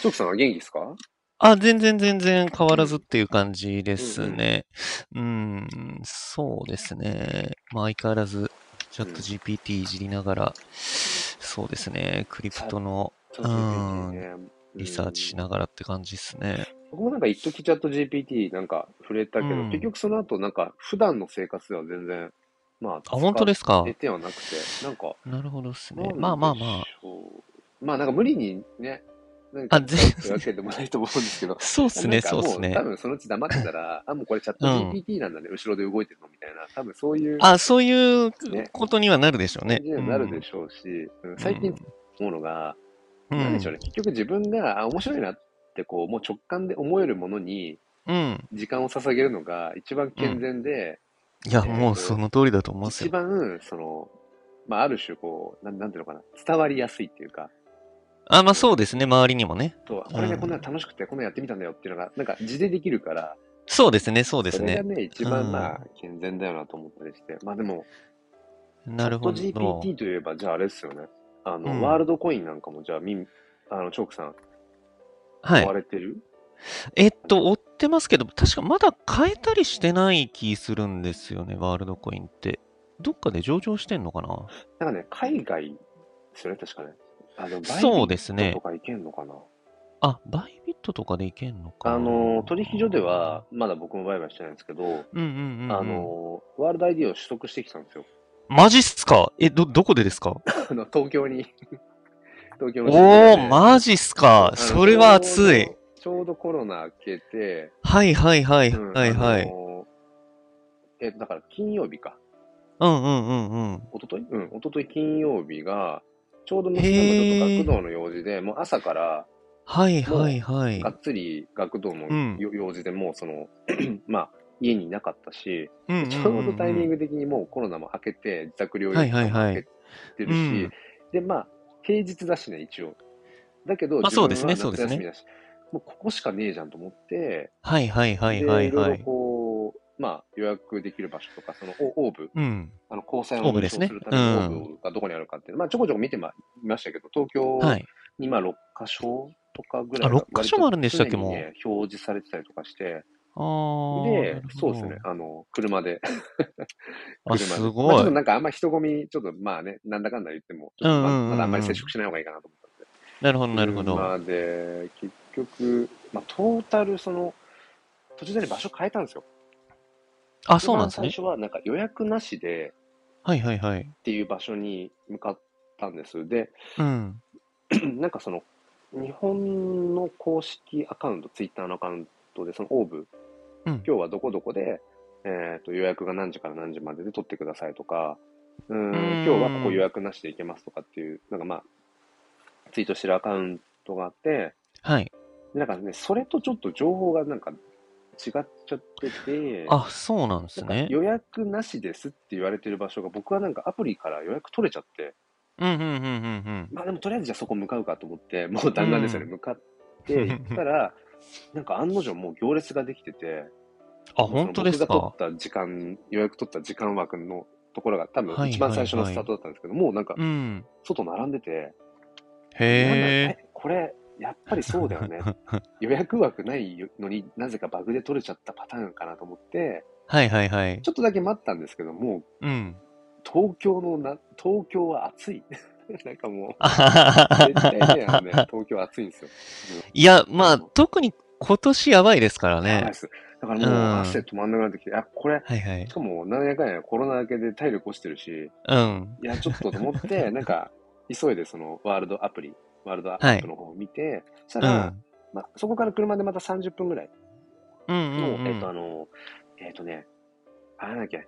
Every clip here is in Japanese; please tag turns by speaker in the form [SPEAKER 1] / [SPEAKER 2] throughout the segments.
[SPEAKER 1] チョークさんは元気ですか
[SPEAKER 2] あ、全然全然変わらずっていう感じですね。うん、そうですね。まあ相変わらず、チャット GPT いじりながら、そうですね、クリプトの
[SPEAKER 1] チャット GPT ね。
[SPEAKER 2] リサーチし
[SPEAKER 1] な
[SPEAKER 2] ながらって感じですね。
[SPEAKER 1] 僕もなんか一時チャット GPT なんか触れたけど、
[SPEAKER 2] うん
[SPEAKER 1] 結局その後なんか普段の生活では全然、まあ、
[SPEAKER 2] あ、本当ですか
[SPEAKER 1] 出てはなくて、なんか、
[SPEAKER 2] なるほどです
[SPEAKER 1] なん
[SPEAKER 2] ね
[SPEAKER 1] で。しょう
[SPEAKER 2] まあまあまあ。。
[SPEAKER 1] まあなんか無理にね、何か
[SPEAKER 2] あ
[SPEAKER 1] 使
[SPEAKER 2] ぜ、
[SPEAKER 1] うってわけでもないと思うんですけど
[SPEAKER 2] そうっす
[SPEAKER 1] な
[SPEAKER 2] ね、
[SPEAKER 1] んか
[SPEAKER 2] そうっ
[SPEAKER 1] も
[SPEAKER 2] すね
[SPEAKER 1] 多。分そのうち黙ってたら、あ、もうこれチャット GPT なんだね、後ろで動いてるのみたいな、多分そういう
[SPEAKER 2] あ、そういう
[SPEAKER 1] ね
[SPEAKER 2] ことにはなるでしょう
[SPEAKER 1] 感
[SPEAKER 2] ね。
[SPEAKER 1] じにはなるでしょうし、うん最近思うのが、
[SPEAKER 2] うん、
[SPEAKER 1] なんでしょうね、結局自分が、あ、面白いなってこう、もう直感で思えるものに
[SPEAKER 2] うん。うん。
[SPEAKER 1] 時間を捧げるのが一番健全で、
[SPEAKER 2] いや、
[SPEAKER 1] えー
[SPEAKER 2] もうその通りだと思います
[SPEAKER 1] 一
[SPEAKER 2] よ。
[SPEAKER 1] 番、その、まあある種こう、なんなんていうのかな、伝わりやすいっていうか、
[SPEAKER 2] あ、まあそうですね、周りにもね。
[SPEAKER 1] そう、これね、
[SPEAKER 2] うん
[SPEAKER 1] こんなの楽しくて、こんなのやってみたんだよっていうのが、なんか、字でできるから、
[SPEAKER 2] そうですね、そうです
[SPEAKER 1] れが
[SPEAKER 2] ね。
[SPEAKER 1] ね、一
[SPEAKER 2] う
[SPEAKER 1] 番
[SPEAKER 2] ん
[SPEAKER 1] まあ、健全だよなと思ったりして、まあでも、
[SPEAKER 2] なるほど。
[SPEAKER 1] GPT といえば、じゃああれですよね、あの、
[SPEAKER 2] うん
[SPEAKER 1] ワールドコインなんかも、じゃあ、みん、あの、チョークさん、
[SPEAKER 2] は
[SPEAKER 1] 買
[SPEAKER 2] い
[SPEAKER 1] わ。れてる、
[SPEAKER 2] えっと、追ってますけど、確かまだ変えたりしてない気するんですよね、ワールドコインって。どっかで上場してんのかな
[SPEAKER 1] なんかね、海外ですよね、確かね。あの、
[SPEAKER 2] そうですね
[SPEAKER 1] バイビットとかいけんのかな。
[SPEAKER 2] あ、バイビットとかでいけんのかな
[SPEAKER 1] あの、取引所では、、まだ僕も売買してないんですけど、
[SPEAKER 2] うんうんうん、うん。
[SPEAKER 1] あ、の、ワールド ID を取得してきたんですよ。
[SPEAKER 2] マジっすかえ、ど、どこでですか
[SPEAKER 1] あの、東京に。 東京
[SPEAKER 2] お
[SPEAKER 1] の渋谷で
[SPEAKER 2] ー、マジっすか
[SPEAKER 1] あの
[SPEAKER 2] それは熱い。。
[SPEAKER 1] ちょうどちょうどコロナ明けて、
[SPEAKER 2] はいはいはい
[SPEAKER 1] うん
[SPEAKER 2] はいは。
[SPEAKER 1] あ
[SPEAKER 2] い。
[SPEAKER 1] のーえ、だから金曜日か。
[SPEAKER 2] うんうんうんうん。
[SPEAKER 1] 一昨日うん、一昨日金曜日が、ちょうど娘がちょっと学童の用事で、もう朝から
[SPEAKER 2] はいはいはい
[SPEAKER 1] が。っつり学童の
[SPEAKER 2] うん
[SPEAKER 1] よ用事でもうその、 まあ、家にいなかったし、
[SPEAKER 2] うん
[SPEAKER 1] ちょうどタイミン
[SPEAKER 2] グ。
[SPEAKER 1] グ的にもうコロナも明けて、自宅療養
[SPEAKER 2] はいはい
[SPEAKER 1] も
[SPEAKER 2] はい
[SPEAKER 1] 明けてるし、
[SPEAKER 2] うん
[SPEAKER 1] で、まあ、平日だしね、一応。だけど、
[SPEAKER 2] まあ
[SPEAKER 1] 自分は
[SPEAKER 2] そうですねそうです
[SPEAKER 1] 夏
[SPEAKER 2] ね
[SPEAKER 1] 休みだし、もうここしかねえじゃんと思って、
[SPEAKER 2] はいはいはいはい
[SPEAKER 1] でろ
[SPEAKER 2] はい
[SPEAKER 1] ろ
[SPEAKER 2] い。
[SPEAKER 1] こう、まあ、予約できる場所とか、そのオオーブ、
[SPEAKER 2] うん。
[SPEAKER 1] あの交際を
[SPEAKER 2] オーブですね
[SPEAKER 1] するためのオ
[SPEAKER 2] うん
[SPEAKER 1] ーブがどこにあるかっていう、まあ、ちょこちょこ見てまいましたけど、東京
[SPEAKER 2] はい。
[SPEAKER 1] にまあ6カ所とかぐらい
[SPEAKER 2] あ
[SPEAKER 1] が、
[SPEAKER 2] 六箇所もあるんでしたっけ
[SPEAKER 1] 割と常にね表示されてたりとかして、
[SPEAKER 2] あー。な
[SPEAKER 1] で
[SPEAKER 2] る、ほ
[SPEAKER 1] そう
[SPEAKER 2] ど
[SPEAKER 1] ですね、。あの、車で、車
[SPEAKER 2] あ、
[SPEAKER 1] ですまあ、ちょ
[SPEAKER 2] ご
[SPEAKER 1] っと
[SPEAKER 2] い。
[SPEAKER 1] なんかあんま人混み、ちょっとまあね、なんだかんだ言っても、ちょっとまあ
[SPEAKER 2] うんうんうんうん
[SPEAKER 1] まだあんまり接触しない方がいいかなと思ったんで。
[SPEAKER 2] なるほどなるほど。
[SPEAKER 1] 車で、結局、まあ、トータル、その、途中でね場所変えたんですよ。
[SPEAKER 2] あ、そうなんです
[SPEAKER 1] 一番
[SPEAKER 2] ね
[SPEAKER 1] 最。初はなんか予約なしで
[SPEAKER 2] はいはいはい。
[SPEAKER 1] っていう場所に向かったんです。で、
[SPEAKER 2] うん。
[SPEAKER 1] なんかその、日本の公式アカウント、ツイッターのアカウントで、そのオーブ、
[SPEAKER 2] うん
[SPEAKER 1] 今日はどこどこで、えー、と予約が何時から何時までで取ってくださいとか、うーん
[SPEAKER 2] うーん
[SPEAKER 1] 今日はここ予約なしで行けますとかっていう、なんかまあ、ツイートしてるアカウントがあって、
[SPEAKER 2] はい。
[SPEAKER 1] でなんかね、それとちょっと情報がなんか違っちゃってて、
[SPEAKER 2] あ、そうなんです
[SPEAKER 1] なんか
[SPEAKER 2] ね。
[SPEAKER 1] 予約なしですって言われてる場所が、僕はなんかアプリから予約取れちゃって、
[SPEAKER 2] うんうんうんうん
[SPEAKER 1] まあでもとりあえずじゃあそこ向かうかと思って、もう弾丸ですよね、
[SPEAKER 2] う
[SPEAKER 1] 向かって行ったら、 なんか案の定もう行列ができてて、
[SPEAKER 2] あ、
[SPEAKER 1] もうその
[SPEAKER 2] 本当です
[SPEAKER 1] 僕が
[SPEAKER 2] か。
[SPEAKER 1] 取った時間、予約取った時間枠のところが多分
[SPEAKER 2] はい
[SPEAKER 1] 一番最初の
[SPEAKER 2] はいは
[SPEAKER 1] スタ
[SPEAKER 2] い
[SPEAKER 1] ートだったんですけど、もうなんか
[SPEAKER 2] うん。
[SPEAKER 1] 外並んでて、なん
[SPEAKER 2] へえ。
[SPEAKER 1] かえこれ、やっぱりそうだよね。予約枠ないのになぜかバグで取れちゃったパターンかなと思って、
[SPEAKER 2] はいはいはい
[SPEAKER 1] ち。ょっとだけ待ったんですけど、もう
[SPEAKER 2] うん。
[SPEAKER 1] 東京のな、東京は暑い。 なんか も
[SPEAKER 2] あはは
[SPEAKER 1] う、絶対ね、あの
[SPEAKER 2] は
[SPEAKER 1] ね
[SPEAKER 2] は、
[SPEAKER 1] 東京暑いんですよ。
[SPEAKER 2] いや、まあ、特に今年やばいですから
[SPEAKER 1] やばい
[SPEAKER 2] ね
[SPEAKER 1] っ。すだからも
[SPEAKER 2] うん
[SPEAKER 1] う汗止まんなくなってきて、あ、これ、
[SPEAKER 2] はいはい
[SPEAKER 1] し。かも何やかんやコロナ明けで体力落ちてるし、
[SPEAKER 2] うん。
[SPEAKER 1] いや、ちょっとと思 って、なんか、急いでそのワールドアプリ、ワールドアップの方を見て、そした
[SPEAKER 2] う
[SPEAKER 1] ら、
[SPEAKER 2] ん。
[SPEAKER 1] まあ、そこから車でまた30分ぐらい
[SPEAKER 2] うんう
[SPEAKER 1] の、
[SPEAKER 2] んう
[SPEAKER 1] えっ、と、あ
[SPEAKER 2] ん。
[SPEAKER 1] の、えっ、とね、あれなんだっけ、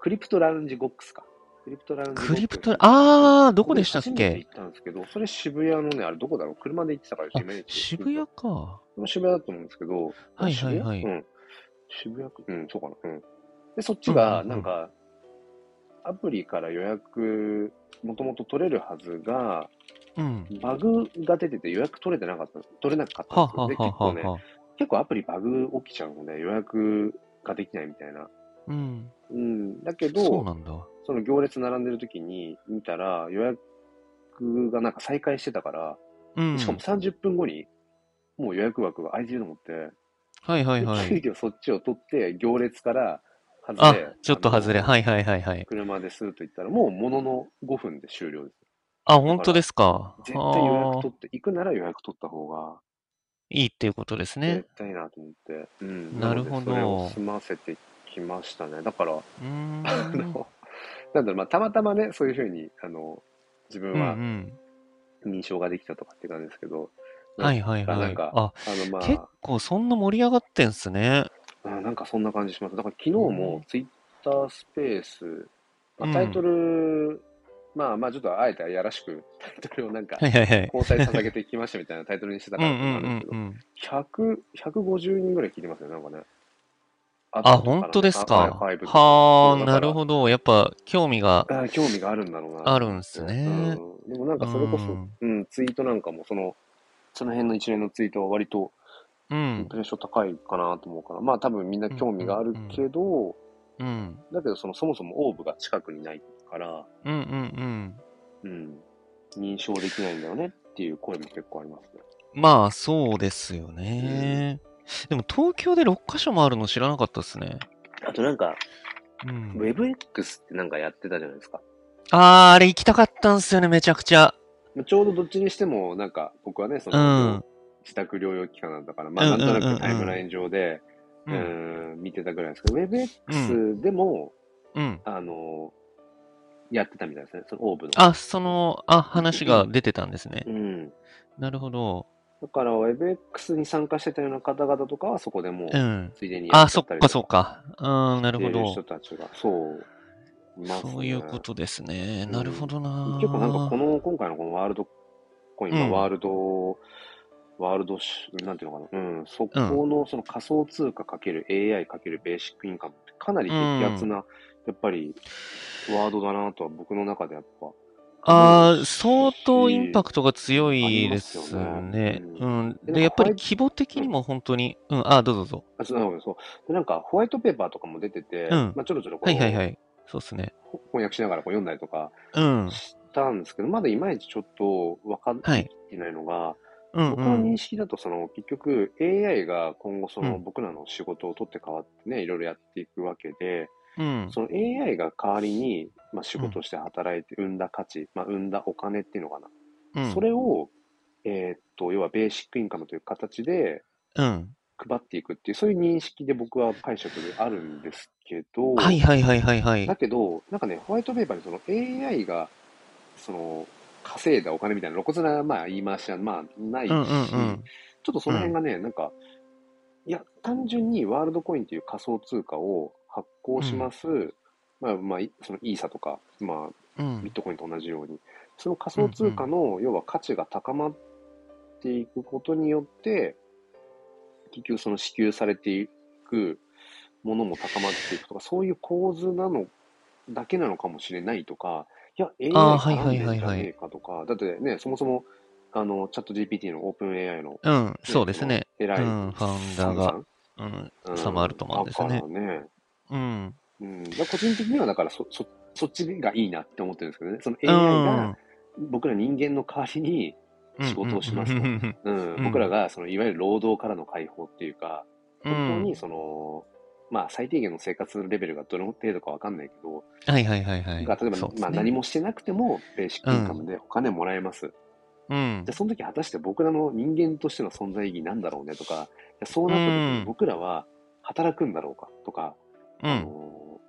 [SPEAKER 1] クリプトラウンジゴックスか。クリプトラウンジゴックス。
[SPEAKER 2] クリプト、あー、どこでしたっ
[SPEAKER 1] 初めて
[SPEAKER 2] け
[SPEAKER 1] 行ったんですけど、それ渋谷のね、あれどこだろう車で行ってたから、
[SPEAKER 2] あ
[SPEAKER 1] イメー、ジ
[SPEAKER 2] 渋谷か。
[SPEAKER 1] これも渋谷だと思うんですけど、
[SPEAKER 2] はいはいはい
[SPEAKER 1] 渋谷うん。渋谷区、うん、そうかな。うん。で、そっちが、
[SPEAKER 2] うんうん
[SPEAKER 1] な
[SPEAKER 2] うん
[SPEAKER 1] んか、アプリから予約、もともと取れるはずが、
[SPEAKER 2] うん。
[SPEAKER 1] バグが出てて予約取れてなかったんです。取れなかった
[SPEAKER 2] は
[SPEAKER 1] んですよ。で、
[SPEAKER 2] はは
[SPEAKER 1] 結
[SPEAKER 2] は
[SPEAKER 1] 構ね、
[SPEAKER 2] は。
[SPEAKER 1] 結構アプリバグ起きちゃうので、予約ができないみたいな。
[SPEAKER 2] うん。
[SPEAKER 1] うん。だけど、
[SPEAKER 2] そう
[SPEAKER 1] そ
[SPEAKER 2] なんだ。
[SPEAKER 1] の行列並んでる時に見たら、予約がなんか再開してたから、
[SPEAKER 2] うん
[SPEAKER 1] しか。も30分後にもう予約枠が空いてると思って、
[SPEAKER 2] はいはいは
[SPEAKER 1] で急
[SPEAKER 2] い。
[SPEAKER 1] 遽そっちを取って、行列から外
[SPEAKER 2] あ
[SPEAKER 1] れ、、
[SPEAKER 2] ちょっと外れ。
[SPEAKER 1] あの
[SPEAKER 2] はいはいはいはい。
[SPEAKER 1] 車ですーっと行ったら、もうものの5分で終了です。
[SPEAKER 2] あ、本当ですか。
[SPEAKER 1] 絶対予約
[SPEAKER 2] あ
[SPEAKER 1] 取って、行くなら予約取った方が
[SPEAKER 2] ーいいっていうことですね
[SPEAKER 1] 絶。対いいなと思って。うん、
[SPEAKER 2] なるほ
[SPEAKER 1] ので
[SPEAKER 2] ど
[SPEAKER 1] それを済ませてきましたね。だから、
[SPEAKER 2] うーん。
[SPEAKER 1] あの、なんだろう、まあ、たまたまね、そういうふうに、あの、自
[SPEAKER 2] う
[SPEAKER 1] 分
[SPEAKER 2] んう
[SPEAKER 1] は
[SPEAKER 2] ん。
[SPEAKER 1] 認証ができたとかって感じですけど、
[SPEAKER 2] はいはい
[SPEAKER 1] な
[SPEAKER 2] は
[SPEAKER 1] ん
[SPEAKER 2] い。
[SPEAKER 1] か
[SPEAKER 2] あ、
[SPEAKER 1] あの、ま
[SPEAKER 2] 結構そんな盛り上がってんすね。
[SPEAKER 1] あ、うんなんかそんな感じします。だから昨日もツイッタースペース、まあ、
[SPEAKER 2] うん
[SPEAKER 1] タイトル、まあまあ、ちょっとあえてやらしく、タイトルをなんか、
[SPEAKER 2] はいはいはい。
[SPEAKER 1] 交際捧げてきましたみたいなタイトルにしてた
[SPEAKER 2] う
[SPEAKER 1] か
[SPEAKER 2] ん
[SPEAKER 1] らってい
[SPEAKER 2] う
[SPEAKER 1] うのもあるんですけ
[SPEAKER 2] ん
[SPEAKER 1] ど
[SPEAKER 2] う、んうん。
[SPEAKER 1] 100 150人ぐらい聞いてますね、なんかね。
[SPEAKER 2] あ、本当ですか。
[SPEAKER 1] あはい
[SPEAKER 2] はあ、
[SPEAKER 1] だから
[SPEAKER 2] なるほど。やっぱ興味が
[SPEAKER 1] あ興味があるんだろうなと思って。
[SPEAKER 2] あるんですね。
[SPEAKER 1] うんでもなんかそれこそ、
[SPEAKER 2] う
[SPEAKER 1] うんん、ツイートなんかも、その、その辺の一連のツイートは割と
[SPEAKER 2] う
[SPEAKER 1] イン
[SPEAKER 2] ん
[SPEAKER 1] プ。レッション高いかなと思うから、まあ多分みんな興味があるけど、
[SPEAKER 2] うん。
[SPEAKER 1] だけどそのそもそもオーブが近くにないから、
[SPEAKER 2] うんうんうん。
[SPEAKER 1] うん、認証できないんだよねっていう声も結構ありますね。
[SPEAKER 2] まあ、そうですよね。でも東京で6カ所もあるの知らなかったですね。
[SPEAKER 1] あとなんか、
[SPEAKER 2] うん
[SPEAKER 1] WebX ってなんかやってたじゃないですか。
[SPEAKER 2] あー、あれ行きたかったんすよね、めちゃくちゃ。
[SPEAKER 1] ちょうどどっちにしても、なんか僕はね、そ
[SPEAKER 2] うん
[SPEAKER 1] の、自宅療養期間なんだから、まあ
[SPEAKER 2] うん
[SPEAKER 1] な
[SPEAKER 2] うんんうんう
[SPEAKER 1] とな
[SPEAKER 2] ん
[SPEAKER 1] くタイムライン上で、う
[SPEAKER 2] う。
[SPEAKER 1] んーん見てたぐらいですけど、WebX でも、
[SPEAKER 2] うん。
[SPEAKER 1] あのやってたみたいですね、そのオーブの。
[SPEAKER 2] あ、その、あ、話が出てたんですね
[SPEAKER 1] う。ん。
[SPEAKER 2] なるほど。
[SPEAKER 1] だから、WebX に参加してたような方々とかは、そこでもう、
[SPEAKER 2] うん。
[SPEAKER 1] ついでにや
[SPEAKER 2] あ、
[SPEAKER 1] っち
[SPEAKER 2] そ
[SPEAKER 1] ゃ
[SPEAKER 2] った
[SPEAKER 1] り
[SPEAKER 2] か
[SPEAKER 1] と
[SPEAKER 2] そっか。うん、なる
[SPEAKER 1] して
[SPEAKER 2] ほ
[SPEAKER 1] る
[SPEAKER 2] ど
[SPEAKER 1] 人。たちが、そう、いますね
[SPEAKER 2] そういうことですね。
[SPEAKER 1] うん
[SPEAKER 2] なるほどな。
[SPEAKER 1] 結構なんか、この、今回のこのワールドコイン、
[SPEAKER 2] うん
[SPEAKER 1] はワールド、ワールドし、なんていうのかな、うん、そこのその仮想通貨かける AI かけるベーシックインカムって、かなり激アツな、やっぱり、ワードだなとは、僕の中でやっぱ、
[SPEAKER 2] あ
[SPEAKER 1] う
[SPEAKER 2] あ、
[SPEAKER 1] ん
[SPEAKER 2] 相当インパクトが強いです
[SPEAKER 1] ありますよね。
[SPEAKER 2] ねう。
[SPEAKER 1] うんで
[SPEAKER 2] で、やっぱり
[SPEAKER 1] なんか
[SPEAKER 2] 規模的にも本当に、うん、ああ、どうぞどうぞ。
[SPEAKER 1] あそうなるほどそうでなんかホワイトペーパーとかも出てて、
[SPEAKER 2] うん
[SPEAKER 1] まあ、ちょろちょろこう、
[SPEAKER 2] はいはいはい。そうですね。
[SPEAKER 1] ほ翻訳しながらこう読んだりとか
[SPEAKER 2] うん。
[SPEAKER 1] したんですけど、まだいまいちちょっと分かっ
[SPEAKER 2] はい。
[SPEAKER 1] てないのが、
[SPEAKER 2] うん
[SPEAKER 1] 僕
[SPEAKER 2] う
[SPEAKER 1] の認
[SPEAKER 2] ん。
[SPEAKER 1] 識だとその結局 AI が今後そうの
[SPEAKER 2] ん
[SPEAKER 1] 僕らの仕事を取って変わってね、いろいろやっていくわけで、
[SPEAKER 2] うん。
[SPEAKER 1] その AI が代わりに、まあ、仕事をして働いて生んだ価値、まあ、生んだお金っていうのかな。
[SPEAKER 2] うん
[SPEAKER 1] それを、えーっと、要はベーシックインカムという形で
[SPEAKER 2] うん。
[SPEAKER 1] 配っていくっていう、そういう認識で僕は解釈であるんですけど、
[SPEAKER 2] はいはいはいはいはい
[SPEAKER 1] だ。けど、なんかね、ホワイトペーパーにその AI が、その、稼いだお金みたいな露骨な、まあ、言い回しは、まあ、ないし、
[SPEAKER 2] うんうんうん。
[SPEAKER 1] ちょっとその辺がね、なんか、いや、単純にワールドコインという仮想通貨を発行します、まあ、まあ、いそのイーサとか、まあ、
[SPEAKER 2] う
[SPEAKER 1] ビッ
[SPEAKER 2] ん。
[SPEAKER 1] トコインと同じように、その仮想通貨の、要は価値が高まっていくことによって、結局その支給されていくものも高まっていくとか、そういう構図なのだけなのかもしれないとか、いや、AI
[SPEAKER 2] あーはい
[SPEAKER 1] 絡んで
[SPEAKER 2] はいはいはい
[SPEAKER 1] んじゃねえかとか、だってね、そもそも、あの、チャット GPT のオープン AI の
[SPEAKER 2] うん。そうですね。
[SPEAKER 1] 偉い、
[SPEAKER 2] うん。ファウンダーが、うん。
[SPEAKER 1] サムさん、
[SPEAKER 2] サムアルトマンですね
[SPEAKER 1] だからね、
[SPEAKER 2] うん。
[SPEAKER 1] うん、だから個人的にはだからそそそっちがいいなって思ってるんですけどね、その
[SPEAKER 2] う
[SPEAKER 1] AI が
[SPEAKER 2] ん。
[SPEAKER 1] 僕ら人間の代わりに、仕事をしますと
[SPEAKER 2] うん
[SPEAKER 1] うん
[SPEAKER 2] うん
[SPEAKER 1] 僕らがそのいわゆる労働からの解放っていうか、
[SPEAKER 2] うん
[SPEAKER 1] 本当にその、まあ、最低限の生活レベルがどの程度かわかんないけど、
[SPEAKER 2] はいはいはいはい。
[SPEAKER 1] が例えば、
[SPEAKER 2] そうです
[SPEAKER 1] まあ、
[SPEAKER 2] ね
[SPEAKER 1] 何もしてなくてもベーシックインカムでお金もらえます、
[SPEAKER 2] うん
[SPEAKER 1] で。その時果たして僕らの人間としての存在意義なんだろうねとか、でそうなった時
[SPEAKER 2] うん
[SPEAKER 1] に僕らは働くんだろうかとか、
[SPEAKER 2] う
[SPEAKER 1] あ
[SPEAKER 2] ん。
[SPEAKER 1] の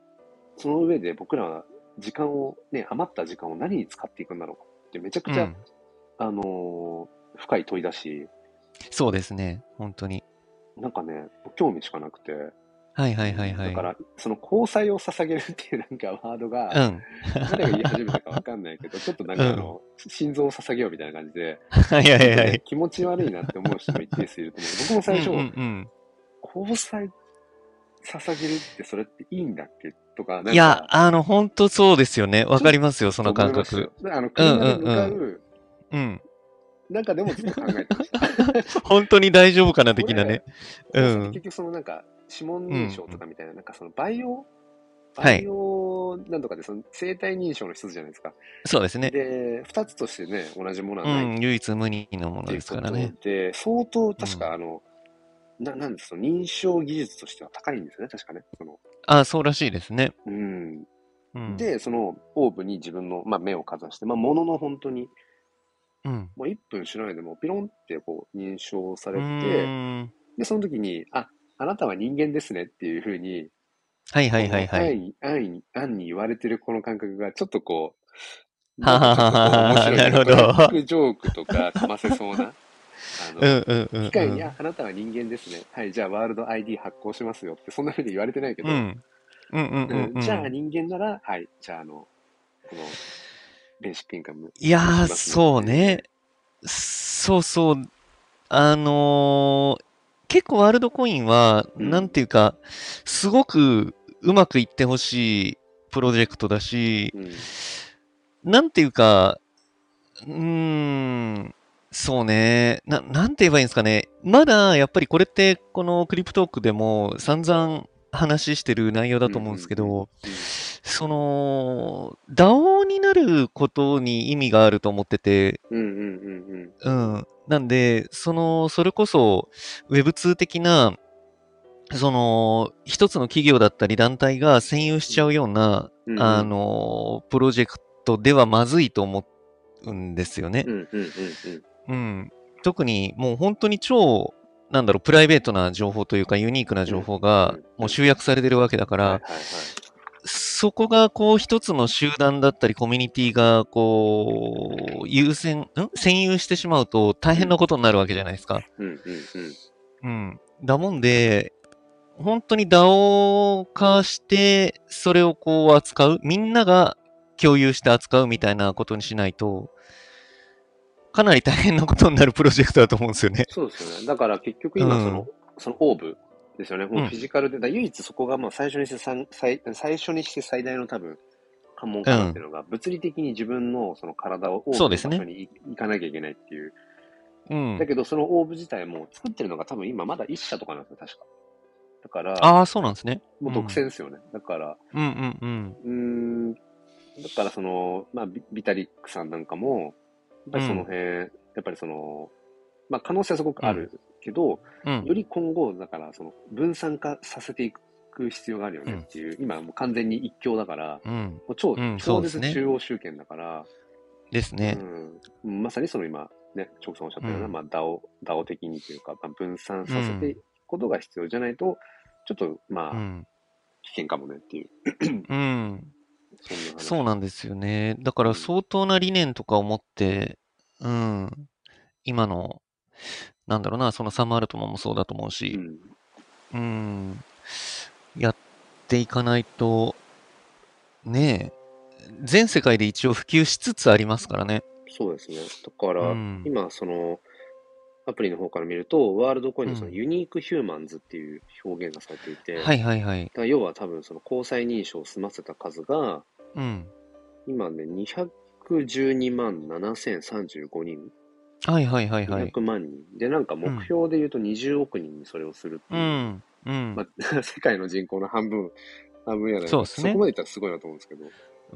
[SPEAKER 1] その上で僕らは時間を、ね、余った時間を何に使っていくんだろうかってめちゃく
[SPEAKER 2] う
[SPEAKER 1] ちゃ、
[SPEAKER 2] ん。
[SPEAKER 1] あの深い問いだし、
[SPEAKER 2] そうですね。本当に。
[SPEAKER 1] なんかね、興味しかなくて、
[SPEAKER 2] はいはいはいはい。
[SPEAKER 1] だから、その交際を捧げるっていうなんかワードが、
[SPEAKER 2] うん。
[SPEAKER 1] 誰が言い始めたかわかんないけど、ちょっとなんかあの、心臓を捧げようみたいな感じで、
[SPEAKER 2] はいはいはいは
[SPEAKER 1] なんかね
[SPEAKER 2] い。
[SPEAKER 1] 気持ち悪いなって思う人も一定数いると思う。僕も最初、
[SPEAKER 2] うんうん
[SPEAKER 1] 交際捧げるってそれっていいんだっけとか、なん
[SPEAKER 2] う
[SPEAKER 1] か
[SPEAKER 2] ん。いや、あの、本当そうですよね。わかりますよ、その感
[SPEAKER 1] 思い
[SPEAKER 2] 覚。
[SPEAKER 1] ましたよ。あの、車で向か
[SPEAKER 2] うん
[SPEAKER 1] う
[SPEAKER 2] うん。
[SPEAKER 1] 中でもずっと考えてました。
[SPEAKER 2] 本当に大丈夫か な、的なね。う
[SPEAKER 1] 交際って
[SPEAKER 2] ん
[SPEAKER 1] 結。局そのなんか、指紋認証とかみたいな、なんかそのバイオ
[SPEAKER 2] はい
[SPEAKER 1] バイオなんとかでその生体認証の一つじゃないですか。
[SPEAKER 2] そうですね。
[SPEAKER 1] で、二つとしてね、同じもの
[SPEAKER 2] う
[SPEAKER 1] はないっ
[SPEAKER 2] ん、唯一無二のもの
[SPEAKER 1] てい
[SPEAKER 2] で
[SPEAKER 1] う
[SPEAKER 2] す
[SPEAKER 1] こ
[SPEAKER 2] から
[SPEAKER 1] と
[SPEAKER 2] ね。
[SPEAKER 1] で、相当確
[SPEAKER 2] う
[SPEAKER 1] かあの、ななんですか、認証技術としては高いんですよね、確かね。その
[SPEAKER 2] あそうらしいですね。
[SPEAKER 1] うん、
[SPEAKER 2] うん、
[SPEAKER 1] で、そのオーブに自分の、まあ、目をかざして、まあ、ものの本当に、
[SPEAKER 2] うん。
[SPEAKER 1] もう1分しないでも、ピロンってこう認証さ
[SPEAKER 2] う
[SPEAKER 1] れ
[SPEAKER 2] ー
[SPEAKER 1] て、
[SPEAKER 2] ん
[SPEAKER 1] で、その時に、あ、あなたは人間ですねっていうふうに、
[SPEAKER 2] はいはいはい
[SPEAKER 1] この
[SPEAKER 2] は
[SPEAKER 1] 安
[SPEAKER 2] い。
[SPEAKER 1] 易に、安易に、安易に言われてるこの感覚が、ちょっとこう、
[SPEAKER 2] はは
[SPEAKER 1] なんかちょっとこう
[SPEAKER 2] ははは
[SPEAKER 1] 面白いというか、
[SPEAKER 2] なるほど
[SPEAKER 1] ブラックジョークとかかませそうな、あ
[SPEAKER 2] う
[SPEAKER 1] の、
[SPEAKER 2] んうんうんうん。
[SPEAKER 1] 機械に、あ、あなたは人間ですね。はい、じゃあワールド ID 発行しますよって、そんなふうに言われてないけど、
[SPEAKER 2] うん。うんうんうん
[SPEAKER 1] う
[SPEAKER 2] うんん。
[SPEAKER 1] じゃあ人間なら、はい、じゃああの、この、ベーシックインカム。
[SPEAKER 2] いや
[SPEAKER 1] しま
[SPEAKER 2] ー、
[SPEAKER 1] すね
[SPEAKER 2] そうね。そうそう。あのー結構ワールドコインは、
[SPEAKER 1] うん
[SPEAKER 2] なんていうか、すごくうまくいってほしいプロジェクトだし、
[SPEAKER 1] うん。
[SPEAKER 2] なんていうか、うーん、そうね。な、なんて言えばいいんですかね。まだ、やっぱりこれって、このクリプトークでも散々話してる内容だと思うんですけ
[SPEAKER 1] うんうん
[SPEAKER 2] ど、その、DAO になることに意味があると思ってて、
[SPEAKER 1] うんうんうんうん
[SPEAKER 2] うん。なんで、その、それこそ Web2 的な、その、一つの企業だったり団体が占有しちゃうような、
[SPEAKER 1] うん。うん
[SPEAKER 2] あ、の、プロジェクトではまずいと思うんですよね
[SPEAKER 1] う。んうんうん
[SPEAKER 2] うん。特にもう本当に超、なんだろう、プライベートな情報というかユニークな情報
[SPEAKER 1] うん
[SPEAKER 2] が
[SPEAKER 1] うん
[SPEAKER 2] もう集約されてるわけだか
[SPEAKER 1] うん。はいはい
[SPEAKER 2] ら、
[SPEAKER 1] はい。
[SPEAKER 2] そこがこう一つの集団だったりコミュニティがこう優先、ん占有してしまうと大変なことになるわけじゃないですか。
[SPEAKER 1] うんうんうん。
[SPEAKER 2] うん。だもんで、本当に DAO 化して、それをこう扱う、みんなが共有して扱うみたいなことにしないと、かなり大変なことになるプロジェクトだと思うんですよね。
[SPEAKER 1] そうですよね。だから結局今
[SPEAKER 2] うん
[SPEAKER 1] その、そのオーブですよね。もううんフィジカルで、だから唯一そこがまあ最初にしてさん最最初にして最大の多分、関門かなっていうのが、物理的に自分のその体をオーブ
[SPEAKER 2] そ
[SPEAKER 1] の
[SPEAKER 2] う
[SPEAKER 1] 場
[SPEAKER 2] ですね
[SPEAKER 1] 所に行かなきゃいけないっていう。
[SPEAKER 2] うん
[SPEAKER 1] だ。けどそのオーブ自体も作ってるのが多分今まだ一社とかなんですよ、確か。だから、
[SPEAKER 2] ああ、そうなんですね。
[SPEAKER 1] もう独占ですよね。だから、
[SPEAKER 2] うんうんうん。
[SPEAKER 1] うーん、だからその、まあ、ビビタリックさんなんかも、やっぱりその辺、やっぱりその、まあ、可能性はすごくあるけど、
[SPEAKER 2] うん
[SPEAKER 1] よ。り今後、だからその分散化させていく必要があるよねっていう、今もう完全に一強だから、
[SPEAKER 2] うん。
[SPEAKER 1] もう超、
[SPEAKER 2] うんそ
[SPEAKER 1] 超
[SPEAKER 2] うで
[SPEAKER 1] 絶
[SPEAKER 2] すね
[SPEAKER 1] 中央集権だから、
[SPEAKER 2] ですね。
[SPEAKER 1] うん、まさにその今、ね、直さんおっしゃったような、
[SPEAKER 2] うん
[SPEAKER 1] まあ、DAO、DAO 的にというか、まあ、分散させていくことが必要じゃないと、ちょっと、ま
[SPEAKER 2] う
[SPEAKER 1] あ、
[SPEAKER 2] ん。
[SPEAKER 1] 危険かもねっていう、
[SPEAKER 2] うん。
[SPEAKER 1] そんな話。
[SPEAKER 2] そうなんですよね。だか
[SPEAKER 1] う
[SPEAKER 2] ら
[SPEAKER 1] ん
[SPEAKER 2] 相当な理念とかを持って、うん、今の、なんだろうな、そのサムアルトマンもそうだと思う
[SPEAKER 1] う
[SPEAKER 2] し、
[SPEAKER 1] ん
[SPEAKER 2] うん、やっていかないと、ねえ、全世界で一応普及しつつありますからね。
[SPEAKER 1] そうですね。だから、
[SPEAKER 2] うん
[SPEAKER 1] 今、その、アプリの方から見ると、ワールドコインのその
[SPEAKER 2] うん
[SPEAKER 1] ユニークヒューマンズっていう表現がされていて、
[SPEAKER 2] はいはいはい
[SPEAKER 1] だ。から要は多分その交際認証を済ませた数が、
[SPEAKER 2] うん。
[SPEAKER 1] 今ね、212万7035人、
[SPEAKER 2] はいはいはいはい。
[SPEAKER 1] 200万人。で、なんか目標で言うと20億人にそれをするって
[SPEAKER 2] う
[SPEAKER 1] いう、
[SPEAKER 2] ん。うん。
[SPEAKER 1] ま
[SPEAKER 2] ま、
[SPEAKER 1] あ、 世界の人口の半分、半分やないか
[SPEAKER 2] そうですね
[SPEAKER 1] そこまでいったらすごいなと思うんですけど。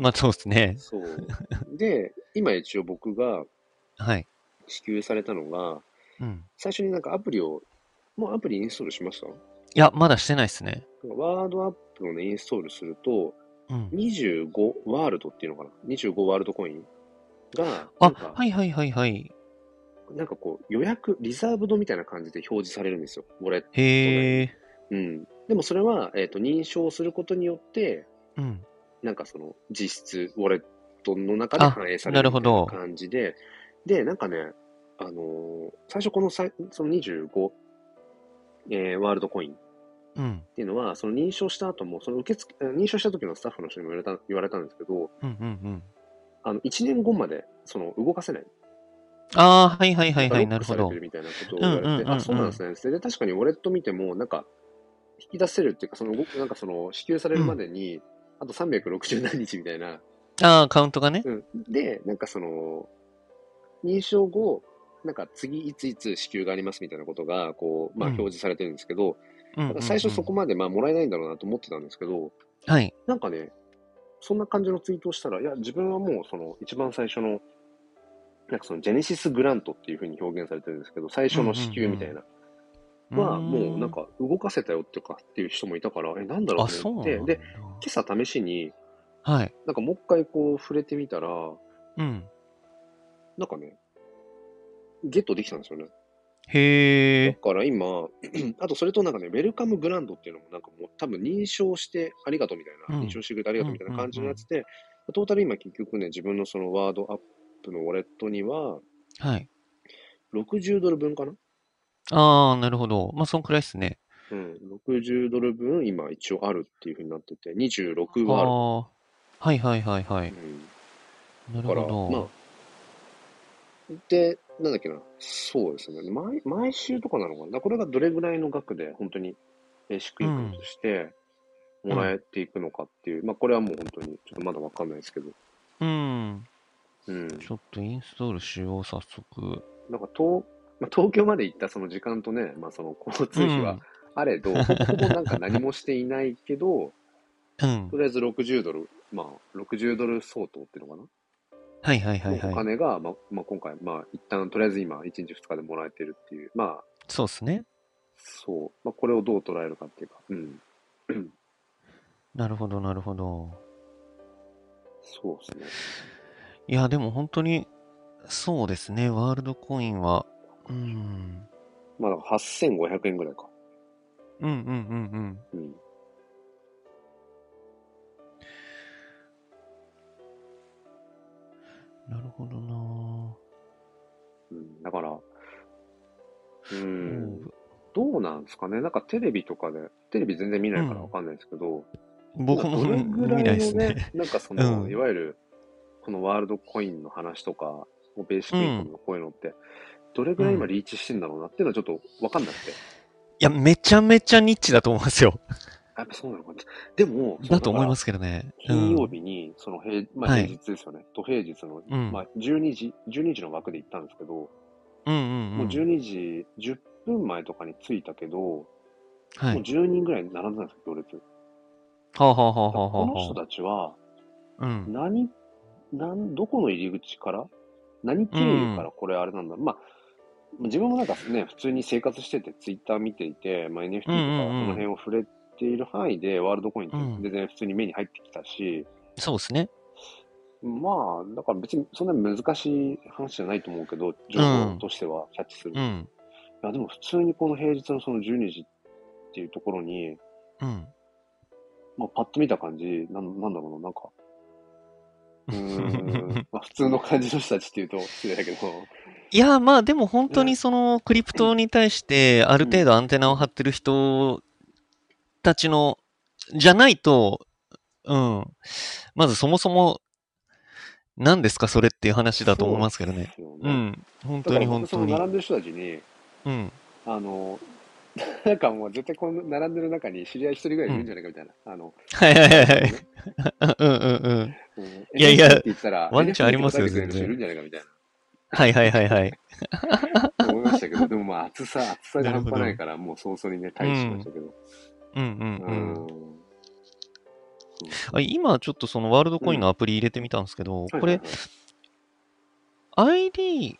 [SPEAKER 2] あそうですね。
[SPEAKER 1] そう。で、今一応僕が
[SPEAKER 2] はい。
[SPEAKER 1] 支給されたのが、
[SPEAKER 2] うん。
[SPEAKER 1] 最初になんかアプリを、もうアプリインストールしましたなんか
[SPEAKER 2] いや、まだしてないですね。
[SPEAKER 1] ワードアップをね、インストールすると、
[SPEAKER 2] うん。
[SPEAKER 1] 25ワールドっていうのかな ?25 ワールドコインが、な
[SPEAKER 2] あ
[SPEAKER 1] ん、か、
[SPEAKER 2] はいはいはいはい。
[SPEAKER 1] なんかこう、予約、リザーブドみたいな感じで表示されるんですよ。ウォレット
[SPEAKER 2] へえ。
[SPEAKER 1] うん。でもそれは、えっ、と、認証することによって、
[SPEAKER 2] うん。
[SPEAKER 1] なんかその、実質、ウォレットの中で反映され
[SPEAKER 2] あな
[SPEAKER 1] る
[SPEAKER 2] る
[SPEAKER 1] み
[SPEAKER 2] ほ
[SPEAKER 1] たいな
[SPEAKER 2] ど
[SPEAKER 1] 感じで、で、なんかね、あのー最初このさいその25、えーワールドコイン
[SPEAKER 2] うん。
[SPEAKER 1] っていうのは、その認証した後も、その受付、認証した時のスタッフの人にも言われた言われたんですけど、
[SPEAKER 2] うんうんうん。
[SPEAKER 1] あの、1年後まで、その、動かせない。
[SPEAKER 2] ああ、はいはいはいはい、
[SPEAKER 1] なん
[SPEAKER 2] な
[SPEAKER 1] か
[SPEAKER 2] る
[SPEAKER 1] ロックされ
[SPEAKER 2] ほど
[SPEAKER 1] てる。みたいなことを言われて、
[SPEAKER 2] うんうんうんうん
[SPEAKER 1] あ、そうなんですね。で、確かにウォレット見ても、なんか、引き出せるっていうか、その、ごなんかその、支給されるまでに、あと360何日みたいな。
[SPEAKER 2] ああ、カウントがね。
[SPEAKER 1] うん。で、なんかその、認証後、なんか次いついつ支給がありますみたいなことが、こう、まあ
[SPEAKER 2] うん
[SPEAKER 1] 表示されてるんですけど、
[SPEAKER 2] うん
[SPEAKER 1] だ
[SPEAKER 2] うん
[SPEAKER 1] か
[SPEAKER 2] う
[SPEAKER 1] ら
[SPEAKER 2] ん
[SPEAKER 1] 最初そこまでまあもらえないんだろうなと思ってたんですけど、
[SPEAKER 2] はい。
[SPEAKER 1] なんかね、そんな感じのツイートをしたら、いや、自分はもうその一番最初の、なんかそのジェネシスグラントっていうふうに表現されてるんですけど、最初の支給みたいな、は、もうなんか動かせたよっていうか、っていう人もいたから、え、なんだ
[SPEAKER 2] う
[SPEAKER 1] ろう
[SPEAKER 2] ん、あ、
[SPEAKER 1] と
[SPEAKER 2] そう
[SPEAKER 1] 思
[SPEAKER 2] な
[SPEAKER 1] って、
[SPEAKER 2] んだ
[SPEAKER 1] で、。今朝試しに、
[SPEAKER 2] はい。
[SPEAKER 1] なんかもう一回こう触れてみたら、
[SPEAKER 2] うん。
[SPEAKER 1] なんかね、ゲットできたんですよね。
[SPEAKER 2] へ
[SPEAKER 1] だ
[SPEAKER 2] え。
[SPEAKER 1] から今、 あとそれとなんかね、ウェルカムグランドっていうのもなんかもう多分認証してありがとうみたいな、
[SPEAKER 2] うん
[SPEAKER 1] 認証してくれてありがとうみたいな感じのやつで、トータル今結局ね、自分のそのワードアップのウォレットには、
[SPEAKER 2] はい。
[SPEAKER 1] 60ドル分かな
[SPEAKER 2] ああ、なるほど。まあ、そんくらいですね。
[SPEAKER 1] うん、60ドル分今一応あるっていうふうになってて、26
[SPEAKER 2] ああ
[SPEAKER 1] はある。
[SPEAKER 2] ー。はいはいはいはい。
[SPEAKER 1] う
[SPEAKER 2] なる
[SPEAKER 1] ん、だから、
[SPEAKER 2] ほ
[SPEAKER 1] ま
[SPEAKER 2] ど。
[SPEAKER 1] あ、で、なんだっけな、そうですね、毎毎週とかなのかな、これがどれぐらいの額で、本当に、えー、宿泊としてもらえていくのかっていう、まあ、これはもう本当に、ちょっとまだわかんないですけど、
[SPEAKER 2] うん。
[SPEAKER 1] うん、
[SPEAKER 2] ちょっとインストールしよう、早速。
[SPEAKER 1] なんか東、まあ、東京まで行ったその時間とね、まあ、その交通費はあ れど、ほぼほぼなんか何もしていないけど、
[SPEAKER 2] うん。うん
[SPEAKER 1] と。りあえず60ドル、まあ、60ドル相当っていうのかな。
[SPEAKER 2] はいはいは
[SPEAKER 1] の
[SPEAKER 2] い
[SPEAKER 1] お
[SPEAKER 2] はい。
[SPEAKER 1] 金が、まあまあ、今回、まあ、一旦とりあえず今、1日2日でもらえてるっていう、まあ、
[SPEAKER 2] そうですね。
[SPEAKER 1] そう、まあ、これをどう捉えるかっていうか、うん、
[SPEAKER 2] なるほど、なるほど。
[SPEAKER 1] そうです
[SPEAKER 2] いや、でも本当に、そうですね。ワールドコインは、うん。
[SPEAKER 1] ね。まあ、だから8500円ぐらいか。
[SPEAKER 2] うんうんうんうん。
[SPEAKER 1] うん。
[SPEAKER 2] なるほどな
[SPEAKER 1] うん、だから、う
[SPEAKER 2] ぁ
[SPEAKER 1] ん、どうなんですかね、なんかテレビとかで、テレビ全然見ないからわかんないですけど、
[SPEAKER 2] 僕も
[SPEAKER 1] どれぐら
[SPEAKER 2] 見
[SPEAKER 1] い
[SPEAKER 2] な
[SPEAKER 1] の
[SPEAKER 2] いですね。
[SPEAKER 1] なんかその、
[SPEAKER 2] うん
[SPEAKER 1] いわゆる、このワールドコインの話とか、もうベーシックインカムのこういうのって、どれぐらい今リーチしてんだろうなっていうのはちょっとわかんなくて。
[SPEAKER 2] いや、めちゃめちゃニッチだと思いますよ。
[SPEAKER 1] あやっぱそうなのかな。でも、。
[SPEAKER 2] だと思いますすけどね。
[SPEAKER 1] 金曜日に、その平、まあ
[SPEAKER 2] はい
[SPEAKER 1] 平日ですよね。と平日の、
[SPEAKER 2] うん。うん。
[SPEAKER 1] まあ12時、12時の枠で行ったんですけど、
[SPEAKER 2] うんうん
[SPEAKER 1] も
[SPEAKER 2] う。
[SPEAKER 1] うん12時10分前とかに着いたけど、も
[SPEAKER 2] は
[SPEAKER 1] う
[SPEAKER 2] い。
[SPEAKER 1] 10人ぐらい並んでたんですよ、行列。だか
[SPEAKER 2] はあ、はあはあ
[SPEAKER 1] ら
[SPEAKER 2] はあは
[SPEAKER 1] こ
[SPEAKER 2] あ
[SPEAKER 1] の人
[SPEAKER 2] は
[SPEAKER 1] たちは、
[SPEAKER 2] あ。うん。
[SPEAKER 1] 何、何、どこの入り口から何経由からこれあれなんだ、まあ、自分もなんかね、普通に生活してて、ツイッター見ていて、まあ、NFT とかそ
[SPEAKER 2] うんうんう
[SPEAKER 1] の
[SPEAKER 2] ん
[SPEAKER 1] 辺を触れている範囲で、ワールドコインって全然普通に目に入ってきたし、
[SPEAKER 2] そうですね。
[SPEAKER 1] まあ、だから別にそんなに難しい話じゃないと思うけど、情報としてはキャッチする。
[SPEAKER 2] う
[SPEAKER 1] い
[SPEAKER 2] ん。
[SPEAKER 1] やでも普通にこの平日のその12時っていうところに、
[SPEAKER 2] うん。
[SPEAKER 1] まあ、パッと見た感じ、なんなんだろうな、 なんか、うーんまあ、普通の感じの人たちっていうと失礼だけど、
[SPEAKER 2] いや、まあでも本当にそのクリプトに対してある程度アンテナを張ってる人たちの、じゃないと、うん。まずそもそも、何ですかそれっていう話だと思いますけどね。
[SPEAKER 1] そう
[SPEAKER 2] う
[SPEAKER 1] なん
[SPEAKER 2] ん。本
[SPEAKER 1] ですよね。だ
[SPEAKER 2] 当
[SPEAKER 1] から
[SPEAKER 2] に本
[SPEAKER 1] 僕そ
[SPEAKER 2] 当
[SPEAKER 1] の
[SPEAKER 2] に。
[SPEAKER 1] 並んでる人たちに、
[SPEAKER 2] うん。
[SPEAKER 1] あの、 なんかもう絶対この並んでる中に知り合い一人ぐらいいるんじゃないかみたいな。あの、
[SPEAKER 2] はい はいはいはい。うんうんう
[SPEAKER 1] う
[SPEAKER 2] ん。
[SPEAKER 1] ん
[SPEAKER 2] いやいや
[SPEAKER 1] NFT って言ったら、
[SPEAKER 2] ワンチャンありますよ
[SPEAKER 1] NFT って答えてくれる人
[SPEAKER 2] 全然
[SPEAKER 1] いるんじゃないかみたいな。
[SPEAKER 2] はいはいはいはい。
[SPEAKER 1] 思いましたけど、でもまあ暑さ、暑さが半端ないから、もう早々にね、退治しましたけど。
[SPEAKER 2] うん
[SPEAKER 1] う
[SPEAKER 2] うんうん。
[SPEAKER 1] ん。
[SPEAKER 2] あ今ちょっとそのワールドコインのアプリ入れてみたんですけど、
[SPEAKER 1] うん
[SPEAKER 2] これ、、ID、ん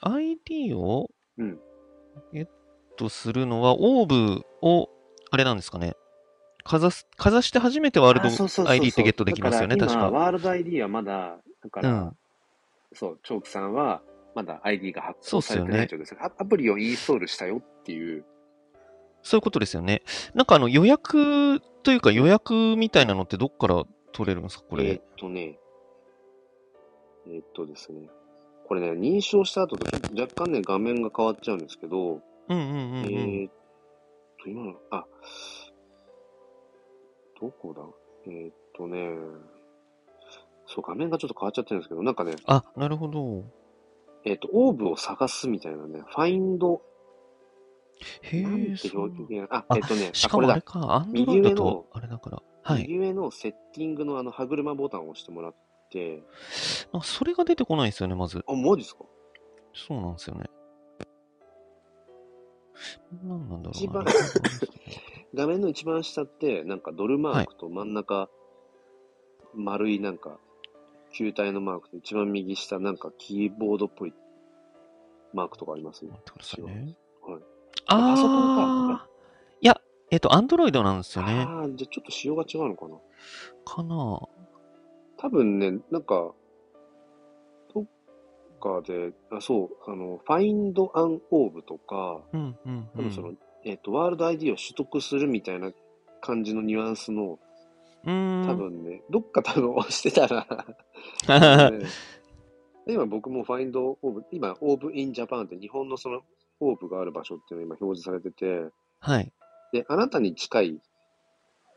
[SPEAKER 2] ?ID を
[SPEAKER 1] うん
[SPEAKER 2] ゲットするのは、オーブを、あれなんですかね。かざす、かざして初めてワールド ID ってゲットできますよね、確
[SPEAKER 1] 今、
[SPEAKER 2] か。
[SPEAKER 1] ワールド ID はまだ、だか
[SPEAKER 2] う
[SPEAKER 1] ら、
[SPEAKER 2] ん。
[SPEAKER 1] そう、チョークさんは、まだ ID が発
[SPEAKER 2] そう
[SPEAKER 1] 行
[SPEAKER 2] っす
[SPEAKER 1] され
[SPEAKER 2] よ
[SPEAKER 1] て
[SPEAKER 2] ね
[SPEAKER 1] ない状況ですね。アプリをインストールしたよっていう。
[SPEAKER 2] そういうことですよね。なんかあの予約というか予約みたいなのってどっから取れるんですか、こ
[SPEAKER 1] えー
[SPEAKER 2] れ
[SPEAKER 1] っ。とね、えーっとですね、これね、認証した後とちょっと若干ね、画面が変わっちゃうんですけど、
[SPEAKER 2] うんうんうんう
[SPEAKER 1] え
[SPEAKER 2] ん。
[SPEAKER 1] ーっと、今の、あ、どこだえーっとね、そう、画面がちょっと変わっちゃってるんですけど、なんかね、
[SPEAKER 2] あ、なるほど。
[SPEAKER 1] えーっと、オーブを探すみたいなね、ファインド、
[SPEAKER 2] へ
[SPEAKER 1] なん
[SPEAKER 2] え、
[SPEAKER 1] て
[SPEAKER 2] そう
[SPEAKER 1] 表現、あ、
[SPEAKER 2] あ
[SPEAKER 1] えーっとね、
[SPEAKER 2] し
[SPEAKER 1] あ、
[SPEAKER 2] か
[SPEAKER 1] これ
[SPEAKER 2] もあれ
[SPEAKER 1] だ。
[SPEAKER 2] か、アンドロ
[SPEAKER 1] 右上
[SPEAKER 2] イド
[SPEAKER 1] の
[SPEAKER 2] と、あれだから。はい。
[SPEAKER 1] 右上のセッティングのあの歯車ボタンを押してもらって、
[SPEAKER 2] あそれが出てこないんですよね、まず。
[SPEAKER 1] あ、マジですか
[SPEAKER 2] そうなんですよね。何なんだろうな。
[SPEAKER 1] 一番
[SPEAKER 2] あれ
[SPEAKER 1] 画面の一番下って、なんかドルマークと真ん中、丸いなんか、球体のマークと一番右下、なんかキーボードっぽいマークとかあります
[SPEAKER 2] 待ってくださいね。
[SPEAKER 1] はい
[SPEAKER 2] あー
[SPEAKER 1] パソコンか
[SPEAKER 2] いや、えっと、アンドロイドなんですよね。
[SPEAKER 1] ああ、じゃあちょっと仕様が違うのかな。
[SPEAKER 2] かな
[SPEAKER 1] 多分ね、なんか、とかで、あそう、あの、Find and Orb とか、
[SPEAKER 2] うんうん、
[SPEAKER 1] 多
[SPEAKER 2] う
[SPEAKER 1] 分
[SPEAKER 2] ん。
[SPEAKER 1] その、えっ、と、ワールド ID を取得するみたいな感じのニュアンスの、
[SPEAKER 2] うーん
[SPEAKER 1] 多分ね、どっか多分押してたら、ね今僕も Find Orb、今、Orb in Japan って日本のその、オーブがある場所っていうのが今表示されてて、
[SPEAKER 2] はい。
[SPEAKER 1] で、あなたに近い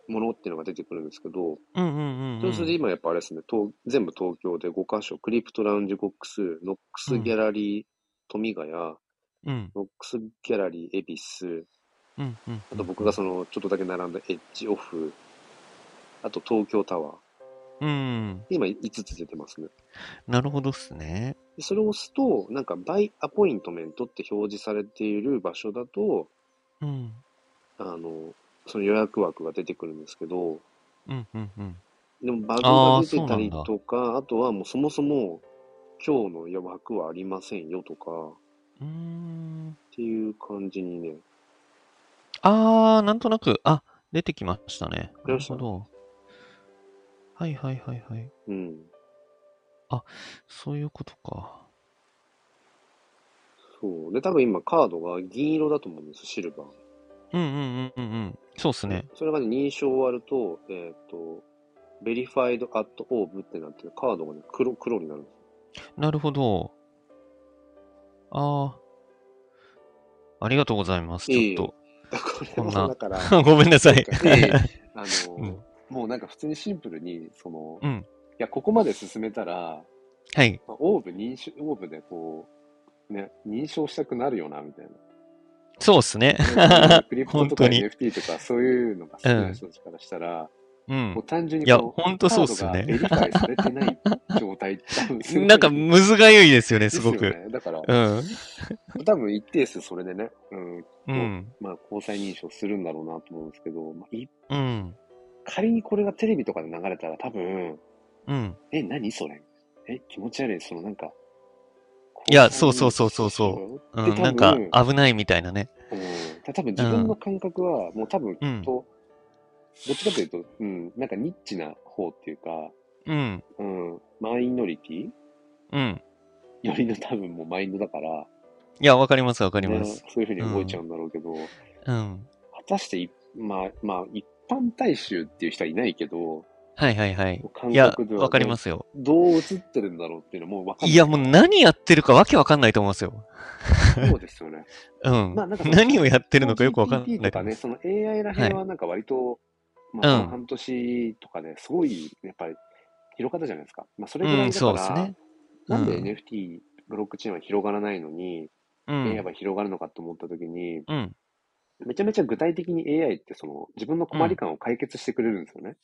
[SPEAKER 1] ものっていうのが出てくるんですけど、
[SPEAKER 2] うんうんうん、う
[SPEAKER 1] そうすると
[SPEAKER 2] ん。
[SPEAKER 1] 今やっぱあれですね、東全部東京で5カ所、クリプトラウンジコックス、ノックスギャラリー、富ヶ谷、ノ
[SPEAKER 2] うん
[SPEAKER 1] ックスギャラリー、恵比寿、
[SPEAKER 2] うんうん。
[SPEAKER 1] あと僕がそのちょっとだけ並んだエッジオフ、あと東京タワー。
[SPEAKER 2] うん。
[SPEAKER 1] 今5つ出てますね。
[SPEAKER 2] なるほどっすね。
[SPEAKER 1] でそれを押すと、なんかバイアポイントメントって表示されている場所だと、
[SPEAKER 2] うん。
[SPEAKER 1] あの、その予約枠が出てくるんですけど、
[SPEAKER 2] うんうんうん。
[SPEAKER 1] でもバグ
[SPEAKER 2] あ
[SPEAKER 1] が
[SPEAKER 2] ー
[SPEAKER 1] 出てたり
[SPEAKER 2] そうなんだ
[SPEAKER 1] とか、あとはもうそもそも今日の枠はありませんよとか、
[SPEAKER 2] うーん。
[SPEAKER 1] っていう感じにね。
[SPEAKER 2] あー、なんとなく、あ、出てきましたね。
[SPEAKER 1] 出
[SPEAKER 2] な
[SPEAKER 1] ま
[SPEAKER 2] る
[SPEAKER 1] した
[SPEAKER 2] ほど。はいはいはいはい。
[SPEAKER 1] うん。
[SPEAKER 2] そういうことか。
[SPEAKER 1] そう。で、多分今カードが銀色だと思うんです、シルバー。
[SPEAKER 2] うんうんうんうんうん。そうっすね。
[SPEAKER 1] それがね、認証終わると、えっ、と、ベリファイドアットオーブってなってるカードがね、黒、黒になるんですよ。
[SPEAKER 2] なるほど。ああ。ありがとうございます。
[SPEAKER 1] いえいえ
[SPEAKER 2] ちょ
[SPEAKER 1] こ
[SPEAKER 2] こ
[SPEAKER 1] れ
[SPEAKER 2] ん
[SPEAKER 1] も
[SPEAKER 2] な
[SPEAKER 1] だ から
[SPEAKER 2] っ、と。ごめんなさい。
[SPEAKER 1] なんかいえいえあの、
[SPEAKER 2] うん
[SPEAKER 1] もうなんか普通にシンプルに、その、
[SPEAKER 2] う
[SPEAKER 1] い
[SPEAKER 2] ん。
[SPEAKER 1] や、ここまで進めたら、
[SPEAKER 2] はい。
[SPEAKER 1] まあオーブ認証、オーブでこう、ね、認証したくなるよな、みたい
[SPEAKER 2] そうっすね。
[SPEAKER 1] な。クリプト
[SPEAKER 2] 本
[SPEAKER 1] とか
[SPEAKER 2] 当に。
[SPEAKER 1] NFT とかそういうのが好きな人たちからしたら、
[SPEAKER 2] う。
[SPEAKER 1] もうん単純に
[SPEAKER 2] いや
[SPEAKER 1] こ
[SPEAKER 2] ほんとそうっすよね
[SPEAKER 1] カードがベリファイされてない状態って多分すごい
[SPEAKER 2] なんか、むずがゆいですよね、
[SPEAKER 1] です
[SPEAKER 2] す
[SPEAKER 1] よ
[SPEAKER 2] ご
[SPEAKER 1] ね
[SPEAKER 2] く。
[SPEAKER 1] だから、
[SPEAKER 2] うん。
[SPEAKER 1] 多分一定数それでね、うん、
[SPEAKER 2] うん。
[SPEAKER 1] まあ、交際認証するんだろうなと思うんですけど、まあ、い
[SPEAKER 2] うん。
[SPEAKER 1] 仮にこれがテレビとかで流れたら多分、
[SPEAKER 2] うん。
[SPEAKER 1] え、何それえ、気持ち悪い、そのなんか、。
[SPEAKER 2] いやそうそうそうそうそうう
[SPEAKER 1] で
[SPEAKER 2] ん、なんか、危ないみたいなね。
[SPEAKER 1] うん、た多分自分の感覚は、もう多分きっと、どっちかというと、うん、なんかニッチな方っていうか、
[SPEAKER 2] うん。
[SPEAKER 1] うん、マイノリティ
[SPEAKER 2] うん。
[SPEAKER 1] よりの多分もうマインドだから、
[SPEAKER 2] いや、わかります、わかりま
[SPEAKER 1] ね
[SPEAKER 2] す。
[SPEAKER 1] そういうふうに動いちゃうんだろうけど、
[SPEAKER 2] うん。
[SPEAKER 1] 果たしてい、まあ、まあ、一般大衆っていう人はいないけど、
[SPEAKER 2] はいはいはい。
[SPEAKER 1] 感
[SPEAKER 2] いや
[SPEAKER 1] 覚で、は、ね、
[SPEAKER 2] わかりますよ。
[SPEAKER 1] どう映ってるんだろうっていうのはもうわかんない。
[SPEAKER 2] いや、もう何やってるかわけわかんないと思いますよ。
[SPEAKER 1] そうですよね。
[SPEAKER 2] うん。
[SPEAKER 1] まあなんかその
[SPEAKER 2] 何をやってるのかよくわかん
[SPEAKER 1] GPT
[SPEAKER 2] ない
[SPEAKER 1] と。かね、その AI らへんはなんか割と、まあ、
[SPEAKER 2] うん
[SPEAKER 1] この半年とかね、すごい、やっぱり広かったじゃないですか。まあ、それぐら
[SPEAKER 2] う
[SPEAKER 1] い
[SPEAKER 2] ん、
[SPEAKER 1] だか
[SPEAKER 2] そうです
[SPEAKER 1] ら、
[SPEAKER 2] ね。
[SPEAKER 1] なんで
[SPEAKER 2] うん
[SPEAKER 1] NFT、ブロックチェーンは広がらないのに、
[SPEAKER 2] う
[SPEAKER 1] AI
[SPEAKER 2] ん。
[SPEAKER 1] は広がるのかと思ったときに、
[SPEAKER 2] うん。
[SPEAKER 1] めちゃめちゃ具体的に AI ってその自分の困り感を解決してくれるんですよね。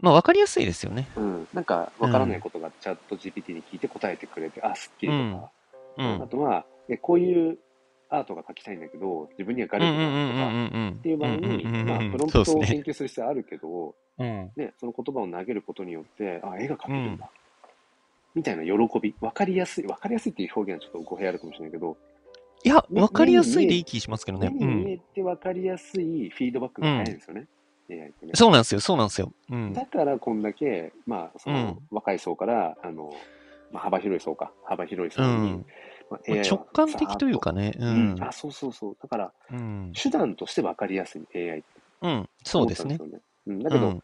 [SPEAKER 2] まあ、わかりやすいですよね。
[SPEAKER 1] うん、なんかわからないことがチャット GPT に聞いて答えてくれて、あ、すっきりとか、
[SPEAKER 2] う
[SPEAKER 1] あ
[SPEAKER 2] ん。
[SPEAKER 1] とは、えこういうアートが描きたいんだけど、自分には
[SPEAKER 2] う
[SPEAKER 1] ガ
[SPEAKER 2] んう
[SPEAKER 1] レー
[SPEAKER 2] ん
[SPEAKER 1] ジ
[SPEAKER 2] う
[SPEAKER 1] があ
[SPEAKER 2] ん
[SPEAKER 1] る
[SPEAKER 2] う
[SPEAKER 1] とか、って
[SPEAKER 2] んうん
[SPEAKER 1] いう場合に、
[SPEAKER 2] うんうんうんうん
[SPEAKER 1] まあ、プロン
[SPEAKER 2] そう
[SPEAKER 1] プ
[SPEAKER 2] で
[SPEAKER 1] ト
[SPEAKER 2] す
[SPEAKER 1] を
[SPEAKER 2] ね
[SPEAKER 1] 研。究する必要あるけど、
[SPEAKER 2] うん。
[SPEAKER 1] ね、その言葉を投げることによって、あ、絵が描けるんだ、みたいな喜び、わかりやすい、わかりやすいっていう表現はちょっと語弊あるかもしれないけど、
[SPEAKER 2] いや、
[SPEAKER 1] 目
[SPEAKER 2] わかりやすいでいい気しますけどね。
[SPEAKER 1] 目
[SPEAKER 2] う
[SPEAKER 1] に見
[SPEAKER 2] ん。
[SPEAKER 1] えてわかりやすいフィードバックが早いんですよね、AI ってね。
[SPEAKER 2] そうなんですよ、そうなんですよ。うん。
[SPEAKER 1] だからこんだけ、まあ、その、若い層から、あの、まあ、幅広い層か、幅広いう層に、
[SPEAKER 2] ん。
[SPEAKER 1] まあ
[SPEAKER 2] まあ
[SPEAKER 1] AI は
[SPEAKER 2] 直感的というかね。う
[SPEAKER 1] さーっと、うん
[SPEAKER 2] ん。
[SPEAKER 1] あ、そうそうそう。だから、
[SPEAKER 2] うん。
[SPEAKER 1] 手段としてわかりやすい AI って
[SPEAKER 2] うん。そう
[SPEAKER 1] 思っ
[SPEAKER 2] で
[SPEAKER 1] た
[SPEAKER 2] す
[SPEAKER 1] んで
[SPEAKER 2] ね
[SPEAKER 1] す。よね。うん、だ
[SPEAKER 2] う
[SPEAKER 1] けど、
[SPEAKER 2] ん。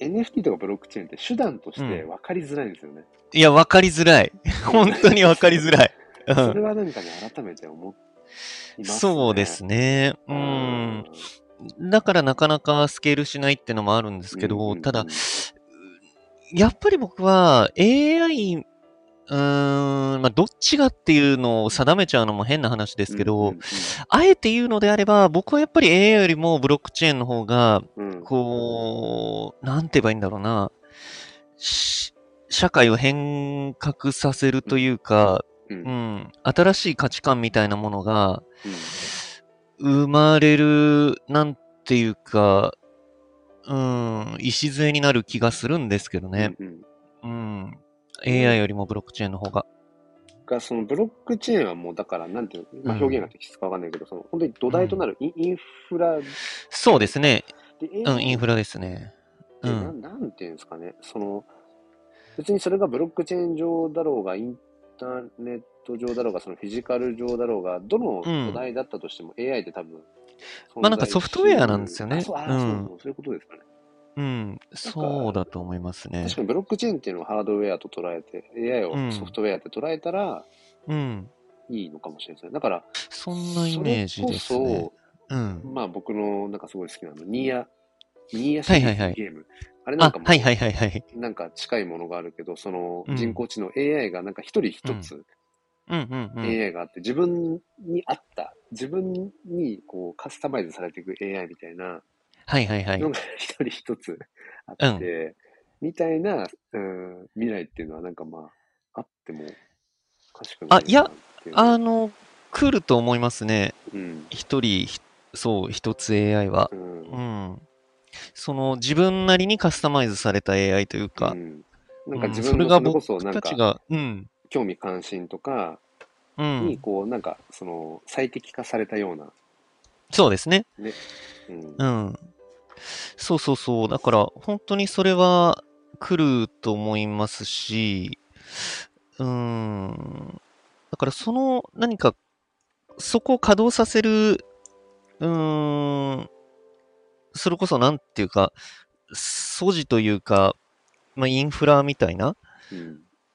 [SPEAKER 1] NFT とかブロックチェーンって手段として分かりづらいんですよね。
[SPEAKER 2] いや、わかりづらい。 本当にわかりづらい。う
[SPEAKER 1] それ
[SPEAKER 2] ん。
[SPEAKER 1] はなんかね、改めて思いますね。
[SPEAKER 2] そうですね。うん。だからなかなかスケールしないってのもあるんですけど、ただ、やっぱり僕は AI、うーん、まあ、どっちがっていうのを定めちゃうのも変な話で
[SPEAKER 1] です
[SPEAKER 2] けど、、あえて言うのであれば、僕はやっぱり AI よりもブロックチェーンの方が、こう、なんて言えばいいんだろうな、し社会を変革させるというか、
[SPEAKER 1] うんうんうん
[SPEAKER 2] うん、新しい価値観みたいなものが生まれるなんっていうか、うん、礎になる気がするんですけどね。
[SPEAKER 1] うんうん
[SPEAKER 2] うん。AI よりもブロックチェーンの方が。
[SPEAKER 1] がそのブロックチェーンはもうだから、なんていうの、まあ、
[SPEAKER 2] うん
[SPEAKER 1] 表現が適切かわかんないけど、その本当に土台となるイン,、インフラで、
[SPEAKER 2] そうですね。う
[SPEAKER 1] AI
[SPEAKER 2] ん、インフラですね。う。
[SPEAKER 1] なんんなんていうんですかね、その別にそれがブロックチェーン上だろうが、インターネット上だろうが、そのフィジカル上だろうが、どの
[SPEAKER 2] うん
[SPEAKER 1] 土台だったとしても AI って多分、
[SPEAKER 2] まあなんかソフトウェアなんですよね
[SPEAKER 1] あそうあー
[SPEAKER 2] うん
[SPEAKER 1] そうそうそういうことですかね。
[SPEAKER 2] うん。そうだと思いますね
[SPEAKER 1] 確。かにブロックチェーンっていうのをハードウェアと捉えて、AI をソフトウェアって捉えたら
[SPEAKER 2] うん。
[SPEAKER 1] いいのかもしれないですね。だから、
[SPEAKER 2] そんなイメージです
[SPEAKER 1] それ
[SPEAKER 2] ね
[SPEAKER 1] こ。
[SPEAKER 2] うん
[SPEAKER 1] そ、。まあ僕のなんかすごい好きなの、ニーヤ、ニーヤシリーズの
[SPEAKER 2] はいはいはい
[SPEAKER 1] ゲーム。あれなん
[SPEAKER 2] あ
[SPEAKER 1] か、も、
[SPEAKER 2] はいはいはいはい。
[SPEAKER 1] なんか近いものがあるけど、その
[SPEAKER 2] うん
[SPEAKER 1] 人工知能 AI がなんか一人一つ、
[SPEAKER 2] うんうんうん。
[SPEAKER 1] AI があって、自分に合った、自分にこうカスタマイズされていく AI みたいな
[SPEAKER 2] はいはいはい
[SPEAKER 1] の。が 一人一つあって、みたいな、うん、未来っていうのはなんかまあ、あってもおかしくないなってう。
[SPEAKER 2] あいやあの、来ると思いますね。
[SPEAKER 1] うん、
[SPEAKER 2] 一人ひ、そう、一つ AI は
[SPEAKER 1] う。ん。
[SPEAKER 2] うん。その自分なりにカスタマイズされた AI というか
[SPEAKER 1] う、んなんか
[SPEAKER 2] うん
[SPEAKER 1] 自
[SPEAKER 2] そ
[SPEAKER 1] 分
[SPEAKER 2] れ
[SPEAKER 1] の
[SPEAKER 2] が
[SPEAKER 1] それこそな
[SPEAKER 2] 僕
[SPEAKER 1] ん
[SPEAKER 2] たち
[SPEAKER 1] か
[SPEAKER 2] が、うん、
[SPEAKER 1] 興味関心とか
[SPEAKER 2] う
[SPEAKER 1] に
[SPEAKER 2] ん、
[SPEAKER 1] こうなんかその最適化されたような、
[SPEAKER 2] そうですね。
[SPEAKER 1] うん
[SPEAKER 2] うん。そうそうそう。だから、本当にそれは来ると思いますし、うーん。だから、その、何か、そこを稼働させる、うーん、それこそ、なんていうか、素地というか、まあ、インフラみたいな、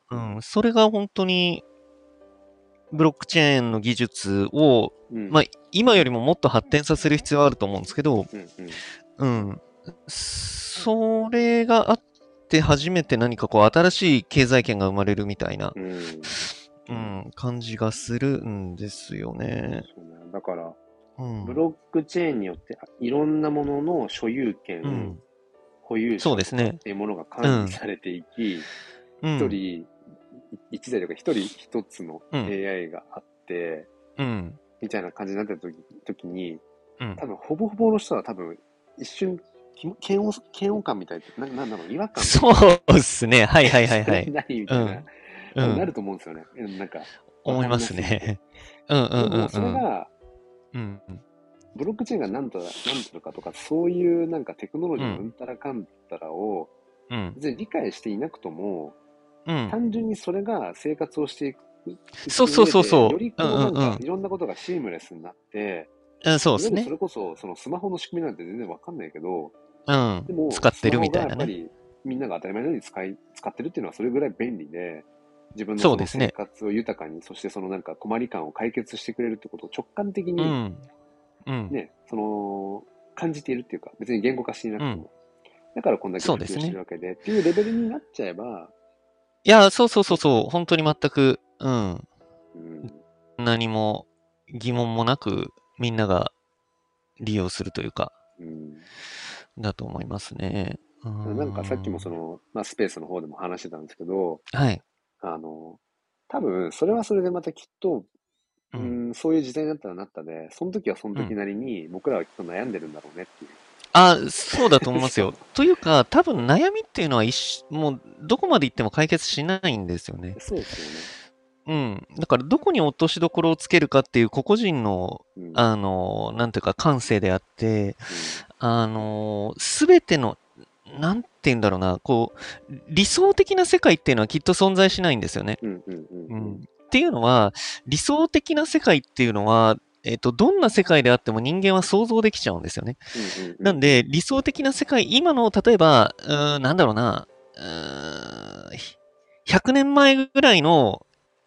[SPEAKER 1] うん
[SPEAKER 2] うん、それが本当に、ブロックチェーンの技術を、
[SPEAKER 1] うん
[SPEAKER 2] まあ、今よりももっと発展させる必要はあると思うんですけど、
[SPEAKER 1] うんうん
[SPEAKER 2] うん。それがあって初めて何かこう新しい経済圏が生まれるみたいな、
[SPEAKER 1] うん
[SPEAKER 2] う
[SPEAKER 1] うん
[SPEAKER 2] ん、感じがするんですよね。
[SPEAKER 1] そうねだから
[SPEAKER 2] うん。
[SPEAKER 1] ブロックチェーンによっていろんなものの所有権、
[SPEAKER 2] うん。
[SPEAKER 1] 保有者
[SPEAKER 2] そう
[SPEAKER 1] っ
[SPEAKER 2] ですね。
[SPEAKER 1] ていうものが管理されていき
[SPEAKER 2] うん。
[SPEAKER 1] 一、人一台とか一人一つの
[SPEAKER 2] うん
[SPEAKER 1] AI があって、
[SPEAKER 2] うん。
[SPEAKER 1] みたいな感じになってた時時に
[SPEAKER 2] うん
[SPEAKER 1] 多。分ほぼほぼの人は多分一瞬き嫌悪嫌悪感みたいなななんだろう違和感
[SPEAKER 2] そうですね。はいはいはいは い。
[SPEAKER 1] ないみたいな、
[SPEAKER 2] う
[SPEAKER 1] なる
[SPEAKER 2] ん。
[SPEAKER 1] と思うんですよね。うんなんか。
[SPEAKER 2] 思いますね。うんうん
[SPEAKER 1] で
[SPEAKER 2] うん
[SPEAKER 1] も
[SPEAKER 2] う
[SPEAKER 1] それ
[SPEAKER 2] ん。
[SPEAKER 1] が、
[SPEAKER 2] うんうん。
[SPEAKER 1] ブロックチェーンが何とだ何とかとか、そういうなんかテクノロジーのうんたらかんたらを、
[SPEAKER 2] うん。
[SPEAKER 1] 別に理解していなくとも、
[SPEAKER 2] うん。
[SPEAKER 1] 単純にそれが生活をしていく。
[SPEAKER 2] そうそうそうそう
[SPEAKER 1] よりこうなん
[SPEAKER 2] うんうん
[SPEAKER 1] か
[SPEAKER 2] うん
[SPEAKER 1] いろんなことがシームレスになって、
[SPEAKER 2] うんそう
[SPEAKER 1] いわゆ
[SPEAKER 2] です
[SPEAKER 1] る
[SPEAKER 2] ね
[SPEAKER 1] そ。れこそそのスマホの仕組みなんて全然わかんないけど、
[SPEAKER 2] うん
[SPEAKER 1] で。も
[SPEAKER 2] 使ってるみたいな
[SPEAKER 1] スマホが
[SPEAKER 2] ね。
[SPEAKER 1] やっぱりみんなが当たり前のように使い使ってるっていうのはそれぐらい便利で、自分の
[SPEAKER 2] そ
[SPEAKER 1] そう
[SPEAKER 2] で
[SPEAKER 1] の
[SPEAKER 2] すね
[SPEAKER 1] 生活を豊かに、そしてそのなんか困り感を解決してくれるってことを直感的
[SPEAKER 2] う
[SPEAKER 1] に
[SPEAKER 2] ん。うん。
[SPEAKER 1] ね、その感じているっていうか、別に言語化していなくても、だからこんだけ普
[SPEAKER 2] そうで
[SPEAKER 1] 及
[SPEAKER 2] す
[SPEAKER 1] し
[SPEAKER 2] ね
[SPEAKER 1] てるわけでっていうレベルになっちゃえば、
[SPEAKER 2] いや、そうそうそうそう。本当に全く、うん。
[SPEAKER 1] うん、
[SPEAKER 2] 何も疑問もなくみんなが利用するというか、
[SPEAKER 1] うん
[SPEAKER 2] だと思いますね。う
[SPEAKER 1] なんかさっきもそ、の、まあ、スペースの方でも話してたんですけど、
[SPEAKER 2] はい。
[SPEAKER 1] あの、多分それはそれでまたきっと、う
[SPEAKER 2] うん
[SPEAKER 1] ん、そういう時代になったらなったで、その時はその時なりに僕らはきっと悩んでるんだろうねっていう。
[SPEAKER 2] あ、そうだと思いますよ。 というか、多分悩みっていうのは一緒、もうどこまで行っても解決しないんですよね。
[SPEAKER 1] そうです
[SPEAKER 2] うん。だから、どこに落としどころをつけるかっていう個々人の、
[SPEAKER 1] よね。うん、
[SPEAKER 2] あの、なんていうか、感性であって、あの、すべての、なんて言うんだろうな、こう、理想的な世界っていうのはきっと存在しないんですよね。
[SPEAKER 1] うん、うん、うん、う
[SPEAKER 2] うんん、っていうのは、理想的な世界っていうのは、えっと、どんな世界であっても人間は想像できちゃうんですよね。
[SPEAKER 1] うん。
[SPEAKER 2] なんで、理想的な世界、今の、例えば、うーんなんだろうな、うーんひ100年前ぐらいの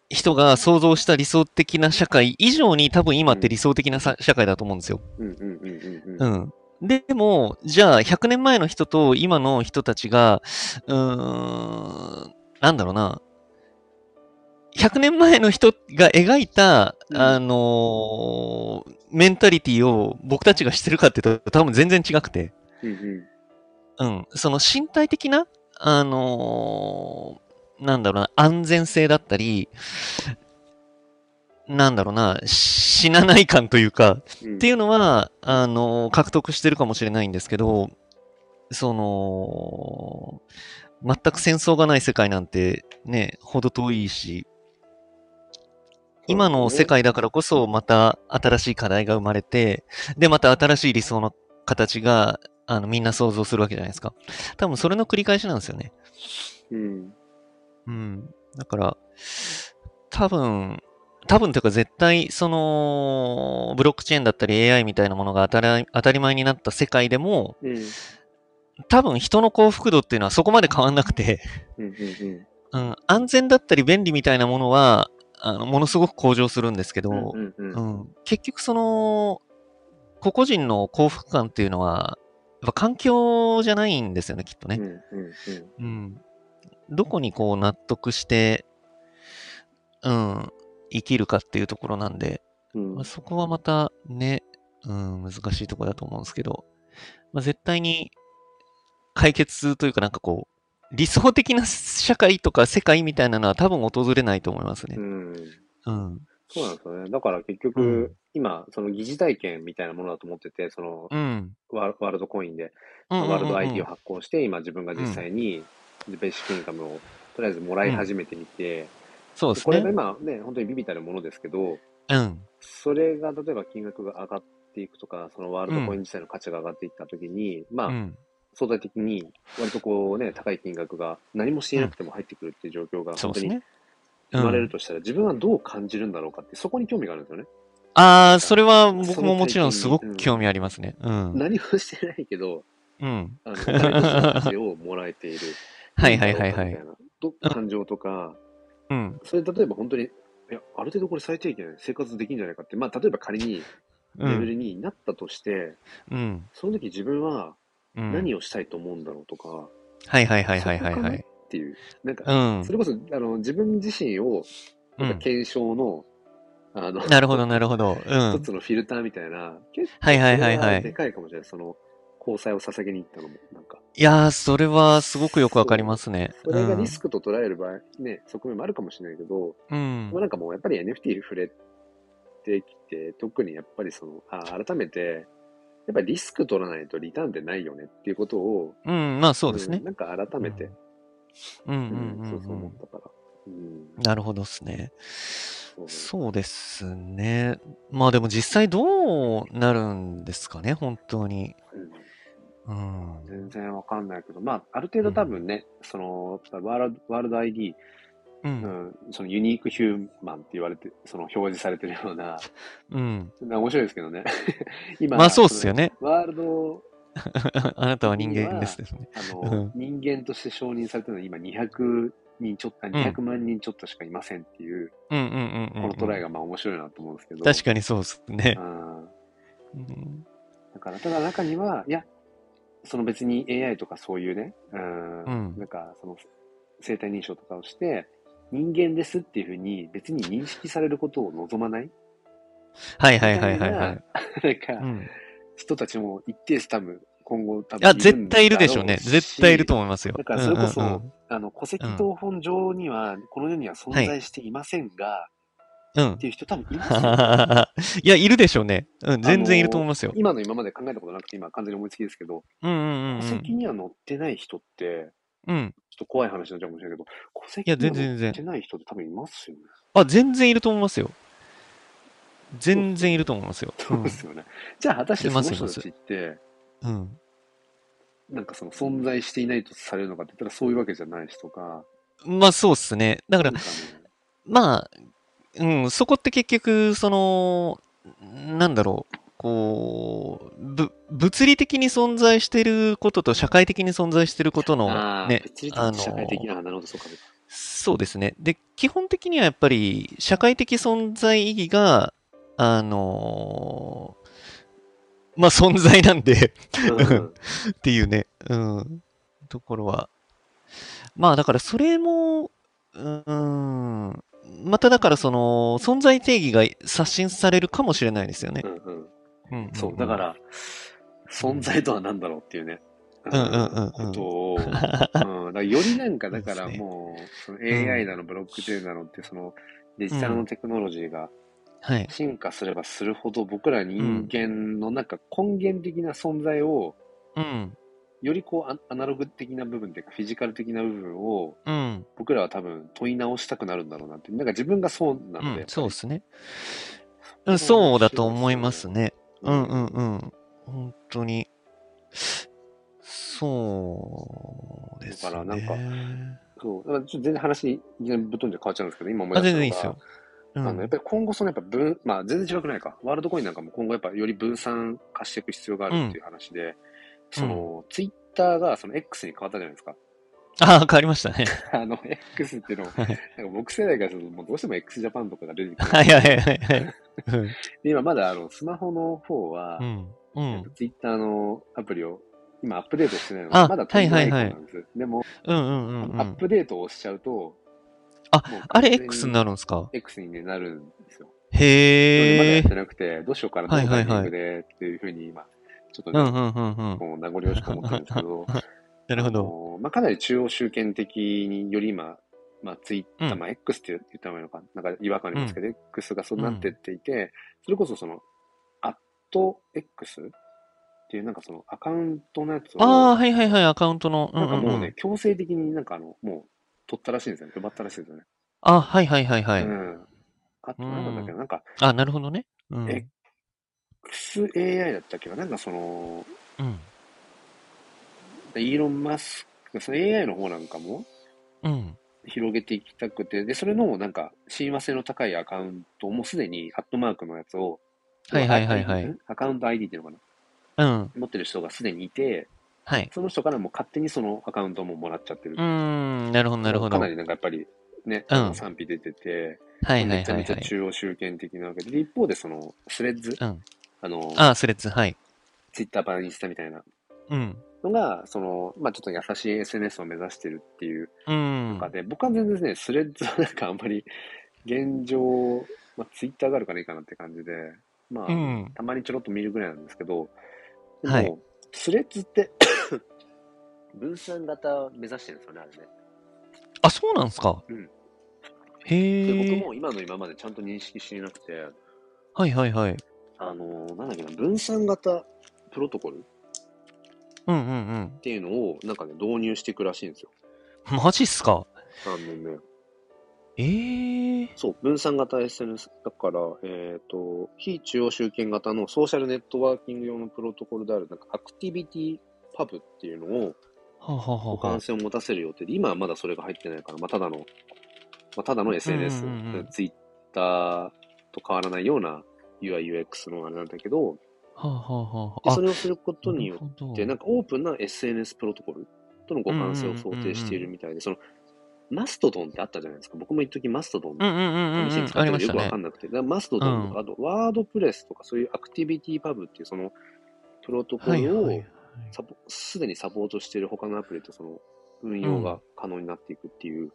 [SPEAKER 2] 人が想像した理想的な社会以上に多分今って理想的なさ社会だと思うんですよ。
[SPEAKER 1] うん、うん、うん、うん、うん。
[SPEAKER 2] うん。でも、じゃあ、100年前の人と今の人たちが、うーん、なんだろうな、100年前の人が描いた、
[SPEAKER 1] うん
[SPEAKER 2] あのーメンタリティを僕たちがしてるかっていうと、多分全然違くて、
[SPEAKER 1] うん、うん。
[SPEAKER 2] うん、その身体的な、あのーなんだろうな、安全性だったり、なんだろうな、死なない感というか、
[SPEAKER 1] うん
[SPEAKER 2] っていうのは、あの、獲得してるかもしれないんですけど、その、全く戦争がない世界なんてね、ほど遠いし、今の世界だからこそまた新しい課題が生まれて、で、また新しい理想の形が、あの、みんな想像するわけじゃないですか。多分それの繰り返しなんですよね。
[SPEAKER 1] うん。
[SPEAKER 2] うん。だから、多分、多分というか絶対、その、ブロックチェーンだったり AI みたいなものが当たり当たり前になった世界でも、
[SPEAKER 1] うん。うん。
[SPEAKER 2] 多分人の幸福度っていうのはそこまで変わんなくて、
[SPEAKER 1] うん。うん。
[SPEAKER 2] うん、安全だったり便利みたいなものは、あのものすごく向上するんですけど、
[SPEAKER 1] うん。うん。
[SPEAKER 2] う
[SPEAKER 1] うん。
[SPEAKER 2] ん、結局その、個々人の幸福感っていうのは、やっぱ環境じゃないんですよね、きっとね。
[SPEAKER 1] うん。
[SPEAKER 2] うん。どこにこう納得して、うん、生きるかっていうところなんで、
[SPEAKER 1] うん。
[SPEAKER 2] まあ、そこはまたね、うん、難しいところだと思うんですけど、まあ、絶対に解決というかなんかこう、理想的な社会とか世界みたいなのは多分訪れないと思いますね
[SPEAKER 1] う。ん。
[SPEAKER 2] うん。
[SPEAKER 1] そうなんですよね。だから結局、
[SPEAKER 2] うん
[SPEAKER 1] 今、その疑似体験みたいなものだと思ってて、その
[SPEAKER 2] うん。
[SPEAKER 1] ワワールドコインで、
[SPEAKER 2] うんうんうんうん
[SPEAKER 1] ワールド ID を発行して、今自分が実際にベーシックインカムをとりあえずもらい始めてみて、
[SPEAKER 2] そうです
[SPEAKER 1] これが
[SPEAKER 2] ね。
[SPEAKER 1] 今ね、本当にビビたるものですけど、
[SPEAKER 2] うん。
[SPEAKER 1] それが例えば金額が上がっていくとか、そのワールドコイン自体の価値が上がっていったときに、まあ、
[SPEAKER 2] うん。
[SPEAKER 1] 相対的に割とこうね、高い金額が何もしていなくても入ってくるっていう状況が
[SPEAKER 2] そ
[SPEAKER 1] 本当
[SPEAKER 2] うです
[SPEAKER 1] に
[SPEAKER 2] ね。
[SPEAKER 1] 生まれる
[SPEAKER 2] うん
[SPEAKER 1] としたら、自分はどう感じるんだろうかって、そこに興味があるんですよね。
[SPEAKER 2] ああ、それは僕
[SPEAKER 1] その
[SPEAKER 2] ももちろんす
[SPEAKER 1] 体
[SPEAKER 2] ご
[SPEAKER 1] 験にう
[SPEAKER 2] く
[SPEAKER 1] ん
[SPEAKER 2] 興味ありますね。うん。
[SPEAKER 1] 何もしてないけど、
[SPEAKER 2] うん。
[SPEAKER 1] あの、お金としての価値をもらえている。
[SPEAKER 2] はいはいはいは
[SPEAKER 1] みた
[SPEAKER 2] い。
[SPEAKER 1] な。ど感情とか、
[SPEAKER 2] うん。
[SPEAKER 1] それ例えば本当に、いや、ある程度これ最低限生活できるんじゃないかって、まあ、例えば仮に
[SPEAKER 2] う
[SPEAKER 1] レベ
[SPEAKER 2] ん。
[SPEAKER 1] ルになったとして、
[SPEAKER 2] うん。
[SPEAKER 1] その時自分は
[SPEAKER 2] うん
[SPEAKER 1] 何をしたいと思うんだろうとか、っ
[SPEAKER 2] はいはいはいはいはいはい。
[SPEAKER 1] ていう、なん
[SPEAKER 2] う
[SPEAKER 1] か、
[SPEAKER 2] ん
[SPEAKER 1] そ。れこそ、あの、自分自身を、なん
[SPEAKER 2] う
[SPEAKER 1] か
[SPEAKER 2] ん
[SPEAKER 1] 検証の、あの、
[SPEAKER 2] なるほど、なるほど。う
[SPEAKER 1] 一
[SPEAKER 2] ん。
[SPEAKER 1] つのフィルターみたいな、結構、
[SPEAKER 2] はいはいはいはい
[SPEAKER 1] でかいかもしれない。その、交際を捧げに行ったのも、なんか。
[SPEAKER 2] いやー、それはすごくよくわかりますね。
[SPEAKER 1] それがリスクと捉える場合、ね、側面もあるかもしれないけど、
[SPEAKER 2] うん。
[SPEAKER 1] ま
[SPEAKER 2] う
[SPEAKER 1] あ、
[SPEAKER 2] ん
[SPEAKER 1] なんかもうやっぱり NFT 触れてきて、特にやっぱりその、あ改めて、やっぱりリスク取らないとリターンってないよねっていうことを、
[SPEAKER 2] うん、まあそうです
[SPEAKER 1] う
[SPEAKER 2] ね
[SPEAKER 1] ん。なんか改めて、
[SPEAKER 2] う
[SPEAKER 1] う
[SPEAKER 2] んうん
[SPEAKER 1] ん
[SPEAKER 2] うん
[SPEAKER 1] そううそう思っ
[SPEAKER 2] ん。
[SPEAKER 1] たから。うん、
[SPEAKER 2] なるほどですね。
[SPEAKER 1] そう
[SPEAKER 2] そうですね。まあでも実際どうなるんですかね、本当に。
[SPEAKER 1] うん
[SPEAKER 2] うん。
[SPEAKER 1] 全然わかんないけど、まあ、ある程度多分ね、その、ワールドワールド ID、
[SPEAKER 2] う。
[SPEAKER 1] うんん、そのユニークヒューマンって言われて、その表示されてるような、
[SPEAKER 2] うん。
[SPEAKER 1] な面白いですけどね。 今、
[SPEAKER 2] まあそうっすよね。
[SPEAKER 1] その。ワールド、
[SPEAKER 2] あなたは人間ですですね。
[SPEAKER 1] あ
[SPEAKER 2] うん
[SPEAKER 1] の、人間として承認されてるのは今200人ちょっと、200万人ちょっとしかいませんっていう、
[SPEAKER 2] うんうんうん
[SPEAKER 1] こ
[SPEAKER 2] うん。
[SPEAKER 1] のトライがまあ面白いなと思うんですけど。
[SPEAKER 2] 確かにそうですね。
[SPEAKER 1] うん
[SPEAKER 2] うん
[SPEAKER 1] だから、ただ中には、いや、その別に AI とかそういうね、うん、
[SPEAKER 2] うん
[SPEAKER 1] なんかその生体認証とかをして、人間ですっていうふうに別に認識されることを望まない、
[SPEAKER 2] はいはいはいはいは
[SPEAKER 1] み
[SPEAKER 2] い。
[SPEAKER 1] なんか、
[SPEAKER 2] うん。い
[SPEAKER 1] 人たちも一定数多分今後多分
[SPEAKER 2] や、
[SPEAKER 1] ん
[SPEAKER 2] 絶対いるでしょうね。
[SPEAKER 1] だろ
[SPEAKER 2] 絶対いると思いますよ。
[SPEAKER 1] だからそれこそ、
[SPEAKER 2] うんうんうん
[SPEAKER 1] あの、戸籍謄本上には、この世には存在していませんが、
[SPEAKER 2] うん
[SPEAKER 1] っ。ていう人多分います よ。
[SPEAKER 2] いや、いるでしょうね。うん、全然いると思いますよ。
[SPEAKER 1] 今の今まで考えたことなくて、今完全に思いつきですけど、
[SPEAKER 2] うんうんうん
[SPEAKER 1] 戸籍には載ってない人って、
[SPEAKER 2] うん。うん。
[SPEAKER 1] ちょっと怖い話になっちゃうかもしれないけど、戸
[SPEAKER 2] い
[SPEAKER 1] 籍
[SPEAKER 2] や、
[SPEAKER 1] に
[SPEAKER 2] 全
[SPEAKER 1] は載
[SPEAKER 2] 然全
[SPEAKER 1] って
[SPEAKER 2] 然。
[SPEAKER 1] ない人って多分いますよね。
[SPEAKER 2] あ、全然いると思いますよ。全然いると思いますよ。う
[SPEAKER 1] そうんで。すよね。じゃあ、果たして
[SPEAKER 2] い
[SPEAKER 1] そ
[SPEAKER 2] ま
[SPEAKER 1] の
[SPEAKER 2] す
[SPEAKER 1] 人たちって、
[SPEAKER 2] うん
[SPEAKER 1] なんかその存在していないとされるのかって言ったらそういうわけじゃないしとか、
[SPEAKER 2] まあ、そうっすね。だから
[SPEAKER 1] なん、かね
[SPEAKER 2] まあ、うん、そこって結局、その、なんだろう。こう、ぶ、物理的に存在してることと社会的に存在してること
[SPEAKER 1] あ
[SPEAKER 2] の
[SPEAKER 1] ー
[SPEAKER 2] ね、
[SPEAKER 1] 物理
[SPEAKER 2] あ
[SPEAKER 1] 的
[SPEAKER 2] の、
[SPEAKER 1] 社会的な、あなるほど、そうか。
[SPEAKER 2] そうですね。で、基本的にはやっぱり社会的存在意義が、あのーまあ存在なんで
[SPEAKER 1] うん
[SPEAKER 2] っていうね、うん、ところは。まあだからそれも、うーん、まただからその存在定義が刷新されるかもしれないですよね
[SPEAKER 1] う。んうん
[SPEAKER 2] うんんん
[SPEAKER 1] そう、だか。ら、存在とは何だろうっていうね、うん
[SPEAKER 2] うんうんうん
[SPEAKER 1] ことを、うん、だからよりなんか、だから
[SPEAKER 2] そうですね
[SPEAKER 1] もう、その
[SPEAKER 2] ん
[SPEAKER 1] AI だの、ブロックチェーンだのって、そのデジタルのテクノロジーが
[SPEAKER 2] はい。
[SPEAKER 1] 進化すればするほど僕ら人間のなんか根源的な存在を、
[SPEAKER 2] うん。
[SPEAKER 1] よりこうアアナログ的な部分というかフィジカル的な部分を
[SPEAKER 2] うん。
[SPEAKER 1] 僕らは多分問い直したくなるんだろうなって、なんか自分がそうな
[SPEAKER 2] う
[SPEAKER 1] ので、
[SPEAKER 2] ん、そうですね。
[SPEAKER 1] う
[SPEAKER 2] うんん、そうだと思いますね。
[SPEAKER 1] う
[SPEAKER 2] うんんうんうん。本当に。そうですね。
[SPEAKER 1] だからなんかそうだからちょっと全然話、いきなりぶっ飛んで変わっちゃうんですけど、今思い
[SPEAKER 2] あ、
[SPEAKER 1] 出し
[SPEAKER 2] 全
[SPEAKER 1] たの
[SPEAKER 2] 然
[SPEAKER 1] が
[SPEAKER 2] いいですよ。う
[SPEAKER 1] あのやっ
[SPEAKER 2] ん。
[SPEAKER 1] ぱり今後、そのやっぱ分、まあ、全然違くないか、ワールドコインなんかも今後、やっぱより分散化していく必要があるっていう話で、そのツイッターがその X に変わったじゃないですか。
[SPEAKER 2] あ、変わりましたね。
[SPEAKER 1] あの X っていうのを、
[SPEAKER 2] はい
[SPEAKER 1] なんか僕世代からすると、もうどうしても x ジャパンとかが出てくる。
[SPEAKER 2] はいはいはいはい。うん
[SPEAKER 1] で今まだあのスマホの方は
[SPEAKER 2] う、ん。うん。
[SPEAKER 1] ツイッターのアプリを今アップデートしてないの
[SPEAKER 2] あ
[SPEAKER 1] で、まだ飛んでない
[SPEAKER 2] はいはいはい
[SPEAKER 1] なんです。でも、
[SPEAKER 2] うんうんうんう
[SPEAKER 1] アッ
[SPEAKER 2] ん。
[SPEAKER 1] プデートをしちゃうと、
[SPEAKER 2] あ
[SPEAKER 1] もう完全に、
[SPEAKER 2] あれ X になるんですか
[SPEAKER 1] X に、ね、なるんですよ。まだ
[SPEAKER 2] へ
[SPEAKER 1] やっ
[SPEAKER 2] え
[SPEAKER 1] て。なくて、どうしようかな、ど
[SPEAKER 2] は
[SPEAKER 1] の
[SPEAKER 2] い
[SPEAKER 1] タ
[SPEAKER 2] は
[SPEAKER 1] イ
[SPEAKER 2] い
[SPEAKER 1] ミ
[SPEAKER 2] は
[SPEAKER 1] ン
[SPEAKER 2] い
[SPEAKER 1] グでっていうふうに今、ちょっと
[SPEAKER 2] う
[SPEAKER 1] ね、
[SPEAKER 2] んうんうんうん。
[SPEAKER 1] もう名残惜しく思ってるんですけど、
[SPEAKER 2] なるほ
[SPEAKER 1] あ
[SPEAKER 2] ど。
[SPEAKER 1] のまあ、かなり中央集権的により今、まあ、ツイッター、
[SPEAKER 2] うん
[SPEAKER 1] まあ、X って言った方がいいのか、なんか違和感ありますけど、X がそうなってっていて、それこそその、アット X っていうなんかそのアカウントのやつを、
[SPEAKER 2] ああ、はいはいはい、アカウントの。うん
[SPEAKER 1] なんか
[SPEAKER 2] うん
[SPEAKER 1] もう
[SPEAKER 2] う
[SPEAKER 1] ね
[SPEAKER 2] ん、。
[SPEAKER 1] 強制的になんかあの、もう、取ったらしいんですよね。奪ったらしいんですよね。。
[SPEAKER 2] あはいはいはいはいう
[SPEAKER 1] ん。あと、なんだっけな、なんか、
[SPEAKER 2] あなるほどね。うん。
[SPEAKER 1] え XAI だったっけな、なんかその、
[SPEAKER 2] うん。
[SPEAKER 1] イーロン・マスク、その AI の方なんかも
[SPEAKER 2] うん。
[SPEAKER 1] 広げていきたくて、で、それのなんか、親和性の高いアカウントもすでに、アットマークのやつを、
[SPEAKER 2] はいはいはいはい
[SPEAKER 1] ID んアカウント ID っていうのかな
[SPEAKER 2] うん。
[SPEAKER 1] 持ってる人がすでにいて、
[SPEAKER 2] はい。
[SPEAKER 1] その人からもう勝手にそのアカウントももらっちゃってる。
[SPEAKER 2] うーん。なるほどなるほ
[SPEAKER 1] か
[SPEAKER 2] ど。
[SPEAKER 1] な
[SPEAKER 2] はい
[SPEAKER 1] りなんかやっぱり、ね、
[SPEAKER 2] うん
[SPEAKER 1] 賛否出てて、
[SPEAKER 2] はいはい
[SPEAKER 1] めちゃ
[SPEAKER 2] は
[SPEAKER 1] めちゃ
[SPEAKER 2] い。
[SPEAKER 1] 中央集権的なわけで、で一方でそのスレッズ、
[SPEAKER 2] うん。
[SPEAKER 1] あの、
[SPEAKER 2] あスレッズ。はい。
[SPEAKER 1] ツイッター版にしたみたいな
[SPEAKER 2] うん。
[SPEAKER 1] のが、その、まあちょっと優しい SNS を目指してるっていう
[SPEAKER 2] うん。
[SPEAKER 1] 中で、僕は全然ね、スレッズはなんかあんまり現状、まあツイッターがあるからいいかなって感じで、まあ、
[SPEAKER 2] うん。
[SPEAKER 1] たまにちょろっと見るぐらいなんですけど、でも、
[SPEAKER 2] はい
[SPEAKER 1] スレッズって 分散型目指してるんですよね、あれね。
[SPEAKER 2] あ、そうなんすか。
[SPEAKER 1] うんで
[SPEAKER 2] へ
[SPEAKER 1] 僕
[SPEAKER 2] え。
[SPEAKER 1] も今の今までちゃんと認識していなくて、
[SPEAKER 2] はいはいはい。
[SPEAKER 1] あのーなんだっけな、分散型プロトコルっ
[SPEAKER 2] うんうんうん。
[SPEAKER 1] ていうのを、なんかね、導入していくらしいんですよ。
[SPEAKER 2] マジっすか。
[SPEAKER 1] あのね、
[SPEAKER 2] ええ。
[SPEAKER 1] そう、分散型 SNS だから、えっ、と、非中央集権型のソーシャルネットワーキング用のプロトコルである、なんかアクティビティパブっていうのを
[SPEAKER 2] はあはあはあ
[SPEAKER 1] 互
[SPEAKER 2] はあ
[SPEAKER 1] 換。性を持たせる予定で、今はまだそれが入ってないから、まあ、ただの、まあ、ただの SNS、
[SPEAKER 2] うんうんうん
[SPEAKER 1] Twitter と変わらないような UIUX のあれなんだけど、
[SPEAKER 2] はあはあは
[SPEAKER 1] で
[SPEAKER 2] あ。
[SPEAKER 1] そ
[SPEAKER 2] あ、
[SPEAKER 1] れをすることによって
[SPEAKER 2] っ
[SPEAKER 1] で、なん
[SPEAKER 2] か、
[SPEAKER 1] かオープンな SNS プロトコルとの互換性を想定しているみたいで、その、マストドンってあったじゃないですか。僕も一時マストドン、
[SPEAKER 2] うんうんうんうん
[SPEAKER 1] 試し
[SPEAKER 2] う
[SPEAKER 1] に
[SPEAKER 2] ん。
[SPEAKER 1] 使ってる
[SPEAKER 2] ありま
[SPEAKER 1] の
[SPEAKER 2] し
[SPEAKER 1] よ
[SPEAKER 2] た
[SPEAKER 1] くわ
[SPEAKER 2] ね
[SPEAKER 1] か。んなくて、だからマストドンとか、あとワードプレスとか、そういうアクティビティパブっていうそのプロトコ
[SPEAKER 2] はい
[SPEAKER 1] ル
[SPEAKER 2] は
[SPEAKER 1] を
[SPEAKER 2] い。
[SPEAKER 1] サポすでにサポートしている他のアプリとその運用が可能になっていくっていう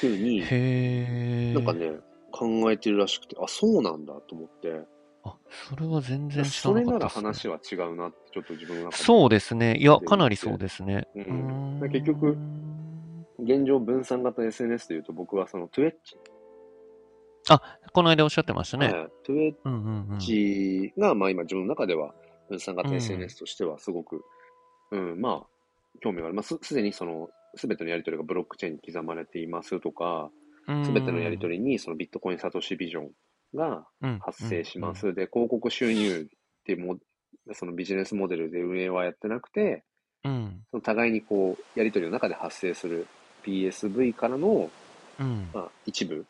[SPEAKER 1] ふうに、
[SPEAKER 2] へえ。
[SPEAKER 1] なんかね、考えてるらしくて、あ、そうなんだと思って、
[SPEAKER 2] あ、それは全然知
[SPEAKER 1] そ
[SPEAKER 2] ら
[SPEAKER 1] れ
[SPEAKER 2] なか
[SPEAKER 1] な
[SPEAKER 2] った
[SPEAKER 1] ら
[SPEAKER 2] っすね。
[SPEAKER 1] 話は違うなって、ちょっと自分の中で。
[SPEAKER 2] そうですね。いや、
[SPEAKER 1] て
[SPEAKER 2] かなりそうですね。
[SPEAKER 1] うん
[SPEAKER 2] うーん
[SPEAKER 1] 結局、現状分散型 SNS でいうと、僕はその Twitch、
[SPEAKER 2] この間おっしゃってましたね。
[SPEAKER 1] はい Twitch
[SPEAKER 2] うんうんうん。
[SPEAKER 1] が、まあ今自分の中では分散型
[SPEAKER 2] うん
[SPEAKER 1] SNS としてはすごく、うん、まあ、興味があります。すでにその、すべてのやり取りがブロックチェーンに刻まれていますとか、すべてのやり
[SPEAKER 2] り
[SPEAKER 1] 取りにそのビットコインサトシビジョンが発生しま。
[SPEAKER 2] うん
[SPEAKER 1] す。で、広告収入っていうも、そのビジネスモデルで運営はやってなくて、
[SPEAKER 2] うん。
[SPEAKER 1] その互いにこう、やり取りの中で発生する PSV からの、
[SPEAKER 2] うん。
[SPEAKER 1] まあ、一部、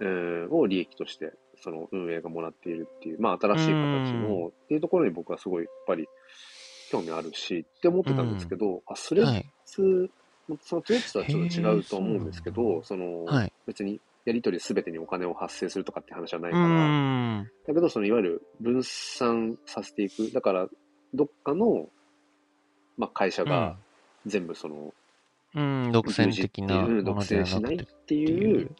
[SPEAKER 1] うんを利益として、その運営がもらっているっていう、まあ、新しい形
[SPEAKER 2] う
[SPEAKER 1] の、っていうところに僕はすごい、やっぱり、興味あるし、って思ってたんですけど、あ、スレ
[SPEAKER 2] は
[SPEAKER 1] ッ
[SPEAKER 2] い。
[SPEAKER 1] ズ、そのトゥレッツとはちょっと違うと思うんですけ
[SPEAKER 2] へ
[SPEAKER 1] ど、
[SPEAKER 2] ー
[SPEAKER 1] その、
[SPEAKER 2] はい。
[SPEAKER 1] 別に、やり取りすべてにお金を発生するとかって話はないうか
[SPEAKER 2] ー
[SPEAKER 1] ら、
[SPEAKER 2] ん。
[SPEAKER 1] だけど、その、いわゆる分散させていく。だから、どっかの、まあ、会社が全部その、
[SPEAKER 2] うん、独占的な
[SPEAKER 1] うん
[SPEAKER 2] も
[SPEAKER 1] 独
[SPEAKER 2] ので
[SPEAKER 1] 占
[SPEAKER 2] はな
[SPEAKER 1] しな
[SPEAKER 2] く
[SPEAKER 1] い
[SPEAKER 2] てっ
[SPEAKER 1] って
[SPEAKER 2] て
[SPEAKER 1] い
[SPEAKER 2] いうう。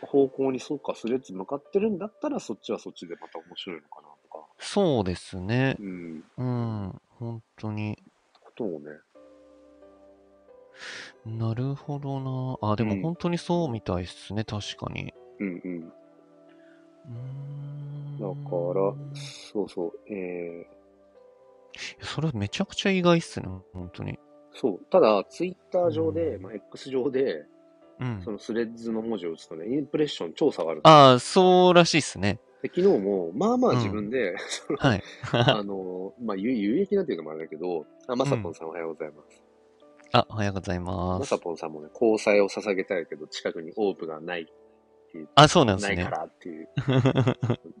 [SPEAKER 1] 方向にそうかスレッズ向かってるんだったらそっちはそっちでまた面白いのかなとか、
[SPEAKER 2] そうですね。
[SPEAKER 1] うん、
[SPEAKER 2] うん。本当に。
[SPEAKER 1] ことをね。
[SPEAKER 2] なるほどな。あ、で
[SPEAKER 1] う
[SPEAKER 2] も
[SPEAKER 1] ん
[SPEAKER 2] 本当にそうみたいですね。確かに。
[SPEAKER 1] うんうん。だから、そうそう、え
[SPEAKER 2] それめちゃくちゃ意外っすね、本当に。
[SPEAKER 1] ーそう、ただ、ツイッター上で、
[SPEAKER 2] うん
[SPEAKER 1] まあ、X 上で、
[SPEAKER 2] うん
[SPEAKER 1] そ。のスレッズの文字を打つとね、インプレッション超下がる。
[SPEAKER 2] ああ、そうらしいっすね。
[SPEAKER 1] で昨日も、まあまあ自分で、その
[SPEAKER 2] はい。
[SPEAKER 1] あの、まあ、有有益なんていうかもあれだけど、あ、まさぽんさんおはようございます。
[SPEAKER 2] あ、おはようござい
[SPEAKER 1] ま
[SPEAKER 2] ます
[SPEAKER 1] さ。ぽんさんもね、交際を捧げたいけど、近くにオープがない、
[SPEAKER 2] あ、そうなんです
[SPEAKER 1] ないか
[SPEAKER 2] ね。
[SPEAKER 1] らっていう、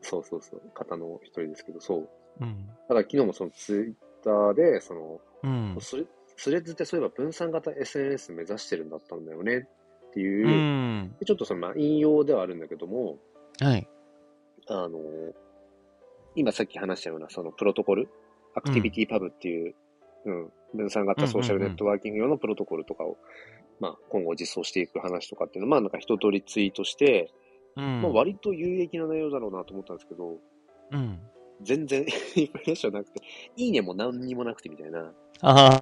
[SPEAKER 1] そうそうそう、方の一人ですけど、そう。
[SPEAKER 2] うん。
[SPEAKER 1] ただ昨日もそのツイッターで、その、
[SPEAKER 2] うん。
[SPEAKER 1] スレスレッズってそういえば分散型 SNS 目指してるんだったんだよねっていう、
[SPEAKER 2] うん。
[SPEAKER 1] でちょっとそのまあ引用ではあるんだけども、
[SPEAKER 2] はい。
[SPEAKER 1] あの今さっき話したようなそのプロトコル、アクティビティパブっていう、うん分散型ソーシャルネットワーキング用のプロトコルとかを、まあ、今後実装していく話とかっていうのは、まあ、なんか一通りツイートして、
[SPEAKER 2] うん。
[SPEAKER 1] まあ、割と有益な内容だろうなと思ったんですけど、
[SPEAKER 2] うん。
[SPEAKER 1] 全然インプレッションなくて、いいねも何にもなくてみたい な。
[SPEAKER 2] あ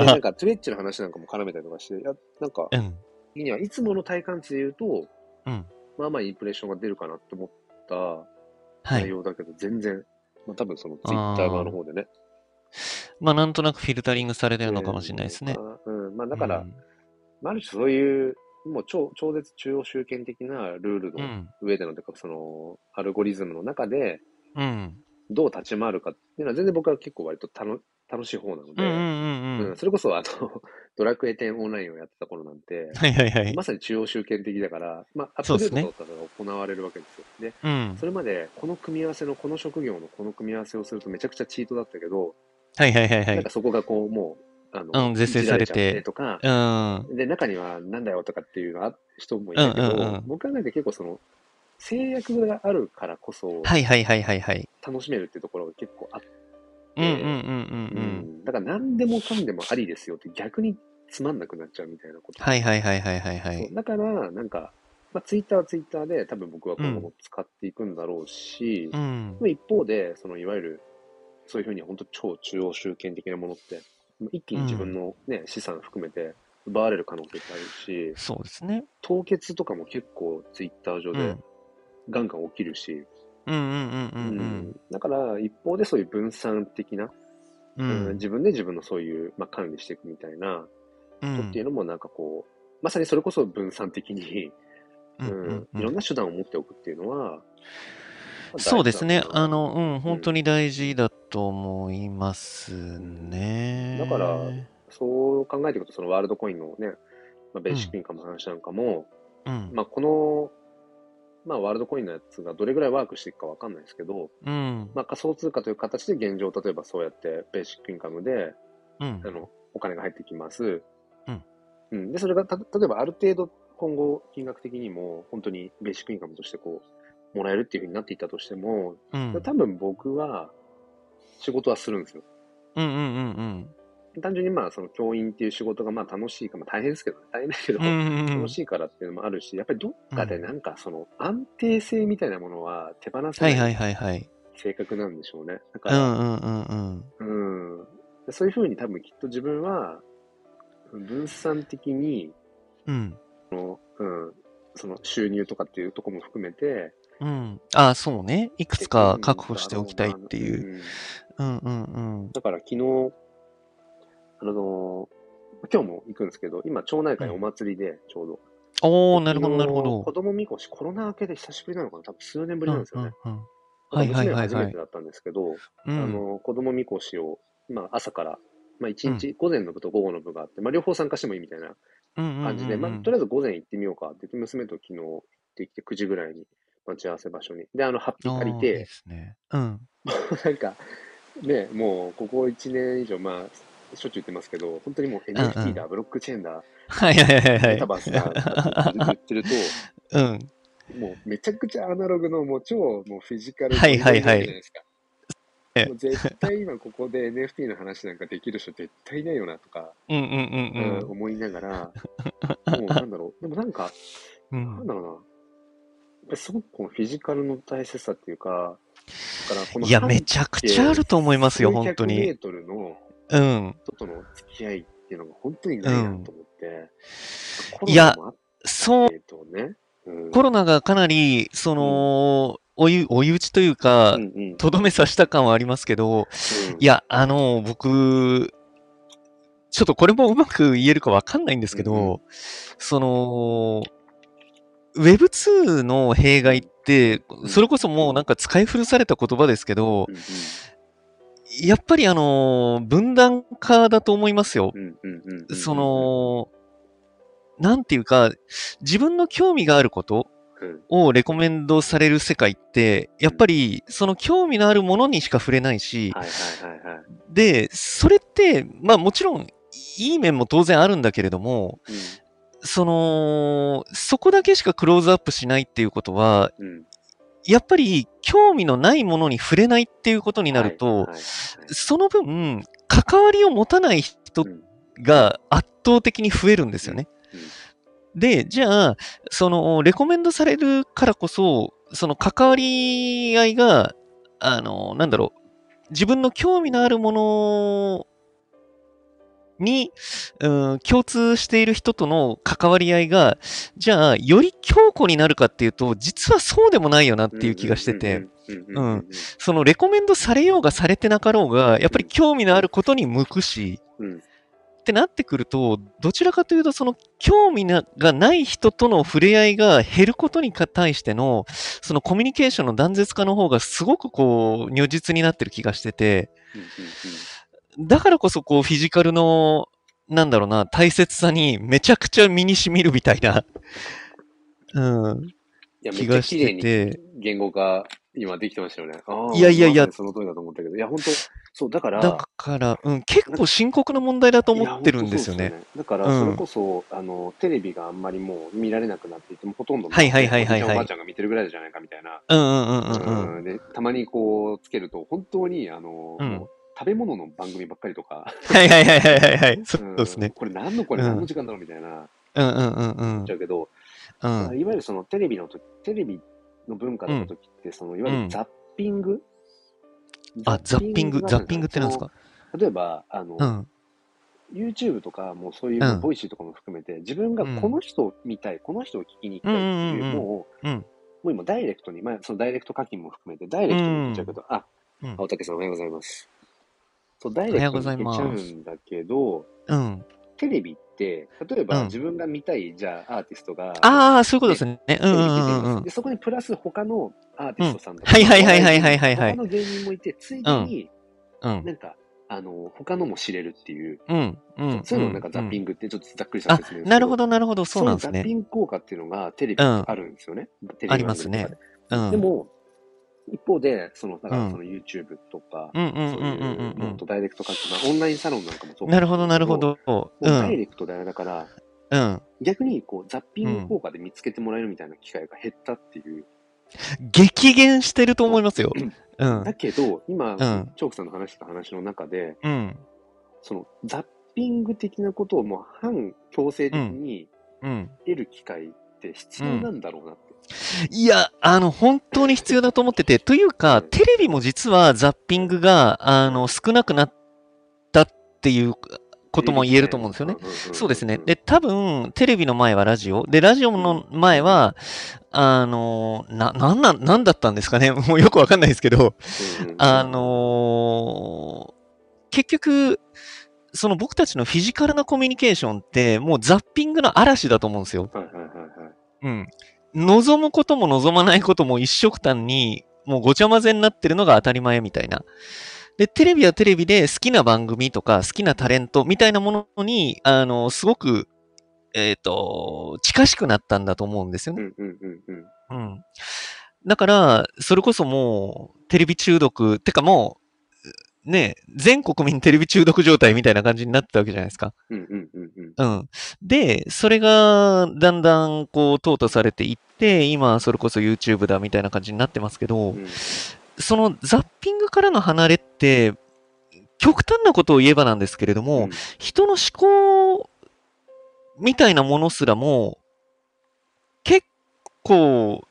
[SPEAKER 1] で、な
[SPEAKER 2] あ
[SPEAKER 1] ん、か、トゥレッチの話なんかも絡めたりとかして、いやなんか、
[SPEAKER 2] うん。
[SPEAKER 1] いやいつもの体感値で言うと、
[SPEAKER 2] うん。
[SPEAKER 1] まあまあインプレッションが出るかなと思った
[SPEAKER 2] は
[SPEAKER 1] 内
[SPEAKER 2] い。
[SPEAKER 1] 容だけど、全然、まあ多分そのツイッター側の方でね。
[SPEAKER 2] まあ、なんとなくフィルタリングされてるのかもしれないですね。
[SPEAKER 1] うん。うんまあだから、
[SPEAKER 2] うん
[SPEAKER 1] まあある種そういう、もう超超絶中央集権的なルール
[SPEAKER 2] う
[SPEAKER 1] の
[SPEAKER 2] ん。
[SPEAKER 1] 上での、てかその、アルゴリズムの中で、
[SPEAKER 2] うん。
[SPEAKER 1] どう立ち回るかっていうのは全然僕は結構割と楽楽しい方なの
[SPEAKER 2] うん。う
[SPEAKER 1] で、
[SPEAKER 2] んうんう
[SPEAKER 1] うんん。それこそあの、 ドラクエ10オンラインをやってた頃なんて、
[SPEAKER 2] はいはいはい。
[SPEAKER 1] まさに中央集権的だから、まあ、アッ
[SPEAKER 2] そう
[SPEAKER 1] プ
[SPEAKER 2] で
[SPEAKER 1] デー
[SPEAKER 2] すね
[SPEAKER 1] トとかが行われるわけですよ。で、
[SPEAKER 2] うん
[SPEAKER 1] そ。れまでこの組み合わせのこの職業のこの組み合わせをするとめちゃくちゃチートだったけど、
[SPEAKER 2] はいはいはいは
[SPEAKER 1] なん
[SPEAKER 2] い
[SPEAKER 1] か。そこがこうもう、あ
[SPEAKER 2] う
[SPEAKER 1] の、
[SPEAKER 2] ん是正されて
[SPEAKER 1] いじらちゃっとか、
[SPEAKER 2] うん。
[SPEAKER 1] で、中にはなんだよとかっていうのあ人もいたけど、
[SPEAKER 2] うんうんうん
[SPEAKER 1] 僕はなんか結構その、制約があるからこそ
[SPEAKER 2] はいはいはいはいはい。
[SPEAKER 1] 楽しめるっていうところが結構あって、
[SPEAKER 2] うんうんうんうんう。
[SPEAKER 1] うんんだから何でもかんでもありですよって逆につまんなくなっちゃうみたいなこと。
[SPEAKER 2] はいはいはいはいはいは
[SPEAKER 1] そう
[SPEAKER 2] い。
[SPEAKER 1] だから、なんか、まあ、ツイッターはツイッターで多分僕は今後も使っていくんだろうし、
[SPEAKER 2] うん
[SPEAKER 1] でも。一方で、そのいわゆる、そういうふうに本当超中央集権的なものって、もう一気に自分の、ね資産含めて奪われる可能性ってあるし、
[SPEAKER 2] そうですね。
[SPEAKER 1] 凍結とかも結構ツイッター上
[SPEAKER 2] う
[SPEAKER 1] で
[SPEAKER 2] ん。
[SPEAKER 1] ガンガン起きるし、
[SPEAKER 2] うんうんうんうんうん。
[SPEAKER 1] だから一方でそういう分散的な、
[SPEAKER 2] う
[SPEAKER 1] うん
[SPEAKER 2] ん。
[SPEAKER 1] 自分で自分のそういう、まあ、管理していくみたいな
[SPEAKER 2] う
[SPEAKER 1] こと
[SPEAKER 2] ん
[SPEAKER 1] っていうのもなんかこう、まさにそれこそ分散的に、
[SPEAKER 2] うんうんうん
[SPEAKER 1] うんいろんな手段を持っておくっていうのは、
[SPEAKER 2] そうです
[SPEAKER 1] 大
[SPEAKER 2] ね。
[SPEAKER 1] 事
[SPEAKER 2] あ
[SPEAKER 1] だな
[SPEAKER 2] の、うん、本当に大事だと思いますね。
[SPEAKER 1] だからそう考えていくと、そのワールドコインのね、まあ、ベーシックインカムの話なんかも、
[SPEAKER 2] うん。
[SPEAKER 1] まあ、この、まあ、ワールドコインのやつがどれぐらいワークしていくかわかんないですけど、
[SPEAKER 2] うん。
[SPEAKER 1] まあ、仮想通貨という形で現状、例えばそうやってベーシックインカムで、
[SPEAKER 2] うん
[SPEAKER 1] あ。の、お金が入ってきます。
[SPEAKER 2] うん。
[SPEAKER 1] うん。で、それが、た例えばある程度、今後、金額的にも、本当にベーシックインカムとしてこう、もらえるっていうふうになっていったとしても、
[SPEAKER 2] うん。
[SPEAKER 1] 多分僕は、仕事はするんですよ。
[SPEAKER 2] うんうんうんうん。
[SPEAKER 1] 単純にまあ、その教員っていう仕事がまあ楽しいか、まあ大変ですけどね、大変だけど、
[SPEAKER 2] うんうんうん
[SPEAKER 1] 楽しいからっていうのもあるし、やっぱりどっかでなんかその安定性みたいなものは手放せ
[SPEAKER 2] はいは
[SPEAKER 1] ないい
[SPEAKER 2] はいはい。
[SPEAKER 1] 性格なんでしょうね。だか
[SPEAKER 2] う
[SPEAKER 1] ら、
[SPEAKER 2] んうんうんうん。
[SPEAKER 1] うん、そういうふうに多分きっと自分は分散的に、
[SPEAKER 2] うん。
[SPEAKER 1] そのうん、その収入とかっていうところも含めて、
[SPEAKER 2] うん。あ、そうね。いくつか確保しておきたいっていう。
[SPEAKER 1] うん
[SPEAKER 2] うんうんうん。
[SPEAKER 1] だから昨日、あの、今日も行くんですけど、今町内会お祭りでちょうど。
[SPEAKER 2] おー、なるほどなるほ
[SPEAKER 1] 昨日子
[SPEAKER 2] ど。
[SPEAKER 1] 供みこし、コロナ明けで久しぶりなのかな多分数年ぶ
[SPEAKER 2] う
[SPEAKER 1] りな
[SPEAKER 2] んうん
[SPEAKER 1] ですよね。
[SPEAKER 2] んはいはいはいは
[SPEAKER 1] 娘
[SPEAKER 2] い
[SPEAKER 1] 初めてだったんですけど、
[SPEAKER 2] う
[SPEAKER 1] あ
[SPEAKER 2] ん。
[SPEAKER 1] の子供みこしを、まあ、朝から、まあ、一日、午前の部と午後の部があって、まあ、両方参加してもいいみたいな
[SPEAKER 2] 感
[SPEAKER 1] 感じで、まあ、とりあえず午前行ってみようかって言って、娘と昨日行ってきて、9時ぐらいに待ち合わせ場所に。で、あの、ハッピー借り
[SPEAKER 2] いいで
[SPEAKER 1] て、
[SPEAKER 2] すね。うん。
[SPEAKER 1] なんか、ね、もう、ここ1年以上、まあ、しょっちゅう言ってますけど、本当にもう NFT だ、ブロックチェーンだ、
[SPEAKER 2] はいはいはいはい。
[SPEAKER 1] メタバースだ、と かって言ってると、
[SPEAKER 2] うん。
[SPEAKER 1] もうめちゃくちゃアナログのもう超もうフィジカル
[SPEAKER 2] はいはいはい
[SPEAKER 1] ゴリゴリじゃなですか
[SPEAKER 2] ええ
[SPEAKER 1] もう絶対今ここで NFT の話なんかできる人絶対いないよなとか、
[SPEAKER 2] うんうんう
[SPEAKER 1] うん
[SPEAKER 2] ん
[SPEAKER 1] 思いなが ら、もうなんだろう、でもなんか、
[SPEAKER 2] うん。う
[SPEAKER 1] なんんだろうな、やっぱりすごくこのフィジカルの大切さっていうか、だからこの
[SPEAKER 2] いや、
[SPEAKER 1] 半
[SPEAKER 2] めちゃくちゃあると思いますよ、
[SPEAKER 1] 数
[SPEAKER 2] 本当
[SPEAKER 1] 百メ
[SPEAKER 2] に。
[SPEAKER 1] ートルの
[SPEAKER 2] うん。
[SPEAKER 1] 人との付き合いっていうのが本当にないなと思って、コロ
[SPEAKER 2] いや
[SPEAKER 1] ナもあっ
[SPEAKER 2] そう、
[SPEAKER 1] てとね、うん
[SPEAKER 2] コロナがかなり、その、追い、追い打ちというか
[SPEAKER 1] う、んうん。
[SPEAKER 2] とどめさした感はありますけど、
[SPEAKER 1] うん
[SPEAKER 2] い、や、あの、僕、ちょっとこれもうまく言えるかわかんないんですけど、
[SPEAKER 1] うんう
[SPEAKER 2] その、Web2 の弊害って、
[SPEAKER 1] ん
[SPEAKER 2] それこそもうなんか使い古された言葉ですけど
[SPEAKER 1] う、ん
[SPEAKER 2] やっぱりあの、分断化だと思いますよ。
[SPEAKER 1] うんうんうんうんうん
[SPEAKER 2] そ、の、なんていうか、自分の興味があること
[SPEAKER 1] うん
[SPEAKER 2] をレコメンドされる世界って、やっぱりその興味のあるものにしか触れないし、
[SPEAKER 1] はいはいはいはい。
[SPEAKER 2] で、それって、まあもちろん、いい面も当然あるんだけれども、その、そこだけしかクローズアップしないっていうことは、
[SPEAKER 1] うんうん
[SPEAKER 2] やっぱり興味のないものに触れないっていうことになると、
[SPEAKER 1] はいはいはい
[SPEAKER 2] その分、関わりを持たない人
[SPEAKER 1] うん
[SPEAKER 2] が圧倒的に増えるんですよね。
[SPEAKER 1] うんうん
[SPEAKER 2] で、じゃあ、その、レコメンドされるからこそ、その関わり合いが、あの、なんだろう、自分の興味のあるものに、うん、共通している人との関わり合いが、じゃあ、より強固になるかっていうと、実はそうでもないよなっていう気がしてて、
[SPEAKER 1] うん
[SPEAKER 2] うんそのレコメンドされようがされてなかろうが、やっぱり興味のあることに向くし、
[SPEAKER 1] うん
[SPEAKER 2] ってなってくると、どちらかというと、その興味ながない人との触れ合いが減ることにか対しての、そのコミュニケーションの断絶化の方がすごくこう、如実になってる気がしてて、だからこそこう、フィジカルの、なんだろうな、大切さにめちゃくちゃ身に染みるみたいな、 うん、
[SPEAKER 1] いや、め
[SPEAKER 2] 気
[SPEAKER 1] っち
[SPEAKER 2] が
[SPEAKER 1] ゃ
[SPEAKER 2] し
[SPEAKER 1] 綺麗
[SPEAKER 2] て
[SPEAKER 1] に
[SPEAKER 2] て。
[SPEAKER 1] 言語化、今できてましたよね。あー
[SPEAKER 2] いやいやいや
[SPEAKER 1] まさにその通りだと思ったけど。いや、本当そう、だから、
[SPEAKER 2] だから、うん、結構深刻な問題だと思ってるんですよ
[SPEAKER 1] いや
[SPEAKER 2] ね。
[SPEAKER 1] 本当そうですよだから、
[SPEAKER 2] うん
[SPEAKER 1] それこそ、あの、テレビがあんまりもう見られなくなっていても、ほとんど、
[SPEAKER 2] はいはいはいはいは
[SPEAKER 1] おじいち
[SPEAKER 2] い
[SPEAKER 1] ゃんおばあちゃんが見てるぐらいじゃないかみたいな。
[SPEAKER 2] うんうんうんうんうん。
[SPEAKER 1] うんで、たまにこう、つけると、本当に、あの、
[SPEAKER 2] うん
[SPEAKER 1] 食べ物の番組ばっかりとか、
[SPEAKER 2] はいはいはいはいはいはい。そうです
[SPEAKER 1] ん
[SPEAKER 2] ね。
[SPEAKER 1] これ何のこれ
[SPEAKER 2] うん
[SPEAKER 1] 何の時間だろうみたいな、
[SPEAKER 2] うんうんうんう
[SPEAKER 1] 言
[SPEAKER 2] ん
[SPEAKER 1] っち。ゃうけど、
[SPEAKER 2] うん。
[SPEAKER 1] いわゆるそのテレビの時、テレビの文化の時って、その、いわゆるザッピング、
[SPEAKER 2] あ、ザッピング、
[SPEAKER 1] が
[SPEAKER 2] ザッピングってなんですか
[SPEAKER 1] その例えば、あの、
[SPEAKER 2] うん
[SPEAKER 1] YouTube とか、もうそういうう、
[SPEAKER 2] ん
[SPEAKER 1] ボイシーとかも含めて、自分が
[SPEAKER 2] うん
[SPEAKER 1] この人を見たい、この人を聞きに行きたいっていう、
[SPEAKER 2] うんうんうんうん
[SPEAKER 1] もう、
[SPEAKER 2] うん
[SPEAKER 1] もう今ダイレクトに、まあ、そのダイレクト課金も含めて、ダイレクトに行っちゃうけど、あ、
[SPEAKER 2] うん
[SPEAKER 1] 青竹さんおはようございます。そう、ダイレクトに行けちゃうんだけど、
[SPEAKER 2] うん。
[SPEAKER 1] テレビって、例え
[SPEAKER 2] う
[SPEAKER 1] ば
[SPEAKER 2] ん
[SPEAKER 1] 自分が見たい、じゃあアーティストが、
[SPEAKER 2] ああ、そういうことですね。うんうんうんうん。
[SPEAKER 1] で、そこにプラス他のアーティストさんとか、
[SPEAKER 2] うんはいはいはいはいはいはい
[SPEAKER 1] 他の芸人もいて、ついでに、
[SPEAKER 2] うん
[SPEAKER 1] なんか、あの、他のも知れるっていう、
[SPEAKER 2] うんうん。
[SPEAKER 1] そういうのをなんかザッピ
[SPEAKER 2] グ。
[SPEAKER 1] ングってちょっとざっくりした
[SPEAKER 2] あ
[SPEAKER 1] 説明、
[SPEAKER 2] なるほ
[SPEAKER 1] ど。
[SPEAKER 2] どなるほど、そうなんです
[SPEAKER 1] そのザッピ
[SPEAKER 2] ね。
[SPEAKER 1] ング効果っていうのがテレビにあるんですよね。テレビ
[SPEAKER 2] ありますね
[SPEAKER 1] 番組とか
[SPEAKER 2] う
[SPEAKER 1] で
[SPEAKER 2] ん。
[SPEAKER 1] で
[SPEAKER 2] うん
[SPEAKER 1] も、一方で、その、だか
[SPEAKER 2] う
[SPEAKER 1] ら
[SPEAKER 2] ん
[SPEAKER 1] その YouTube とか、
[SPEAKER 2] うんう
[SPEAKER 1] そうん
[SPEAKER 2] う
[SPEAKER 1] い
[SPEAKER 2] ん
[SPEAKER 1] う、
[SPEAKER 2] う
[SPEAKER 1] もっ
[SPEAKER 2] ん。
[SPEAKER 1] とダイレクト関係、まあオンラインサロンなんかもそううんかも
[SPEAKER 2] なるほどなるほ
[SPEAKER 1] も
[SPEAKER 2] ど。
[SPEAKER 1] う
[SPEAKER 2] う
[SPEAKER 1] ダイ
[SPEAKER 2] ん
[SPEAKER 1] レクトであれだから、
[SPEAKER 2] うん。
[SPEAKER 1] 逆にこう、ザッピング効果で見つけてもらえるみたいな機会が減ったっていう。
[SPEAKER 2] 激減してると思いますよ。うん。
[SPEAKER 1] だけど、今、
[SPEAKER 2] ん
[SPEAKER 1] チョークさんの話した話の中で、
[SPEAKER 2] うん。
[SPEAKER 1] その、ザッピング的なことをもう反強制的に
[SPEAKER 2] うん。
[SPEAKER 1] 得る機会って必要なんだろうなって。
[SPEAKER 2] いや、あの、本当に必要だと思ってて、というか、テレビも実はザッピングが、あの、少なくなったっていうことも言えると思うんですよね。
[SPEAKER 1] んんんんん。
[SPEAKER 2] そうですね。で、多分、テレビの前はラジオ。で、ラジオの前は、あの、な、なんなん、なんだったんですかね。 もうよくわかんないですけど、
[SPEAKER 1] うんうん
[SPEAKER 2] あ、のー結局、その僕たちのフィジカルなコミュニケーションって、もうザッピングの嵐だと思うんですよ。
[SPEAKER 1] はいはいはいはい。
[SPEAKER 2] うん。望むことも望まないことも一緒くたんに、もうごちゃ混ぜになってるのが当たり前みたいな。で、テレビはテレビで好きな番組とか好きなタレントみたいなものに、あの、すごく、えっ、と、近しくなったんだと思うんですよ
[SPEAKER 1] う
[SPEAKER 2] ね。
[SPEAKER 1] んうんうんうん。
[SPEAKER 2] うん。だから、それこそもう、テレビ中毒、てかもう、ね、全国民テレビ中毒状態みたいな感じになってたわけじゃないですか。
[SPEAKER 1] うんうんうんうん。
[SPEAKER 2] うん。で、それがだんだんこう淘汰されていって、今それこそ YouTube だみたいな感じになってますけど、
[SPEAKER 1] うん
[SPEAKER 2] そのザッピングからの離れって、極端なことを言えばなんですけれど
[SPEAKER 1] う
[SPEAKER 2] も、
[SPEAKER 1] ん
[SPEAKER 2] 人の思考みたいなものすらも、結構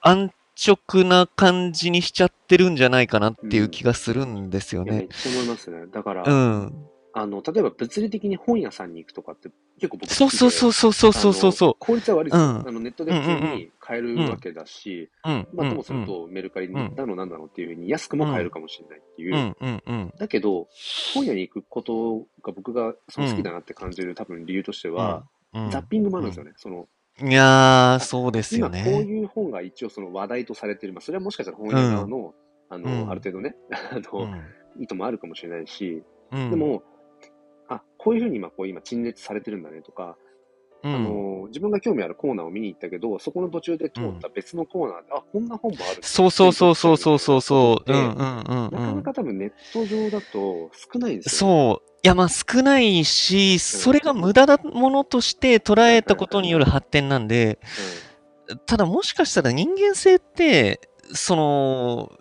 [SPEAKER 2] 安直な感じにしちゃってるんじゃないかなっていう気がするんですよ
[SPEAKER 1] いやめっ
[SPEAKER 2] ね。
[SPEAKER 1] ちゃ思いますね。だから、
[SPEAKER 2] うん。
[SPEAKER 1] あの、例えば物理的に本屋さんに行くとかって結構僕
[SPEAKER 2] そうそうそううそうそうそうそうそ
[SPEAKER 1] 効率は悪いですよ、
[SPEAKER 2] うん
[SPEAKER 1] あのネットで普通に買えるわけだし、
[SPEAKER 2] う。うん。
[SPEAKER 1] まあ、ともす
[SPEAKER 2] う
[SPEAKER 1] る
[SPEAKER 2] ん
[SPEAKER 1] とメルカリにだのなんだのっていうふうに安くも買えるかもしれないっていう。
[SPEAKER 2] うんうんうん。
[SPEAKER 1] だけど、本屋に行くことが僕がその好きだなって感じる多分理由としては、
[SPEAKER 2] うん
[SPEAKER 1] ザッピングもあるんですよね。その
[SPEAKER 2] いやー、そうです
[SPEAKER 1] 今
[SPEAKER 2] よ
[SPEAKER 1] こう
[SPEAKER 2] ね。
[SPEAKER 1] いう本が一応その話題とされてる、まあ、それはもしかしたら本屋側の,、あの
[SPEAKER 2] うん
[SPEAKER 1] ある程度ね、 あの意図もあるかもしれないし、
[SPEAKER 2] うん
[SPEAKER 1] で、も、あこういうふうに今こう今陳列されてるんだねとか、
[SPEAKER 2] うん
[SPEAKER 1] あの、自分が興味あるコーナーを見に行ったけど、そこの途中で通った別のコーナーで、あこんな本もある
[SPEAKER 2] そうそうそうそうそうそうそう。うんうんうん
[SPEAKER 1] なか
[SPEAKER 2] う。
[SPEAKER 1] なんか多分ネット上だと少ないんですよ、ね。
[SPEAKER 2] そう。いや、まあ少ないし、それが無駄なものとして捉えたことによる発展なんで、ただもしかしたら人間性って、その、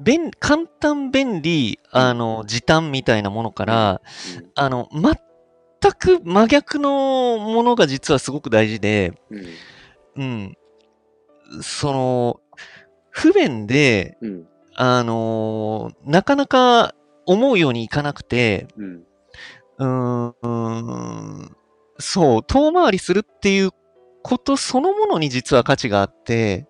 [SPEAKER 2] 便簡単便利、あの、時短みたいなものから、
[SPEAKER 1] う
[SPEAKER 2] あの、全く真逆のものが実はすごく大事で、
[SPEAKER 1] んうん
[SPEAKER 2] うん。その、不便で、
[SPEAKER 1] うんうん
[SPEAKER 2] あのーなかなか思うようにいかなくて、
[SPEAKER 1] うん
[SPEAKER 2] うーん、そう、遠回りするっていうことそのものに実は価値があって、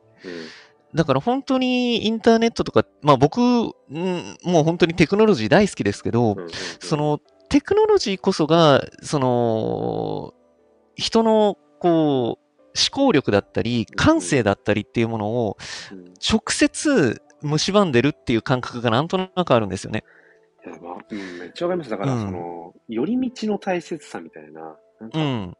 [SPEAKER 2] だから本当にインターネットとか、まあ僕、うんもう本当にテクノロジー大好きですけど、
[SPEAKER 1] うんうん
[SPEAKER 2] そのテクノロジーこそが、その、人のこう、思考力だったり、感性だったりっていうものを
[SPEAKER 1] うんい
[SPEAKER 2] 直接蝕んでるっていう感覚がなんとなくあるんですよね。
[SPEAKER 1] やまあうんめっちゃわかります。だから、
[SPEAKER 2] うん
[SPEAKER 1] その、寄り道の大切さみたいな。なんか
[SPEAKER 2] うん。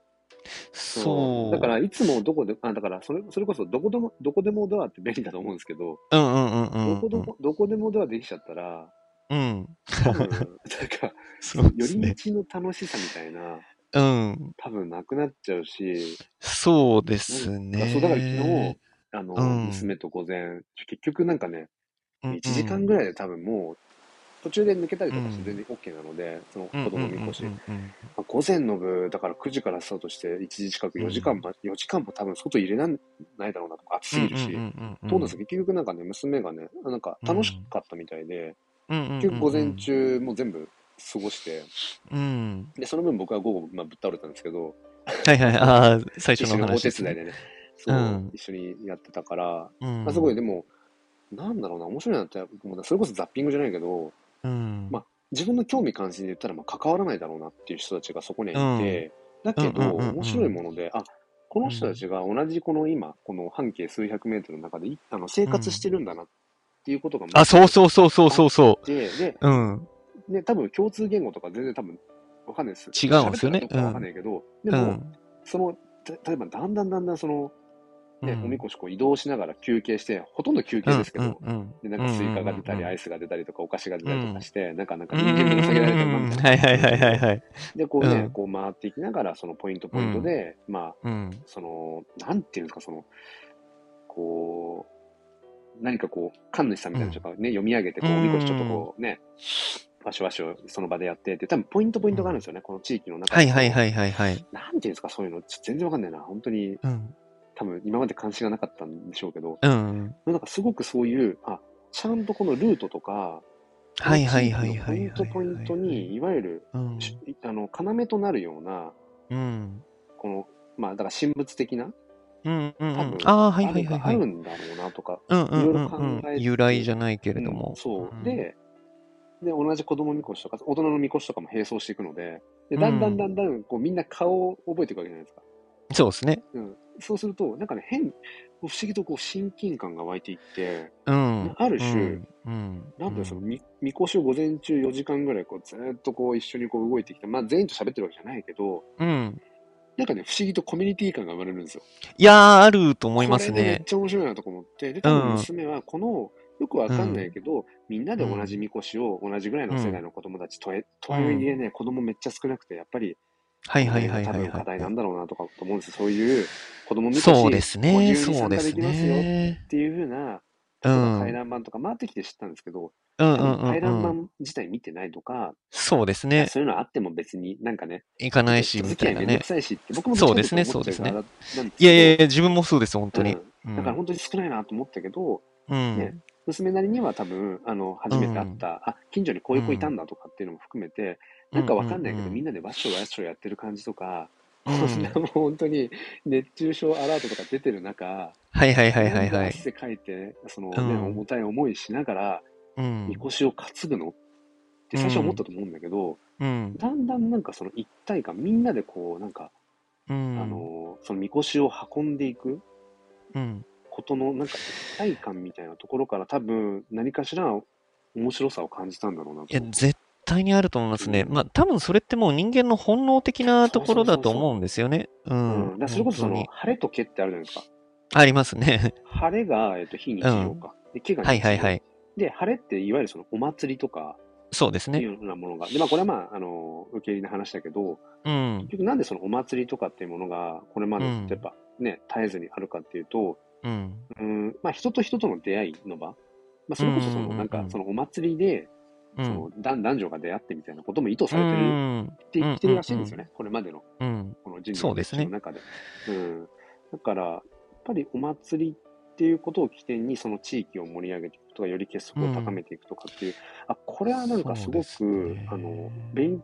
[SPEAKER 1] そ。
[SPEAKER 2] そうう。
[SPEAKER 1] だから、いつもどこで、あ、だから、それ、それこそ、どこでも、どこでもドアって便利だと思うんですけど、
[SPEAKER 2] うんうんうんう
[SPEAKER 1] ど
[SPEAKER 2] ん。
[SPEAKER 1] こでも、どこでもドアできちゃったら、
[SPEAKER 2] うん。
[SPEAKER 1] 多分、なんか、
[SPEAKER 2] そうで
[SPEAKER 1] 寄
[SPEAKER 2] す
[SPEAKER 1] り
[SPEAKER 2] ね。
[SPEAKER 1] 道の楽しさみたいな、
[SPEAKER 2] うん。
[SPEAKER 1] 多分なくなっちゃうし、
[SPEAKER 2] そうです
[SPEAKER 1] なん
[SPEAKER 2] ね。
[SPEAKER 1] かそう、だから昨日、あの、
[SPEAKER 2] うん
[SPEAKER 1] 娘と午前、結局なんかね、
[SPEAKER 2] うんうん、
[SPEAKER 1] 1時間ぐらいで多分もう、途中で抜けたりとかして全然 OK なので、その子供見越し
[SPEAKER 2] う。んうんうん
[SPEAKER 1] まあ午前の部、だから9時からスタートして、1時近く4時間、ま、4時間も多分外入れなんないだろうなとか、暑すぎるし。
[SPEAKER 2] うんうんうんうん
[SPEAKER 1] どうなんですか結局なんかね、娘がね、なんか楽しかったみたいで、
[SPEAKER 2] うんうんうんうん
[SPEAKER 1] 結局午前中もう全部過ごして、
[SPEAKER 2] うん。
[SPEAKER 1] で、その分僕は午後、まあ、ぶっ倒れたんですけど、
[SPEAKER 2] はいはい、ああ、最
[SPEAKER 1] 一
[SPEAKER 2] 初
[SPEAKER 1] 緒に
[SPEAKER 2] の
[SPEAKER 1] お
[SPEAKER 2] 話
[SPEAKER 1] 手
[SPEAKER 2] です、
[SPEAKER 1] 伝い
[SPEAKER 2] ね。
[SPEAKER 1] でね、そう、
[SPEAKER 2] うん
[SPEAKER 1] 一緒にやってたから、
[SPEAKER 2] うん
[SPEAKER 1] まあ、すごいでも、なんだろうな、面白いなって、もうそれこそザッピングじゃないけど、
[SPEAKER 2] うん。
[SPEAKER 1] ま自分の興味関心で言ったら、まあ、関わらないだろうなっていう人たちがそこにはいて、だけど、
[SPEAKER 2] うんうんうんうん
[SPEAKER 1] 面白いもので、あこの人たちが同じこの今、この半径数百メートルの中でいあの生活してるんだなっていうことが、。
[SPEAKER 2] あ、そうそうそうそうそうそう
[SPEAKER 1] で、で、
[SPEAKER 2] う。うん。
[SPEAKER 1] ね、多分共通言語とか全然多分わかんないです。
[SPEAKER 2] 違うんですよね
[SPEAKER 1] 喋ったらどうかわかんないけど、
[SPEAKER 2] う
[SPEAKER 1] でも、
[SPEAKER 2] ん。
[SPEAKER 1] その、た例えばだんだんだんだんその、ね、
[SPEAKER 2] うん
[SPEAKER 1] おみこしこう移動しながら休憩して、ほとんど休憩ですけど、
[SPEAKER 2] うん
[SPEAKER 1] で、なんかスイカが出たり、ア
[SPEAKER 2] イ
[SPEAKER 1] イスが出たりとか、お菓子が出たりとかして、なんか、なんか
[SPEAKER 2] ス
[SPEAKER 1] 人間ぶら下げられてるなみたいな。
[SPEAKER 2] はいはいはいはいはい。
[SPEAKER 1] で、こうね、
[SPEAKER 2] うん
[SPEAKER 1] こう回っていきながら、そのポイントポイントで、まあ、
[SPEAKER 2] うん。
[SPEAKER 1] その、なんていうんですか、その、こう、何かこう、神主さんみたいな人がね、読み上げて、こう、
[SPEAKER 2] うん
[SPEAKER 1] おみこしちょっとこう、ね、わしわしをその場でやってって、多分ポイントポイントがあるんですよね、この地域の中
[SPEAKER 2] は
[SPEAKER 1] で
[SPEAKER 2] いはいはいはいはい。
[SPEAKER 1] なんていうんですか、そういうの、ちょ全然わかんないな。本当に、
[SPEAKER 2] うん。
[SPEAKER 1] 多分今まで関心がなかったんでしょうけど、
[SPEAKER 2] うん。
[SPEAKER 1] なんかすごくそういう、あ、ちゃんとこのルートとか、
[SPEAKER 2] はいはいはいはいはい
[SPEAKER 1] この地
[SPEAKER 2] はい。
[SPEAKER 1] 域のポイントポイントに、いわゆる、
[SPEAKER 2] うん、
[SPEAKER 1] しあの、要となるような、
[SPEAKER 2] うん。
[SPEAKER 1] この、まあ、だから神仏的な、
[SPEAKER 2] うんうんう
[SPEAKER 1] 多
[SPEAKER 2] ん
[SPEAKER 1] 分。
[SPEAKER 2] ああ、
[SPEAKER 1] あ
[SPEAKER 2] はいはい
[SPEAKER 1] る
[SPEAKER 2] はい
[SPEAKER 1] が
[SPEAKER 2] は
[SPEAKER 1] あ
[SPEAKER 2] い。
[SPEAKER 1] るんだろうなとか、
[SPEAKER 2] うんうんうん
[SPEAKER 1] いろいろ考
[SPEAKER 2] う
[SPEAKER 1] え
[SPEAKER 2] ん。
[SPEAKER 1] て
[SPEAKER 2] 由来じゃないけれども。
[SPEAKER 1] うんそうう。
[SPEAKER 2] ん、
[SPEAKER 1] で、で、同じ子供みこしとか、大人のみこしとかも並走していくので、で、だんだんだんだん、こう、みんな顔を覚えていくわけじゃないですか。
[SPEAKER 2] そうですね。
[SPEAKER 1] うん。そうすると、なんかね、変、不思議とこう、親近感が湧いていって、
[SPEAKER 2] うん。
[SPEAKER 1] ある種
[SPEAKER 2] うん。うん
[SPEAKER 1] なんていうのその、み、みこしを午前中4時間ぐらい、こう、ずーっとこう、一緒にこう、動いてきて、まあ、全員と喋ってるわけじゃないけど、
[SPEAKER 2] うん。
[SPEAKER 1] なんかね、不思議とコミュニティ感が生まれるんですよ。
[SPEAKER 2] いやー、あると思います
[SPEAKER 1] これねめっ
[SPEAKER 2] ね。
[SPEAKER 1] ちゃ面白いなとか思って、で、多分
[SPEAKER 2] うん
[SPEAKER 1] 娘はこの、よくわかんないけど、みんなで同じみこしを、同じぐらいの世代の子供たち、とえ、とはいえね、子供めっちゃ少なくて、やっぱり、
[SPEAKER 2] はいはいはい
[SPEAKER 1] 多
[SPEAKER 2] はい
[SPEAKER 1] 分課題な
[SPEAKER 2] は
[SPEAKER 1] んだろうなとかと思うんですよそういう子供
[SPEAKER 2] い。
[SPEAKER 1] みこし
[SPEAKER 2] そうです
[SPEAKER 1] ご自
[SPEAKER 2] ね。
[SPEAKER 1] 由に
[SPEAKER 2] そう
[SPEAKER 1] 参加
[SPEAKER 2] で
[SPEAKER 1] ですきますよっ
[SPEAKER 2] ね。
[SPEAKER 1] ていうふうな、こ
[SPEAKER 2] う
[SPEAKER 1] とが
[SPEAKER 2] ん。う
[SPEAKER 1] 回
[SPEAKER 2] ん
[SPEAKER 1] 覧板とか回ってきて知ったんですけど、
[SPEAKER 2] うん
[SPEAKER 1] 多分回
[SPEAKER 2] う
[SPEAKER 1] 覧
[SPEAKER 2] んうん。
[SPEAKER 1] 板自体見てないとか、
[SPEAKER 2] そうですね。
[SPEAKER 1] そういうのあっても別になんかね、
[SPEAKER 2] 行かないし、
[SPEAKER 1] 人
[SPEAKER 2] み
[SPEAKER 1] 付き
[SPEAKER 2] た
[SPEAKER 1] 合
[SPEAKER 2] い
[SPEAKER 1] いめ
[SPEAKER 2] な
[SPEAKER 1] んど
[SPEAKER 2] ね
[SPEAKER 1] く。さいしって、僕も
[SPEAKER 2] そうですね
[SPEAKER 1] どっちかっていうと思っちゃう側なんですけど
[SPEAKER 2] いやいやいや、自分もそうです、本当に。
[SPEAKER 1] うん
[SPEAKER 2] う
[SPEAKER 1] だから
[SPEAKER 2] ん。
[SPEAKER 1] 本当に少ないなと思ったけど、
[SPEAKER 2] う
[SPEAKER 1] ね
[SPEAKER 2] ん。
[SPEAKER 1] 娘なりには多分、あの、初めて会った、あ、近所にこういう子いたんだとかっていうのも含めて、なんかわかんないけど、
[SPEAKER 2] うんうんうん
[SPEAKER 1] みんなでわっしょいわっしょいやってる感じとか、
[SPEAKER 2] うん
[SPEAKER 1] そんなもう本当に熱中症アラートとか出てる中、
[SPEAKER 2] はいはいはいはいは
[SPEAKER 1] なんで
[SPEAKER 2] い。
[SPEAKER 1] 汗かいて、そのね、
[SPEAKER 2] うん
[SPEAKER 1] 重たい思いしながら、
[SPEAKER 2] うん
[SPEAKER 1] み。こしを担ぐのって最初は思ったと思うんだけど、
[SPEAKER 2] うん。
[SPEAKER 1] だんだんなんかその一体感、みんなでこう、なんか、
[SPEAKER 2] うん。
[SPEAKER 1] あ、の、そのみこしを運んでいく、
[SPEAKER 2] うん。
[SPEAKER 1] ことのなんか一体感みたいなところから多分何かしら面白さを感じたんだろうなと
[SPEAKER 2] いや、絶対にあると思いますね。
[SPEAKER 1] うん
[SPEAKER 2] まあ、多分それってもう人間の本能的なところだと思うんですよね。
[SPEAKER 1] う
[SPEAKER 2] う
[SPEAKER 1] ん、だ
[SPEAKER 2] ん。
[SPEAKER 1] からそれこそそ
[SPEAKER 2] 本当
[SPEAKER 1] の
[SPEAKER 2] に
[SPEAKER 1] 晴れと毛ってあるじゃないですか
[SPEAKER 2] ありますね。
[SPEAKER 1] 晴れが、えっと非日常か、で毛が日常
[SPEAKER 2] はいはいはい。
[SPEAKER 1] で晴れっていわゆるそのお祭りとか
[SPEAKER 2] そうです
[SPEAKER 1] いう
[SPEAKER 2] ね。
[SPEAKER 1] ようなものが、でまあこれはまああの受け入れの話だけど
[SPEAKER 2] うん。
[SPEAKER 1] 結局なんでそのお祭りとかっていうものがこれまでずっとやっぱね、絶えずにあるかっていうと
[SPEAKER 2] うん。
[SPEAKER 1] うんまあ人と人との出会いの場、まあ、それこそそ
[SPEAKER 2] うんうん
[SPEAKER 1] の
[SPEAKER 2] うんうん
[SPEAKER 1] なんかそのお祭りで
[SPEAKER 2] う
[SPEAKER 1] そ
[SPEAKER 2] ん。
[SPEAKER 1] の男男女が出会ってみたいなことも意図されて
[SPEAKER 2] う
[SPEAKER 1] る
[SPEAKER 2] ん
[SPEAKER 1] ってきてるらしいんですよね、これまでの
[SPEAKER 2] うん。
[SPEAKER 1] この人類
[SPEAKER 2] そう
[SPEAKER 1] の
[SPEAKER 2] で
[SPEAKER 1] 歴
[SPEAKER 2] す
[SPEAKER 1] 史
[SPEAKER 2] ね
[SPEAKER 1] の中で。うん、だから、やっぱりお祭りっていうことを起点に、その地域を盛り上げていくとか、より結束を高めていくとかっていう、あこれはなんかすごく、
[SPEAKER 2] そうですね
[SPEAKER 1] あの勉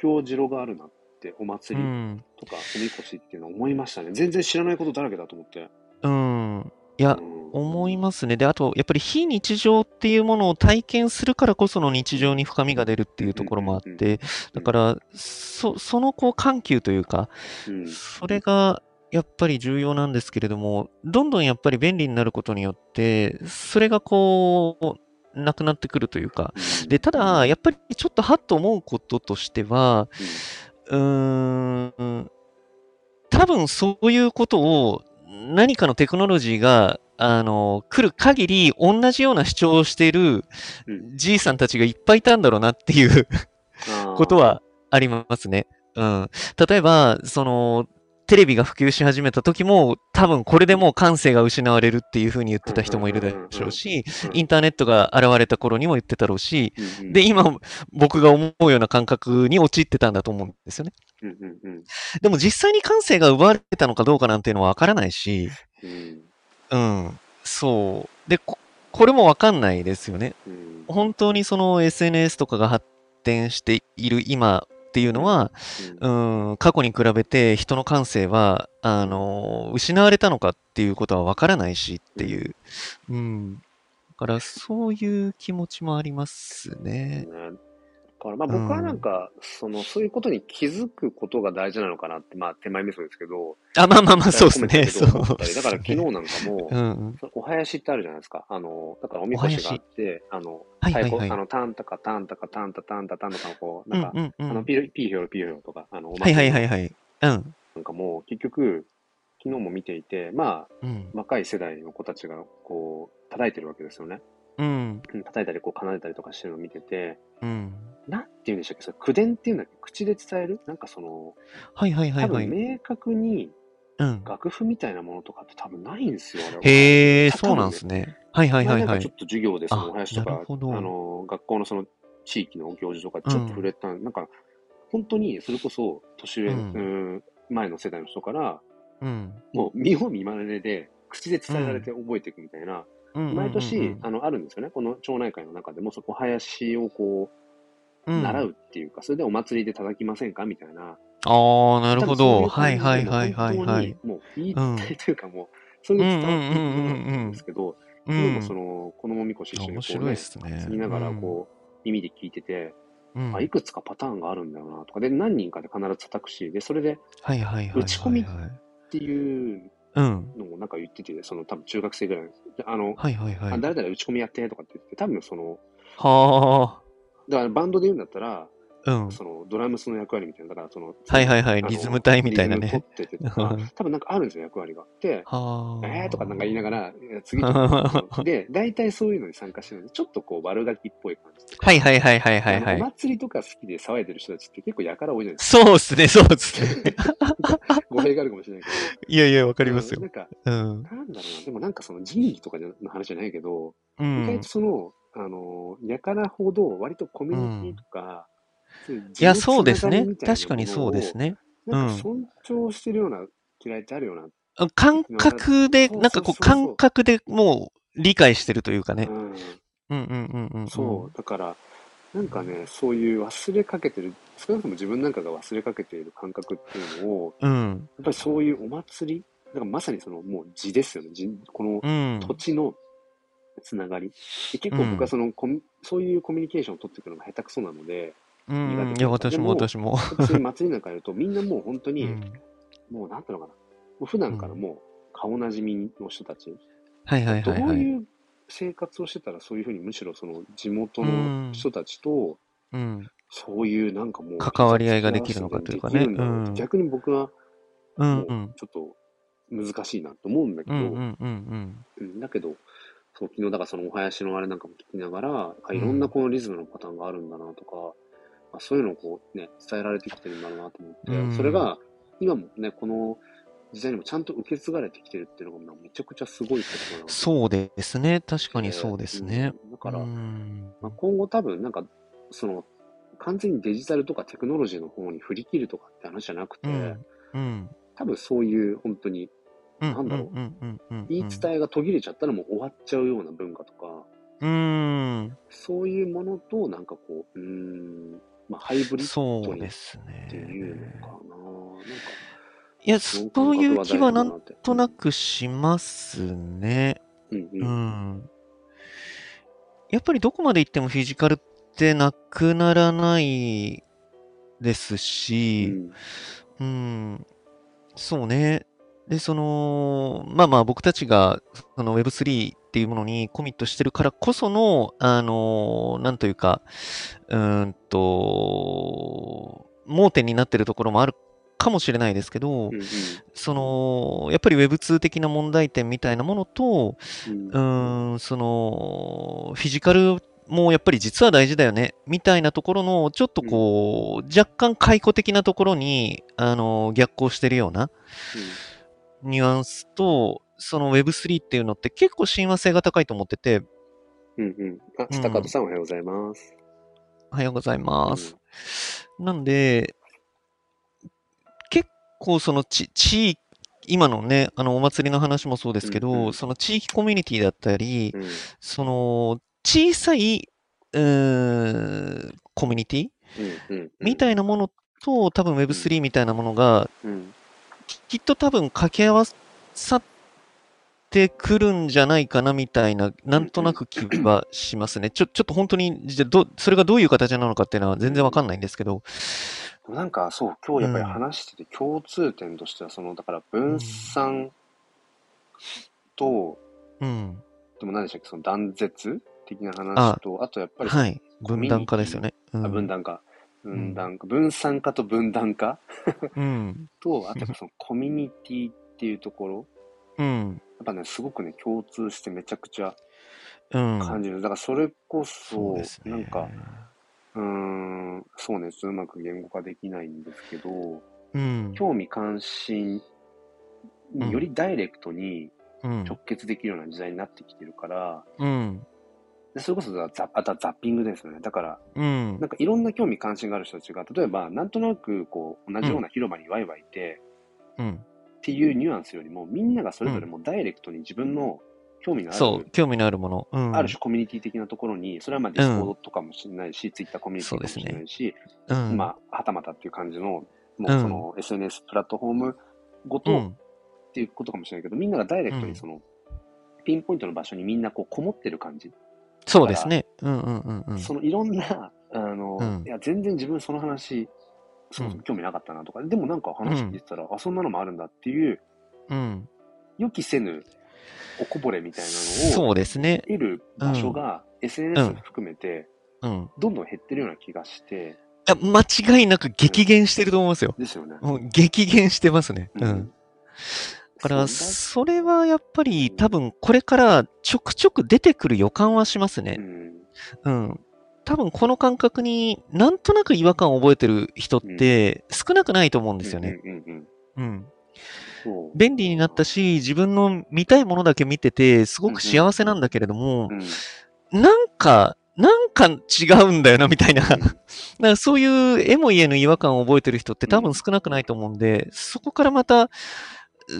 [SPEAKER 1] 強しろがあるなって、お
[SPEAKER 2] う
[SPEAKER 1] 祭り
[SPEAKER 2] ん。
[SPEAKER 1] とか、おみこしっていうのは思いましたね、全然知らないことだらけだと思って。
[SPEAKER 2] うん。いや
[SPEAKER 1] う、ん
[SPEAKER 2] 思いますね。で、あと、やっぱり非日常っていうものを体験するからこその日常に深みが出るっていうところもあっ
[SPEAKER 1] うんうん
[SPEAKER 2] て、だから、そ、そのこう緩急というか、
[SPEAKER 1] うん
[SPEAKER 2] それがやっぱり重要なんですけれども、どんどんやっぱり便利になることによって、それがこう、なくなってくるというか。で、ただ、やっぱりちょっとはっと思うこととしては、うーん、多分そういうことを何かのテクノロジーが、あの、来る限り、同じような主張をしている
[SPEAKER 1] うん
[SPEAKER 2] じいさんたちがいっぱいいたんだろうなっていうこと
[SPEAKER 1] は、
[SPEAKER 2] はありますね。うん。例えば、その、テレビが普及し始めた時も、多分これでもう感性が失われるっていうふうに言ってた人もいるでしょうし、インターネットが現れた頃にも言ってたろうし、
[SPEAKER 1] うん
[SPEAKER 2] で、、今、僕が思うような感覚に陥ってたんだと思うんですよね。
[SPEAKER 1] うんうんうん
[SPEAKER 2] でも実際に感性が奪われてたのかどうかなんていうのはわからないし、
[SPEAKER 1] うん
[SPEAKER 2] うん、そう。で、ここれもわかんないですよね。
[SPEAKER 1] うん
[SPEAKER 2] 本当にその SNS とかが発展している今っていうのは、うん、過去に比べて人の感性は、あの、失われたのかっていうことはわからないしっていう。うん。だからそういう気持ちもあります
[SPEAKER 1] ね
[SPEAKER 2] ね。
[SPEAKER 1] だからまあ僕はなんか、そのそういうことに気づくことが大事なのかなって、まあ、手前味噌ですけど、
[SPEAKER 2] あ、まあまあまあ、そうです
[SPEAKER 1] コメント
[SPEAKER 2] ね。
[SPEAKER 1] で
[SPEAKER 2] そ
[SPEAKER 1] ど思
[SPEAKER 2] う
[SPEAKER 1] ったりだから昨日
[SPEAKER 2] う
[SPEAKER 1] なんかも、
[SPEAKER 2] ん。
[SPEAKER 1] そのお囃子ってあるじゃないですか、あのだからおみこしがあって、あの
[SPEAKER 2] は
[SPEAKER 1] 太
[SPEAKER 2] いはい
[SPEAKER 1] 鼓、
[SPEAKER 2] はい
[SPEAKER 1] あのタンタカタンタカタンタタンタタンとかのこう、
[SPEAKER 2] う
[SPEAKER 1] なん
[SPEAKER 2] ん
[SPEAKER 1] か、
[SPEAKER 2] うんう
[SPEAKER 1] あの
[SPEAKER 2] ん。
[SPEAKER 1] ピーピーヒョロピーヒョロとか、あのお
[SPEAKER 2] はいは
[SPEAKER 1] 祭
[SPEAKER 2] い
[SPEAKER 1] り
[SPEAKER 2] はいはい。うん。
[SPEAKER 1] なんかも、結局、昨日も見ていて、まあ、
[SPEAKER 2] うん。
[SPEAKER 1] 若い世代の子たちがこう叩いてるわけですよね、
[SPEAKER 2] うん。
[SPEAKER 1] うん叩いたりこう奏でたりとかしてるのを見てて、
[SPEAKER 2] うん。
[SPEAKER 1] なんて言うんでしたっけ、それ口伝っていうんだっけ、口で伝えるなんかその、
[SPEAKER 2] はいはいは
[SPEAKER 1] 多
[SPEAKER 2] いはい。
[SPEAKER 1] 分明確に
[SPEAKER 2] うん。
[SPEAKER 1] 楽譜みたいなものとかって多分ないんですよ、あれは
[SPEAKER 2] へえ、
[SPEAKER 1] 多分ね
[SPEAKER 2] そうなんですね。はいはい
[SPEAKER 1] まあ
[SPEAKER 2] はい
[SPEAKER 1] な
[SPEAKER 2] は
[SPEAKER 1] んかちょ
[SPEAKER 2] い。
[SPEAKER 1] っと授業でそのお話と
[SPEAKER 2] あ
[SPEAKER 1] か
[SPEAKER 2] なる
[SPEAKER 1] あ
[SPEAKER 2] ほど
[SPEAKER 1] の学校のその地域の行事とかでちょっと触れた、なんか本当にそれこそ年上、
[SPEAKER 2] う
[SPEAKER 1] うんん、前の世代の人から
[SPEAKER 2] うん。
[SPEAKER 1] もう見よう見まねで口で伝えられて覚えていくみたいな、
[SPEAKER 2] うん
[SPEAKER 1] 毎年、
[SPEAKER 2] うんうん
[SPEAKER 1] あのあるんですよねこの町内会の中でもそこ林をこ
[SPEAKER 2] う、
[SPEAKER 1] うん習うっていうか、それでお祭りで叩きませんかみたいな
[SPEAKER 2] ああ、な
[SPEAKER 1] な
[SPEAKER 2] るほど。はいはいはいはいはい。
[SPEAKER 1] もう言いたいというか、もう、そういう伝わっていくものだったんですけど、
[SPEAKER 2] う
[SPEAKER 1] でもそ
[SPEAKER 2] ん。
[SPEAKER 1] の、子供みこし一緒に
[SPEAKER 2] 面
[SPEAKER 1] こう
[SPEAKER 2] 白い
[SPEAKER 1] ね
[SPEAKER 2] で、すね。
[SPEAKER 1] 継ぎながらこう、耳で聞いてて、
[SPEAKER 2] うん、うん
[SPEAKER 1] あ、いくつかパターンがあるんだよなとか、で、何人かで必ず叩くし、で、それで
[SPEAKER 2] はいはいはいはい。
[SPEAKER 1] 打ち込み
[SPEAKER 2] はい
[SPEAKER 1] っていう
[SPEAKER 2] うん。
[SPEAKER 1] のもなんか言ってて、その多分中学生ぐらいの、であの、
[SPEAKER 2] はいはいはい。
[SPEAKER 1] あ誰々打ち込みやってとかって言って、多分その、
[SPEAKER 2] は
[SPEAKER 1] だからバンドで言うんだったら、
[SPEAKER 2] あ。うん。
[SPEAKER 1] そのドラムスの役割みたいな、だからその、
[SPEAKER 2] はいはいはい。
[SPEAKER 1] あの
[SPEAKER 2] リズム体みたいな
[SPEAKER 1] リズム
[SPEAKER 2] ね。
[SPEAKER 1] 取っててとか、多分なんかあるんですよ、役割が。で、
[SPEAKER 2] はあ。
[SPEAKER 1] えーとかなんか言いなが
[SPEAKER 2] ら。
[SPEAKER 1] ら、いや次とかで、大体そういうのに参加してるので、ちょっとこう悪ガキっぽい感じとか
[SPEAKER 2] はいはいはいはいはいは
[SPEAKER 1] あのお
[SPEAKER 2] い。
[SPEAKER 1] 祭りとか好きで騒いでる人たちって結構やから多いじゃないです
[SPEAKER 2] そうっすね、そうっすね。
[SPEAKER 1] か。 語弊があるかもしれないけど。
[SPEAKER 2] いやい や、わ
[SPEAKER 1] あ
[SPEAKER 2] かりますよ
[SPEAKER 1] な。んか、
[SPEAKER 2] うん。
[SPEAKER 1] なんだろうな、でもなんかその人義とかじゃの話じゃないけど、
[SPEAKER 2] う
[SPEAKER 1] 意外
[SPEAKER 2] ん
[SPEAKER 1] と。その、あの、やからほど割とコミュニティとか、そういう
[SPEAKER 2] いや、そうです
[SPEAKER 1] 地のつなが
[SPEAKER 2] ね
[SPEAKER 1] りみ。たいな
[SPEAKER 2] 確かにそうですね。
[SPEAKER 1] ものを。
[SPEAKER 2] うん
[SPEAKER 1] なんか尊重してるような嫌いってあるような。
[SPEAKER 2] 感覚で、
[SPEAKER 1] そう
[SPEAKER 2] なんかこう
[SPEAKER 1] そうそうそう
[SPEAKER 2] 感覚でもう理解してるというかね
[SPEAKER 1] う。ん
[SPEAKER 2] うんうんうんうん。
[SPEAKER 1] そう、だから、なんかね、そういう忘れかけてる、少なくとも自分なんかが忘れかけている感覚っていうのを、
[SPEAKER 2] うん。うん。
[SPEAKER 1] やっぱりそういうお祭り、だからまさにそのもう地ですよね、地この
[SPEAKER 2] うん。
[SPEAKER 1] 土地のつながり。で結構僕はその、コミそういうコミュニケーションを取っていくのが下手くそなので、
[SPEAKER 2] うんうん。い
[SPEAKER 1] 苦手
[SPEAKER 2] や、私も
[SPEAKER 1] でも
[SPEAKER 2] 私も。
[SPEAKER 1] そういう祭りなんか やると、みんなもう本当
[SPEAKER 2] う
[SPEAKER 1] に、
[SPEAKER 2] ん。
[SPEAKER 1] もうなんていうのかな、もう普段からもう顔なじみの人たち、
[SPEAKER 2] はいはいはい
[SPEAKER 1] どう
[SPEAKER 2] はい。
[SPEAKER 1] いう生活をしてたらそういうふうにむしろその地元の人たちと、
[SPEAKER 2] うん。
[SPEAKER 1] そういうなんかもう、
[SPEAKER 2] 関わり合いができるのかというかね
[SPEAKER 1] できるんだろうって
[SPEAKER 2] うん
[SPEAKER 1] 逆に僕は
[SPEAKER 2] う
[SPEAKER 1] も
[SPEAKER 2] ん
[SPEAKER 1] う
[SPEAKER 2] うん。
[SPEAKER 1] ちょっと難しいなと思うんだけ
[SPEAKER 2] う
[SPEAKER 1] ど、
[SPEAKER 2] んうんうん
[SPEAKER 1] うんだけど、そう昨日だからそのお囃子のあれなんかも聞きながら、あ
[SPEAKER 2] ん
[SPEAKER 1] いろんなこのリズムのパターンがあるんだなとか、まあ、そういうのをこうね、伝えられてきてるんだろうなと思って、
[SPEAKER 2] うん
[SPEAKER 1] それが今もね、この時代にもちゃんと受け継がれてきてるっていうのがめちゃくちゃすごいことだな
[SPEAKER 2] うん。
[SPEAKER 1] と
[SPEAKER 2] そうですね。確か
[SPEAKER 1] 思って
[SPEAKER 2] にそうですね。。
[SPEAKER 1] うんだから、
[SPEAKER 2] うん
[SPEAKER 1] まあ、今後多分なんかその完全にデジタルとかテクノロジーの方に振り切るとかって話じゃなくて、
[SPEAKER 2] うん。うん。
[SPEAKER 1] 多分そういう本当に
[SPEAKER 2] うん。
[SPEAKER 1] なんだろう
[SPEAKER 2] うんうんうんうん。
[SPEAKER 1] 言い伝えが途切れちゃったらもう終わっちゃうような文化とか、
[SPEAKER 2] うん。
[SPEAKER 1] そういうものとなんかこう、うーん、まあハイブリッ
[SPEAKER 2] そ
[SPEAKER 1] ド
[SPEAKER 2] う
[SPEAKER 1] に
[SPEAKER 2] で
[SPEAKER 1] っ
[SPEAKER 2] す
[SPEAKER 1] ていうの
[SPEAKER 2] ね。
[SPEAKER 1] かな。なんか
[SPEAKER 2] いや、
[SPEAKER 1] その
[SPEAKER 2] そ
[SPEAKER 1] 感
[SPEAKER 2] うい
[SPEAKER 1] 覚
[SPEAKER 2] う
[SPEAKER 1] は
[SPEAKER 2] 気は
[SPEAKER 1] 大事だ
[SPEAKER 2] なん
[SPEAKER 1] って。
[SPEAKER 2] となくしますね。
[SPEAKER 1] うんう。
[SPEAKER 2] うんん。やっぱりどこまで行ってもフィジカルってなくならないです
[SPEAKER 1] う
[SPEAKER 2] し、
[SPEAKER 1] ん。
[SPEAKER 2] うん、そうね。で、その、まあまあ僕たちがその Web3 っていうものにコミットしてるからこその、あの、なんというか、うーんと、盲点になってるところもあるかもしれないですけ
[SPEAKER 1] うん
[SPEAKER 2] ど、その、やっぱり Web2 的な問題点みたいなものと、
[SPEAKER 1] うん。
[SPEAKER 2] うーん、その、フィジカルもやっぱり実は大事だよね、みたいなところの、ちょっとこう、若干解雇的なところに、あの、逆行してるようなニュアンスと、その Web3 っていうのって結構親和性が高いと思ってて、
[SPEAKER 1] うんうん。あ、スタカートさんおはようございます。
[SPEAKER 2] おはようございます。なんで、結構そのち地域、今のね、あのお祭りの話もそうですけど、
[SPEAKER 1] うんうん
[SPEAKER 2] その地域コミュニティだったり、
[SPEAKER 1] うん。
[SPEAKER 2] その小さい、うーんコミュニティ
[SPEAKER 1] うんうん。
[SPEAKER 2] みたいなものと、多分 Web3 みたいなものが、
[SPEAKER 1] うん。
[SPEAKER 2] ききっと多分掛け合わさってくるんじゃないかなみたいな、なんとなく気はしま すね。ちょ、ちょっと本当に、じゃあど、それがどういう形なのかっていうのは全然わかんないんですけど、
[SPEAKER 1] なんかそう、今日やっぱり話してて共通点としては、その、だから分散と、
[SPEAKER 2] うん。
[SPEAKER 1] でも何でしたっけ、その断絶的な話と、あとやっぱり、
[SPEAKER 2] はい。分断化ですよね。う
[SPEAKER 1] あ分
[SPEAKER 2] ん。
[SPEAKER 1] 断化、
[SPEAKER 2] ん
[SPEAKER 1] 分断化、分散化と分断化
[SPEAKER 2] うん。
[SPEAKER 1] と、あとやっぱそのコミュニティっていうところ、
[SPEAKER 2] うん。
[SPEAKER 1] やっぱね、すごくね、共通してめちゃくちゃ
[SPEAKER 2] うん。
[SPEAKER 1] 感じる。だからそれこそ、
[SPEAKER 2] そうですね。
[SPEAKER 1] なんか、、うーん、そうね、ちょっとうまく言語化できないんですけど、
[SPEAKER 2] うん。
[SPEAKER 1] 興味関心によりダイレクトに
[SPEAKER 2] うん。
[SPEAKER 1] 直結できるような時代になってきてるから、
[SPEAKER 2] うん。
[SPEAKER 1] でそれこそだザあとはザッピングですよね。だから、
[SPEAKER 2] うん
[SPEAKER 1] なん。かいろんな興味関心がある人たちが、例えば、なんとなくこう、同じような広場にワイワイいて、
[SPEAKER 2] うん。
[SPEAKER 1] っていうニュアンスよりも、みんながそれぞれもうダイレクトに自分の興味のある、
[SPEAKER 2] そう、興味のあるもの。うん。
[SPEAKER 1] ある種コミュニティ的なところに、それはまあディスコードとかもしれないし、ツイッターコミュニティかもしれないし、
[SPEAKER 2] うん。
[SPEAKER 1] まあ、はたまたっていう感じの、もう
[SPEAKER 2] うん
[SPEAKER 1] その SNS プラットフォームご
[SPEAKER 2] う
[SPEAKER 1] とっ
[SPEAKER 2] ん。
[SPEAKER 1] ていうことかもしれないけど、みんながダイレクトにその、ピンポイントの場所にみんなこうこもってる感じ。
[SPEAKER 2] そうですね。うんうんうんうん。
[SPEAKER 1] そのいろんな、あの、
[SPEAKER 2] うん
[SPEAKER 1] いや、全然自分その話、そもそも興味なかったなとか、でもなんか話聞いてたら、あ、そんなのもあるんだっていう、
[SPEAKER 2] うん。
[SPEAKER 1] 予期せぬおこぼれみたいなのを
[SPEAKER 2] そうですね。
[SPEAKER 1] 得る場所が SNS 含めて
[SPEAKER 2] うん。
[SPEAKER 1] どんどん減ってるような気がして、
[SPEAKER 2] いや間違いなく激減してると思いますよ。
[SPEAKER 1] ですよね。
[SPEAKER 2] もう激減してますね。うん。だか
[SPEAKER 1] う
[SPEAKER 2] ら、
[SPEAKER 1] ん
[SPEAKER 2] それはやっぱり多分これからちょくちょく出てくる予感はします
[SPEAKER 1] う
[SPEAKER 2] ね。
[SPEAKER 1] ん
[SPEAKER 2] うん。多分この感覚になんとなく違和感を覚えてる人って少なくないと思うんですよね。
[SPEAKER 1] うんうんうんうん
[SPEAKER 2] うん。
[SPEAKER 1] そう
[SPEAKER 2] 便利になったし、自分の見たいものだけ見てて、すごく幸せなんだけれども
[SPEAKER 1] う、ん
[SPEAKER 2] なんか、なんか違うんだよな、み たいな。だからそういう絵も家の違和感を覚えてる人って多分少なくないと思うんで、そこからまた、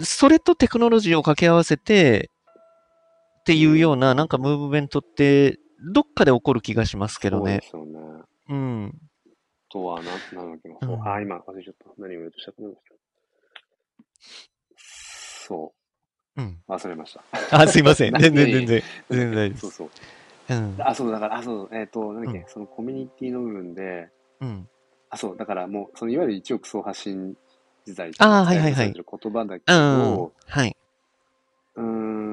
[SPEAKER 2] それとテクノロジーを掛け合わせて、っていうような、なんかムーブメントって、どっかで起こる気がしますけど
[SPEAKER 1] そう
[SPEAKER 2] ね
[SPEAKER 1] で。すよね。あ
[SPEAKER 2] うん。
[SPEAKER 1] とは、な、なんだっけな。そう
[SPEAKER 2] うん
[SPEAKER 1] あ、今、忘れちゃった。何を言おうとしたかなんですけど。そ
[SPEAKER 2] うん。
[SPEAKER 1] う、忘れました。
[SPEAKER 2] あ、すいません。全然、
[SPEAKER 1] いえいえ
[SPEAKER 2] 全然、全然大丈
[SPEAKER 1] そう
[SPEAKER 2] 夫で
[SPEAKER 1] そう。
[SPEAKER 2] す。うん。
[SPEAKER 1] あ、そう、だから、あ、そう、えっ、と、なんだっけ、
[SPEAKER 2] うん
[SPEAKER 1] そのコミュニティの部分で、
[SPEAKER 2] うん。
[SPEAKER 1] あ、そう、だからもう、そのいわゆる一億総発信時代
[SPEAKER 2] あーはいはいはい
[SPEAKER 1] されてる言葉だけ
[SPEAKER 2] うん
[SPEAKER 1] ど、。
[SPEAKER 2] はい。
[SPEAKER 1] うー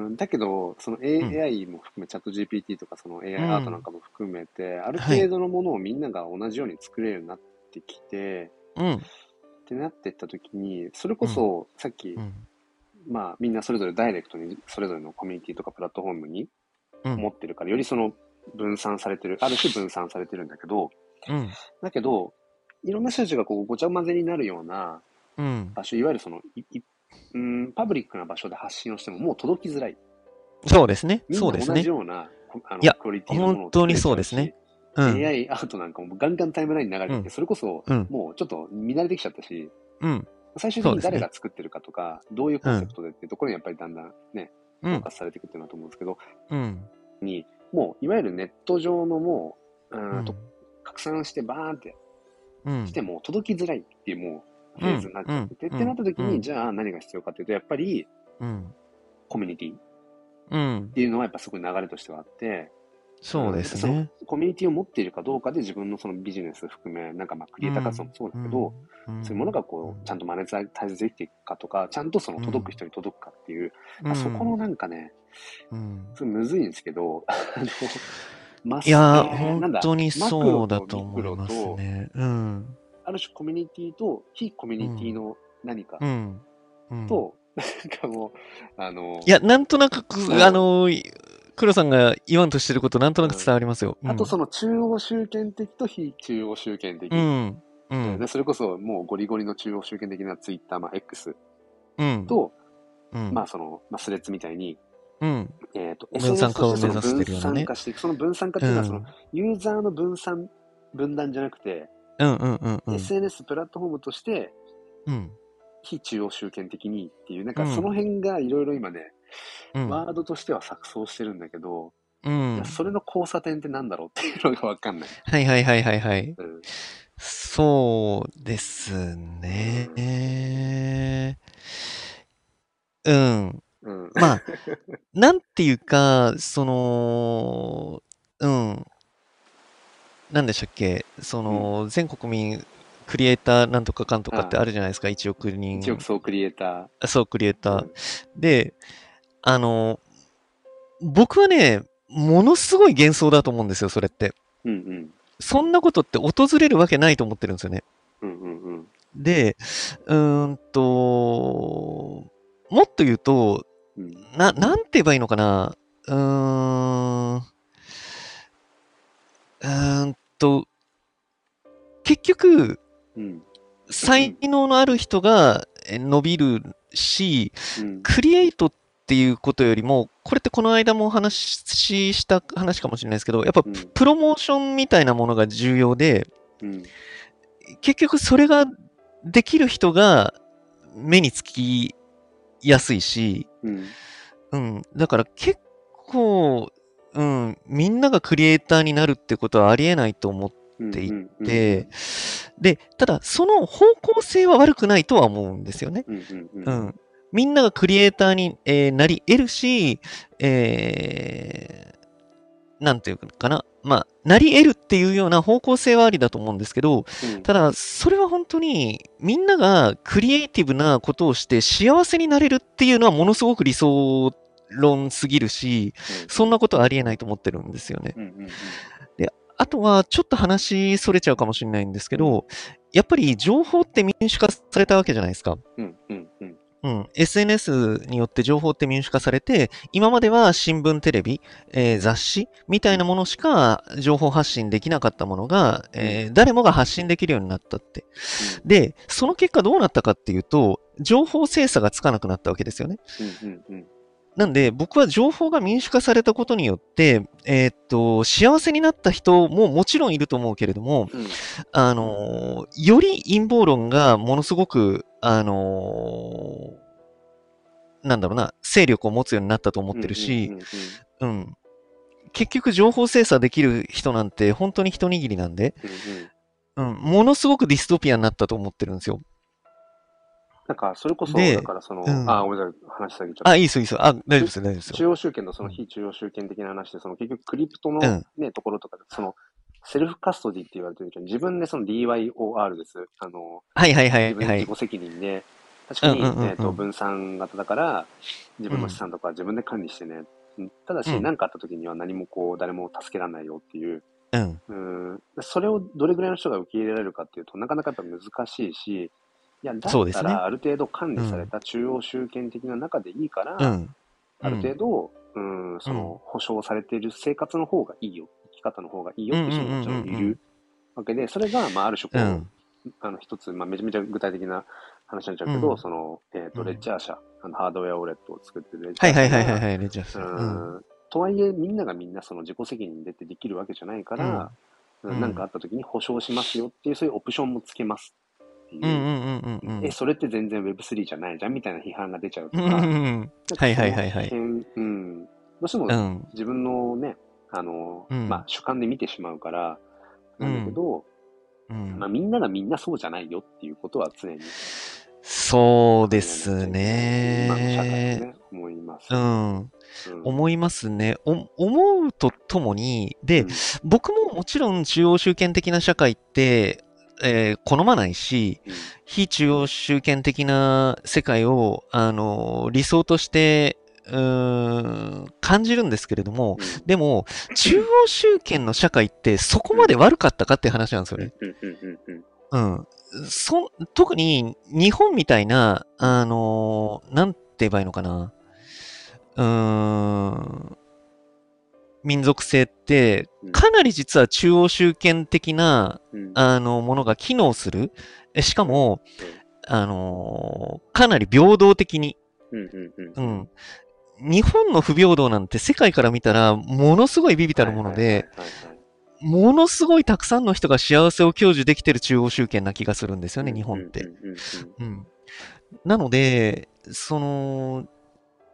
[SPEAKER 1] ん、だけど、その AI も含め、チャット GPT とか、その AI
[SPEAKER 2] うん
[SPEAKER 1] アートなんかも含めて、ある
[SPEAKER 2] はい
[SPEAKER 1] 程度のものをみんなが同じように作れるようになってきて、
[SPEAKER 2] うん。
[SPEAKER 1] ってなってった時に、それこそ、さっき、
[SPEAKER 2] うん。
[SPEAKER 1] まあ、みんなそれぞれダイレクトに、それぞれのコミュニティとかプラットフォームに
[SPEAKER 2] うん。
[SPEAKER 1] 持ってるから、よりその、分散されてる、ある種分散されてるんだけ ど、
[SPEAKER 2] うん。
[SPEAKER 1] だけど、いろんな人たちがこうごちゃ混ぜになるような
[SPEAKER 2] うん。
[SPEAKER 1] 場所、いわゆるその、いいうん、パブリックな場所で発信をしてももう届きづらい。
[SPEAKER 2] そうですね。
[SPEAKER 1] みん
[SPEAKER 2] そ
[SPEAKER 1] な
[SPEAKER 2] うです
[SPEAKER 1] 同
[SPEAKER 2] ね
[SPEAKER 1] じ。ような、こあの
[SPEAKER 2] いや
[SPEAKER 1] クオリティのものを
[SPEAKER 2] 本当にそうですねう
[SPEAKER 1] 作れちゃ
[SPEAKER 2] ん。
[SPEAKER 1] うし。AI アートなんかもガンガンタイムラインに流れてきて、
[SPEAKER 2] うん
[SPEAKER 1] それこそ、
[SPEAKER 2] うん
[SPEAKER 1] もうちょっと見慣れてきちゃったし、
[SPEAKER 2] うん。
[SPEAKER 1] 最終的
[SPEAKER 2] そう
[SPEAKER 1] に
[SPEAKER 2] ですね
[SPEAKER 1] 誰が作ってるかとか、どういうコンセプトでっていうところにやっぱりだんだんね、
[SPEAKER 2] う
[SPEAKER 1] フォ
[SPEAKER 2] ん
[SPEAKER 1] ー。カスされていくっていうのだと思うんですけど、
[SPEAKER 2] うん。
[SPEAKER 1] に、もういわゆるネット上のもう、う
[SPEAKER 2] う
[SPEAKER 1] ーんと
[SPEAKER 2] ん。
[SPEAKER 1] 拡散してバーンって
[SPEAKER 2] うん
[SPEAKER 1] しても届きづらいっていうもうフェーズになっちゃってて、
[SPEAKER 2] うんうん
[SPEAKER 1] ってなった時
[SPEAKER 2] う
[SPEAKER 1] に、
[SPEAKER 2] ん
[SPEAKER 1] じゃあ何が必要かっていうと、やっぱり
[SPEAKER 2] うん。
[SPEAKER 1] コミュニティっ
[SPEAKER 2] うん。
[SPEAKER 1] ていうのはやっぱすごい流れとしてはあって、
[SPEAKER 2] そうです
[SPEAKER 1] その
[SPEAKER 2] ね。
[SPEAKER 1] コミュニティを持っているかどうかで自分のそのビジネス含め、なんかまあクリエイター活動もそうだけど、
[SPEAKER 2] ん、
[SPEAKER 1] そういうものがこう、ちゃん
[SPEAKER 2] と、
[SPEAKER 1] とマネタイズできていくかとか、ちゃんとその届く人に届くかっていう、
[SPEAKER 2] うん
[SPEAKER 1] あそこの、なんかね、
[SPEAKER 2] うん
[SPEAKER 1] それむずいんですけど、 あの、マス
[SPEAKER 2] いや
[SPEAKER 1] え
[SPEAKER 2] ー、
[SPEAKER 1] ーなん
[SPEAKER 2] 本
[SPEAKER 1] だ
[SPEAKER 2] 当に
[SPEAKER 1] マクロ
[SPEAKER 2] そうだ
[SPEAKER 1] と
[SPEAKER 2] と
[SPEAKER 1] ミク
[SPEAKER 2] 思
[SPEAKER 1] ロ
[SPEAKER 2] います
[SPEAKER 1] と
[SPEAKER 2] ね。うん。
[SPEAKER 1] ある種コミュニティと非コミュニティの何か
[SPEAKER 2] うん。うん、
[SPEAKER 1] と、なんかもう、あの、
[SPEAKER 2] いや、なんとなくく、
[SPEAKER 1] うん
[SPEAKER 2] あのー、黒さんが言わんとしてること、なんとなく伝わりますよ。うん、
[SPEAKER 1] あとその中央集権的と非中央集権的。
[SPEAKER 2] うん、うん、
[SPEAKER 1] でそれこそもうゴリゴリの中央集権的なツイッター、まあ、X
[SPEAKER 2] うん、
[SPEAKER 1] と、
[SPEAKER 2] うん、
[SPEAKER 1] まあその、まあ、スレッズみたいに、
[SPEAKER 2] うん、
[SPEAKER 1] えー、と
[SPEAKER 2] 分散化を
[SPEAKER 1] SNS としてその
[SPEAKER 2] 目指してるような
[SPEAKER 1] 分散
[SPEAKER 2] ね
[SPEAKER 1] 化していく。その分散化って
[SPEAKER 2] う、
[SPEAKER 1] いうんの
[SPEAKER 2] う
[SPEAKER 1] はその、
[SPEAKER 2] ん、
[SPEAKER 1] ユーザーの分散、分断じゃなくて、
[SPEAKER 2] うん、うん、うん、
[SPEAKER 1] SNS プラットフォームとして
[SPEAKER 2] うん、
[SPEAKER 1] 非中央集権的にっていう、なんか
[SPEAKER 2] うん
[SPEAKER 1] その辺がいろいろ今ね、
[SPEAKER 2] うん、
[SPEAKER 1] ワードとしては錯綜してるんだけど、
[SPEAKER 2] うん
[SPEAKER 1] いや、それの交差点ってなんだろうっていうのがわかんない。
[SPEAKER 2] はいはいはいはいはい。
[SPEAKER 1] うん
[SPEAKER 2] そうですね。うん。
[SPEAKER 1] うん。
[SPEAKER 2] ま あ、なんていうか、その、うん。なんでしたっけ、その、全国民、クリエイターなんとかかんとかってあるじゃないですか、1億人。
[SPEAKER 1] 一億総クリエイタ
[SPEAKER 2] そう、クリエイ
[SPEAKER 1] ー。
[SPEAKER 2] ター。で、あの、僕はね、ものすごい幻想だと思うんですよ、それって。
[SPEAKER 1] うんうん。
[SPEAKER 2] そんなことって訪れるわけないと思ってるんですよね。
[SPEAKER 1] うんうんうん。
[SPEAKER 2] で、うーんと、もっと言うと、
[SPEAKER 1] うん
[SPEAKER 2] な、なんて言えばいいのかな。うーん。うーんと、結局、
[SPEAKER 1] うん
[SPEAKER 2] 才能のある人がえ伸びるし、クリエイトっていうことよりも、これってこの間もお話しした話かもしれないですけど、やっぱ
[SPEAKER 1] うん
[SPEAKER 2] プロモーションみたいなものが重要で、
[SPEAKER 1] うん
[SPEAKER 2] 結局それができる人が目につきやすいし、
[SPEAKER 1] うん
[SPEAKER 2] うん、だから結構、うん、みんながクリエイターになるってことはありえないと思っ
[SPEAKER 1] うん。
[SPEAKER 2] てい、
[SPEAKER 1] って
[SPEAKER 2] で、ただその方向性は悪くないとは思うんですよね。
[SPEAKER 1] うんうんうん
[SPEAKER 2] う
[SPEAKER 1] うん
[SPEAKER 2] ん。みんながクリエイターに、えーなり得るし、えー、なんていうかな。まあ、なり得るっていうような方向性はありだと思うんですけど、ただ、それは本当に、みんながクリエイティブなことをして幸せになれるっていうのはものすごく理想論すぎるし、そんなことはありえないと思ってるんですよね。
[SPEAKER 1] うんうんうん
[SPEAKER 2] あとは、ちょっと話それちゃうかもしれないんですけど、やっぱり情報って民主化されたわけじゃないですか。
[SPEAKER 1] うんうんうん
[SPEAKER 2] うん。SNS によって情報って民主化されて、今までは新聞、テレビ、えー雑誌みたいなものしか情報発信できなかったものが、えー誰もが発信できるようになったって。で、その結果どうなったかっていうと、情報精査がつかなくなったわけですよね。
[SPEAKER 1] うんうんうん
[SPEAKER 2] なんで、僕は情報が民主化されたことによって、えーっと、幸せになった人ももちろんいると思うけれども、
[SPEAKER 1] うん
[SPEAKER 2] あのーより陰謀論がものすごく、あのーなんだろうな、勢力を持つようになったと思ってるし、
[SPEAKER 1] うんうん
[SPEAKER 2] うん。結局情報精査できる人なんて本当に一握りなんで、
[SPEAKER 1] うんうん、
[SPEAKER 2] うん、ものすごくディストピアになったと思ってるんですよ。
[SPEAKER 1] なんか、それこそ、
[SPEAKER 2] で
[SPEAKER 1] だからその、
[SPEAKER 2] うん
[SPEAKER 1] あ、ごめんなさい、話し下げちゃ
[SPEAKER 2] あ、
[SPEAKER 1] っ
[SPEAKER 2] いいですよ、いいですよ。あ、大丈夫ですよ、大丈夫です
[SPEAKER 1] た。
[SPEAKER 2] よ。
[SPEAKER 1] 中央集権のその非中央集権的な話で、その結局クリプトの
[SPEAKER 2] うん
[SPEAKER 1] ね、ところとかで、その、セルフカストディって言われてるけど、自分でその DYOR です。あの、
[SPEAKER 2] はいはいはい
[SPEAKER 1] 自分
[SPEAKER 2] は
[SPEAKER 1] で
[SPEAKER 2] い
[SPEAKER 1] 自。己責任で、確かに、
[SPEAKER 2] うんうんうんうん
[SPEAKER 1] えっと分散型だから、自分の資産とか自分で管理してね。ただし、
[SPEAKER 2] うん
[SPEAKER 1] 何、かあった時には何もこう、誰も助けられないよっていう。
[SPEAKER 2] うん。
[SPEAKER 1] うんそれをどれぐらいの人が受け入れられるかっていうとなかなかやっぱ難しいし、いや、だ
[SPEAKER 2] そう
[SPEAKER 1] っ
[SPEAKER 2] です
[SPEAKER 1] た
[SPEAKER 2] ね
[SPEAKER 1] らある程度管理された中央集権的な中でいいから、
[SPEAKER 2] うん。
[SPEAKER 1] ある程度、うん、その保障されている生活の方がいいよ、生き方の方がいいよっていう人ももちろんい
[SPEAKER 2] うんうんうんうんう
[SPEAKER 1] るわけで、それが、まあ、ある種こ
[SPEAKER 2] う
[SPEAKER 1] う、
[SPEAKER 2] ん。
[SPEAKER 1] あの一つ、まあ、めちゃめちゃ具体的な話になっちゃうけど、
[SPEAKER 2] うん
[SPEAKER 1] その、えっ、
[SPEAKER 2] う
[SPEAKER 1] と、
[SPEAKER 2] ん
[SPEAKER 1] レッジャー社、あのハードウェアウォレットを作ってるレッジ
[SPEAKER 2] は
[SPEAKER 1] ャー
[SPEAKER 2] い
[SPEAKER 1] 社
[SPEAKER 2] はい
[SPEAKER 1] が
[SPEAKER 2] はいはいはい、レジャーさん。うん。
[SPEAKER 1] うんとはいえ、みんながみんなその自己責任でってできるわけじゃないから、
[SPEAKER 2] うん
[SPEAKER 1] うんなんかあった時に保証しますよっていう、そういうオプションもつけますっていうう。
[SPEAKER 2] んうんうんうんうん
[SPEAKER 1] え、。それって全然 Web3 じゃないじゃんみたいな批判が出ちゃうと
[SPEAKER 2] うん
[SPEAKER 1] か。
[SPEAKER 2] うん
[SPEAKER 1] な
[SPEAKER 2] うん
[SPEAKER 1] か
[SPEAKER 2] んはいはいはいはい
[SPEAKER 1] その辺うん。どうしても
[SPEAKER 2] うん。うん。
[SPEAKER 1] 自分のね、あの、
[SPEAKER 2] うん
[SPEAKER 1] まあ主観で見てしまうから、なんだけど、
[SPEAKER 2] うん
[SPEAKER 1] まあみんながみんなそうじゃないよっていうことは常に。
[SPEAKER 2] そうです
[SPEAKER 1] 今の社会で
[SPEAKER 2] ね。
[SPEAKER 1] ね、思います。
[SPEAKER 2] う
[SPEAKER 1] うん
[SPEAKER 2] ん。
[SPEAKER 1] うん
[SPEAKER 2] 思いますね。お思うとともに、で、僕ももちろん中央集権的な社会って、えー好まないし、非中央集権的な世界を、あの、理想として、うーん、感じるんですけれども、でも、中央集権の社会ってそこまで悪かったかっていう話なんですよね。
[SPEAKER 1] うんうんうんうんうん
[SPEAKER 2] うん。そ、特に日本みたいな、あのーなんて言えばいいのかな。うーん。民族性って、かなり実は中央集権的な、
[SPEAKER 1] うん
[SPEAKER 2] あの、ものが機能する。えしかも、あのーかなり平等的に。
[SPEAKER 1] うんうんうん
[SPEAKER 2] うん。日本の不平等なんて世界から見たら、ものすごいビビたるもので、、
[SPEAKER 1] はいはいはいはい
[SPEAKER 2] ものすごいたくさんの人が幸せを享受できてる中央集権な気がするんですよね、日本って。。
[SPEAKER 1] うんうんうんうん
[SPEAKER 2] うん。なので、その、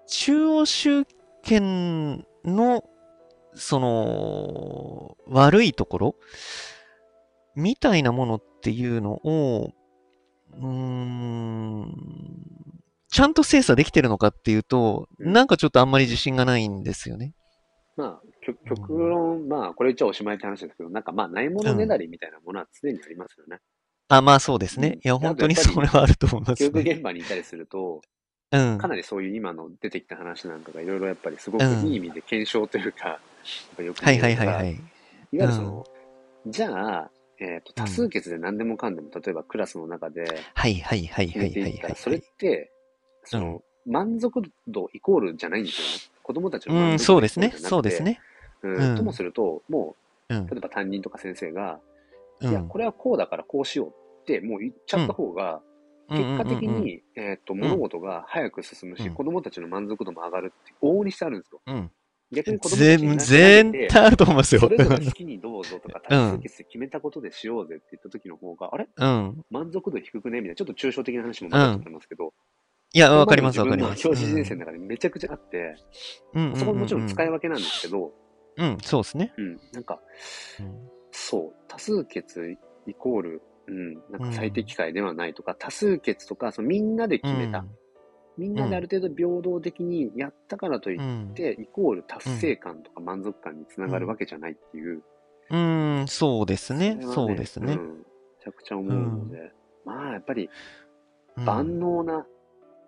[SPEAKER 2] 中央集権の、その、悪いところみたいなものっていうのを、うーん、ちゃんと精査できてるのかっていうと、
[SPEAKER 1] うん
[SPEAKER 2] なんかちょっとあんまり自信がないんですよね。
[SPEAKER 1] まあ、極極論、まあ、これ一応おしまいって話ですけど、なんかまあ、ないものねだりみたいなものは常にありますよね。
[SPEAKER 2] あ、まあそうです
[SPEAKER 1] うん
[SPEAKER 2] ね。いや、本当に
[SPEAKER 1] あとやっぱり
[SPEAKER 2] それはあると思います
[SPEAKER 1] 教育
[SPEAKER 2] ね。
[SPEAKER 1] 現場にいたりすると、
[SPEAKER 2] うん
[SPEAKER 1] か。なりそういう今の出てきた話なんかがいろいろやっぱりすごくいい意味で検証というか、やっぱよく
[SPEAKER 2] は
[SPEAKER 1] 言
[SPEAKER 2] いうは
[SPEAKER 1] の
[SPEAKER 2] いはい
[SPEAKER 1] が
[SPEAKER 2] はい。
[SPEAKER 1] いわゆるその、じゃあ、えっと多数決で何でもかんでも、例えばクラスの中で
[SPEAKER 2] はいはいはい
[SPEAKER 1] 決
[SPEAKER 2] は
[SPEAKER 1] め
[SPEAKER 2] い
[SPEAKER 1] て
[SPEAKER 2] はいい
[SPEAKER 1] った
[SPEAKER 2] はい
[SPEAKER 1] ら、。それって、その、満足度イコールじゃないんですよね。子供たちの
[SPEAKER 2] う
[SPEAKER 1] 満
[SPEAKER 2] ん、
[SPEAKER 1] 足度
[SPEAKER 2] そう
[SPEAKER 1] イコール
[SPEAKER 2] で
[SPEAKER 1] じゃなく
[SPEAKER 2] すね
[SPEAKER 1] て、。
[SPEAKER 2] そうですね。
[SPEAKER 1] うん。
[SPEAKER 2] うん
[SPEAKER 1] ともすると、も
[SPEAKER 2] うん
[SPEAKER 1] う、例えば担任とか先生が、
[SPEAKER 2] う
[SPEAKER 1] いや、
[SPEAKER 2] ん。
[SPEAKER 1] これはこうだからこうしようって、もう言っちゃった方が、結果的
[SPEAKER 2] うんうんうんうん
[SPEAKER 1] に、えーっと、物事が早く進むし、
[SPEAKER 2] うん
[SPEAKER 1] 子供たちの満足度も上がるって、往々にしてあるんですよ。
[SPEAKER 2] うん、
[SPEAKER 1] 逆に子供たちに
[SPEAKER 2] 全
[SPEAKER 1] 投げ
[SPEAKER 2] 全
[SPEAKER 1] て
[SPEAKER 2] 体あると思いますよ
[SPEAKER 1] そ。れぞれ好きにどうぞとか、
[SPEAKER 2] うん
[SPEAKER 1] 多数決で決めたことでしようぜって言った時の方が、あれ
[SPEAKER 2] うん。
[SPEAKER 1] 満足度低くねみたいな、ちょっと抽象的な話もまだと思いますけど、
[SPEAKER 2] いや、わかります、わ
[SPEAKER 1] 今
[SPEAKER 2] か
[SPEAKER 1] の
[SPEAKER 2] り
[SPEAKER 1] 自分の
[SPEAKER 2] ます。
[SPEAKER 1] 教師人生の中でめちゃくちゃあって、
[SPEAKER 2] うん、
[SPEAKER 1] そこももちろん使い
[SPEAKER 2] い
[SPEAKER 1] 分けなんですけど、
[SPEAKER 2] うん、そうですね。
[SPEAKER 1] うん、なんか、
[SPEAKER 2] うん
[SPEAKER 1] そう、多数決イコール、うん、なんか最適解ではないとか、多数決とか、そのみんなで決めた、みんなである程度平等的にやったからとい
[SPEAKER 2] うん。う
[SPEAKER 1] っ
[SPEAKER 2] ん
[SPEAKER 1] て、イコール達成感とか満足感につながるわけじゃないっていう、
[SPEAKER 2] うん、そうですね。
[SPEAKER 1] れは
[SPEAKER 2] そうですね
[SPEAKER 1] ん。めちゃくちゃ思うので、まあやっぱり
[SPEAKER 2] うん
[SPEAKER 1] 万能な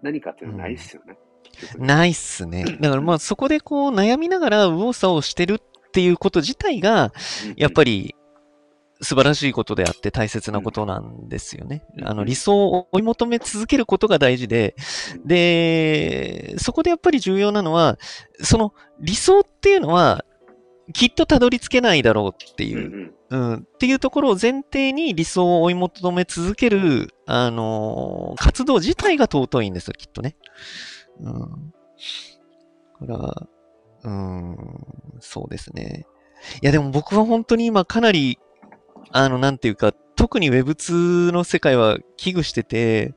[SPEAKER 1] 何かっていうのはないっすよね。結局
[SPEAKER 2] ないっすね。だからまあそこでこう悩みながら右往左往してるっていうこと自体が、やっぱ
[SPEAKER 1] り、
[SPEAKER 2] り素晴らしいことであって大切なことなんですよね。
[SPEAKER 1] うん
[SPEAKER 2] あの理想を追い求め続けることが大事で、
[SPEAKER 1] うん、
[SPEAKER 2] で、そこでやっぱり重要なのは、その理想っていうのは、きっとたどり着けないだろうって
[SPEAKER 1] う
[SPEAKER 2] い
[SPEAKER 1] んう
[SPEAKER 2] う、
[SPEAKER 1] ん
[SPEAKER 2] うん、っていうところを前提に理想を追い求め続ける、あのー活動自体が尊いんですよ、きっとね。うん。だから、うん、そうですね。いや、でも僕は本当に今かなり、あの、なんていうか、特に Web2 の世界は危惧してて、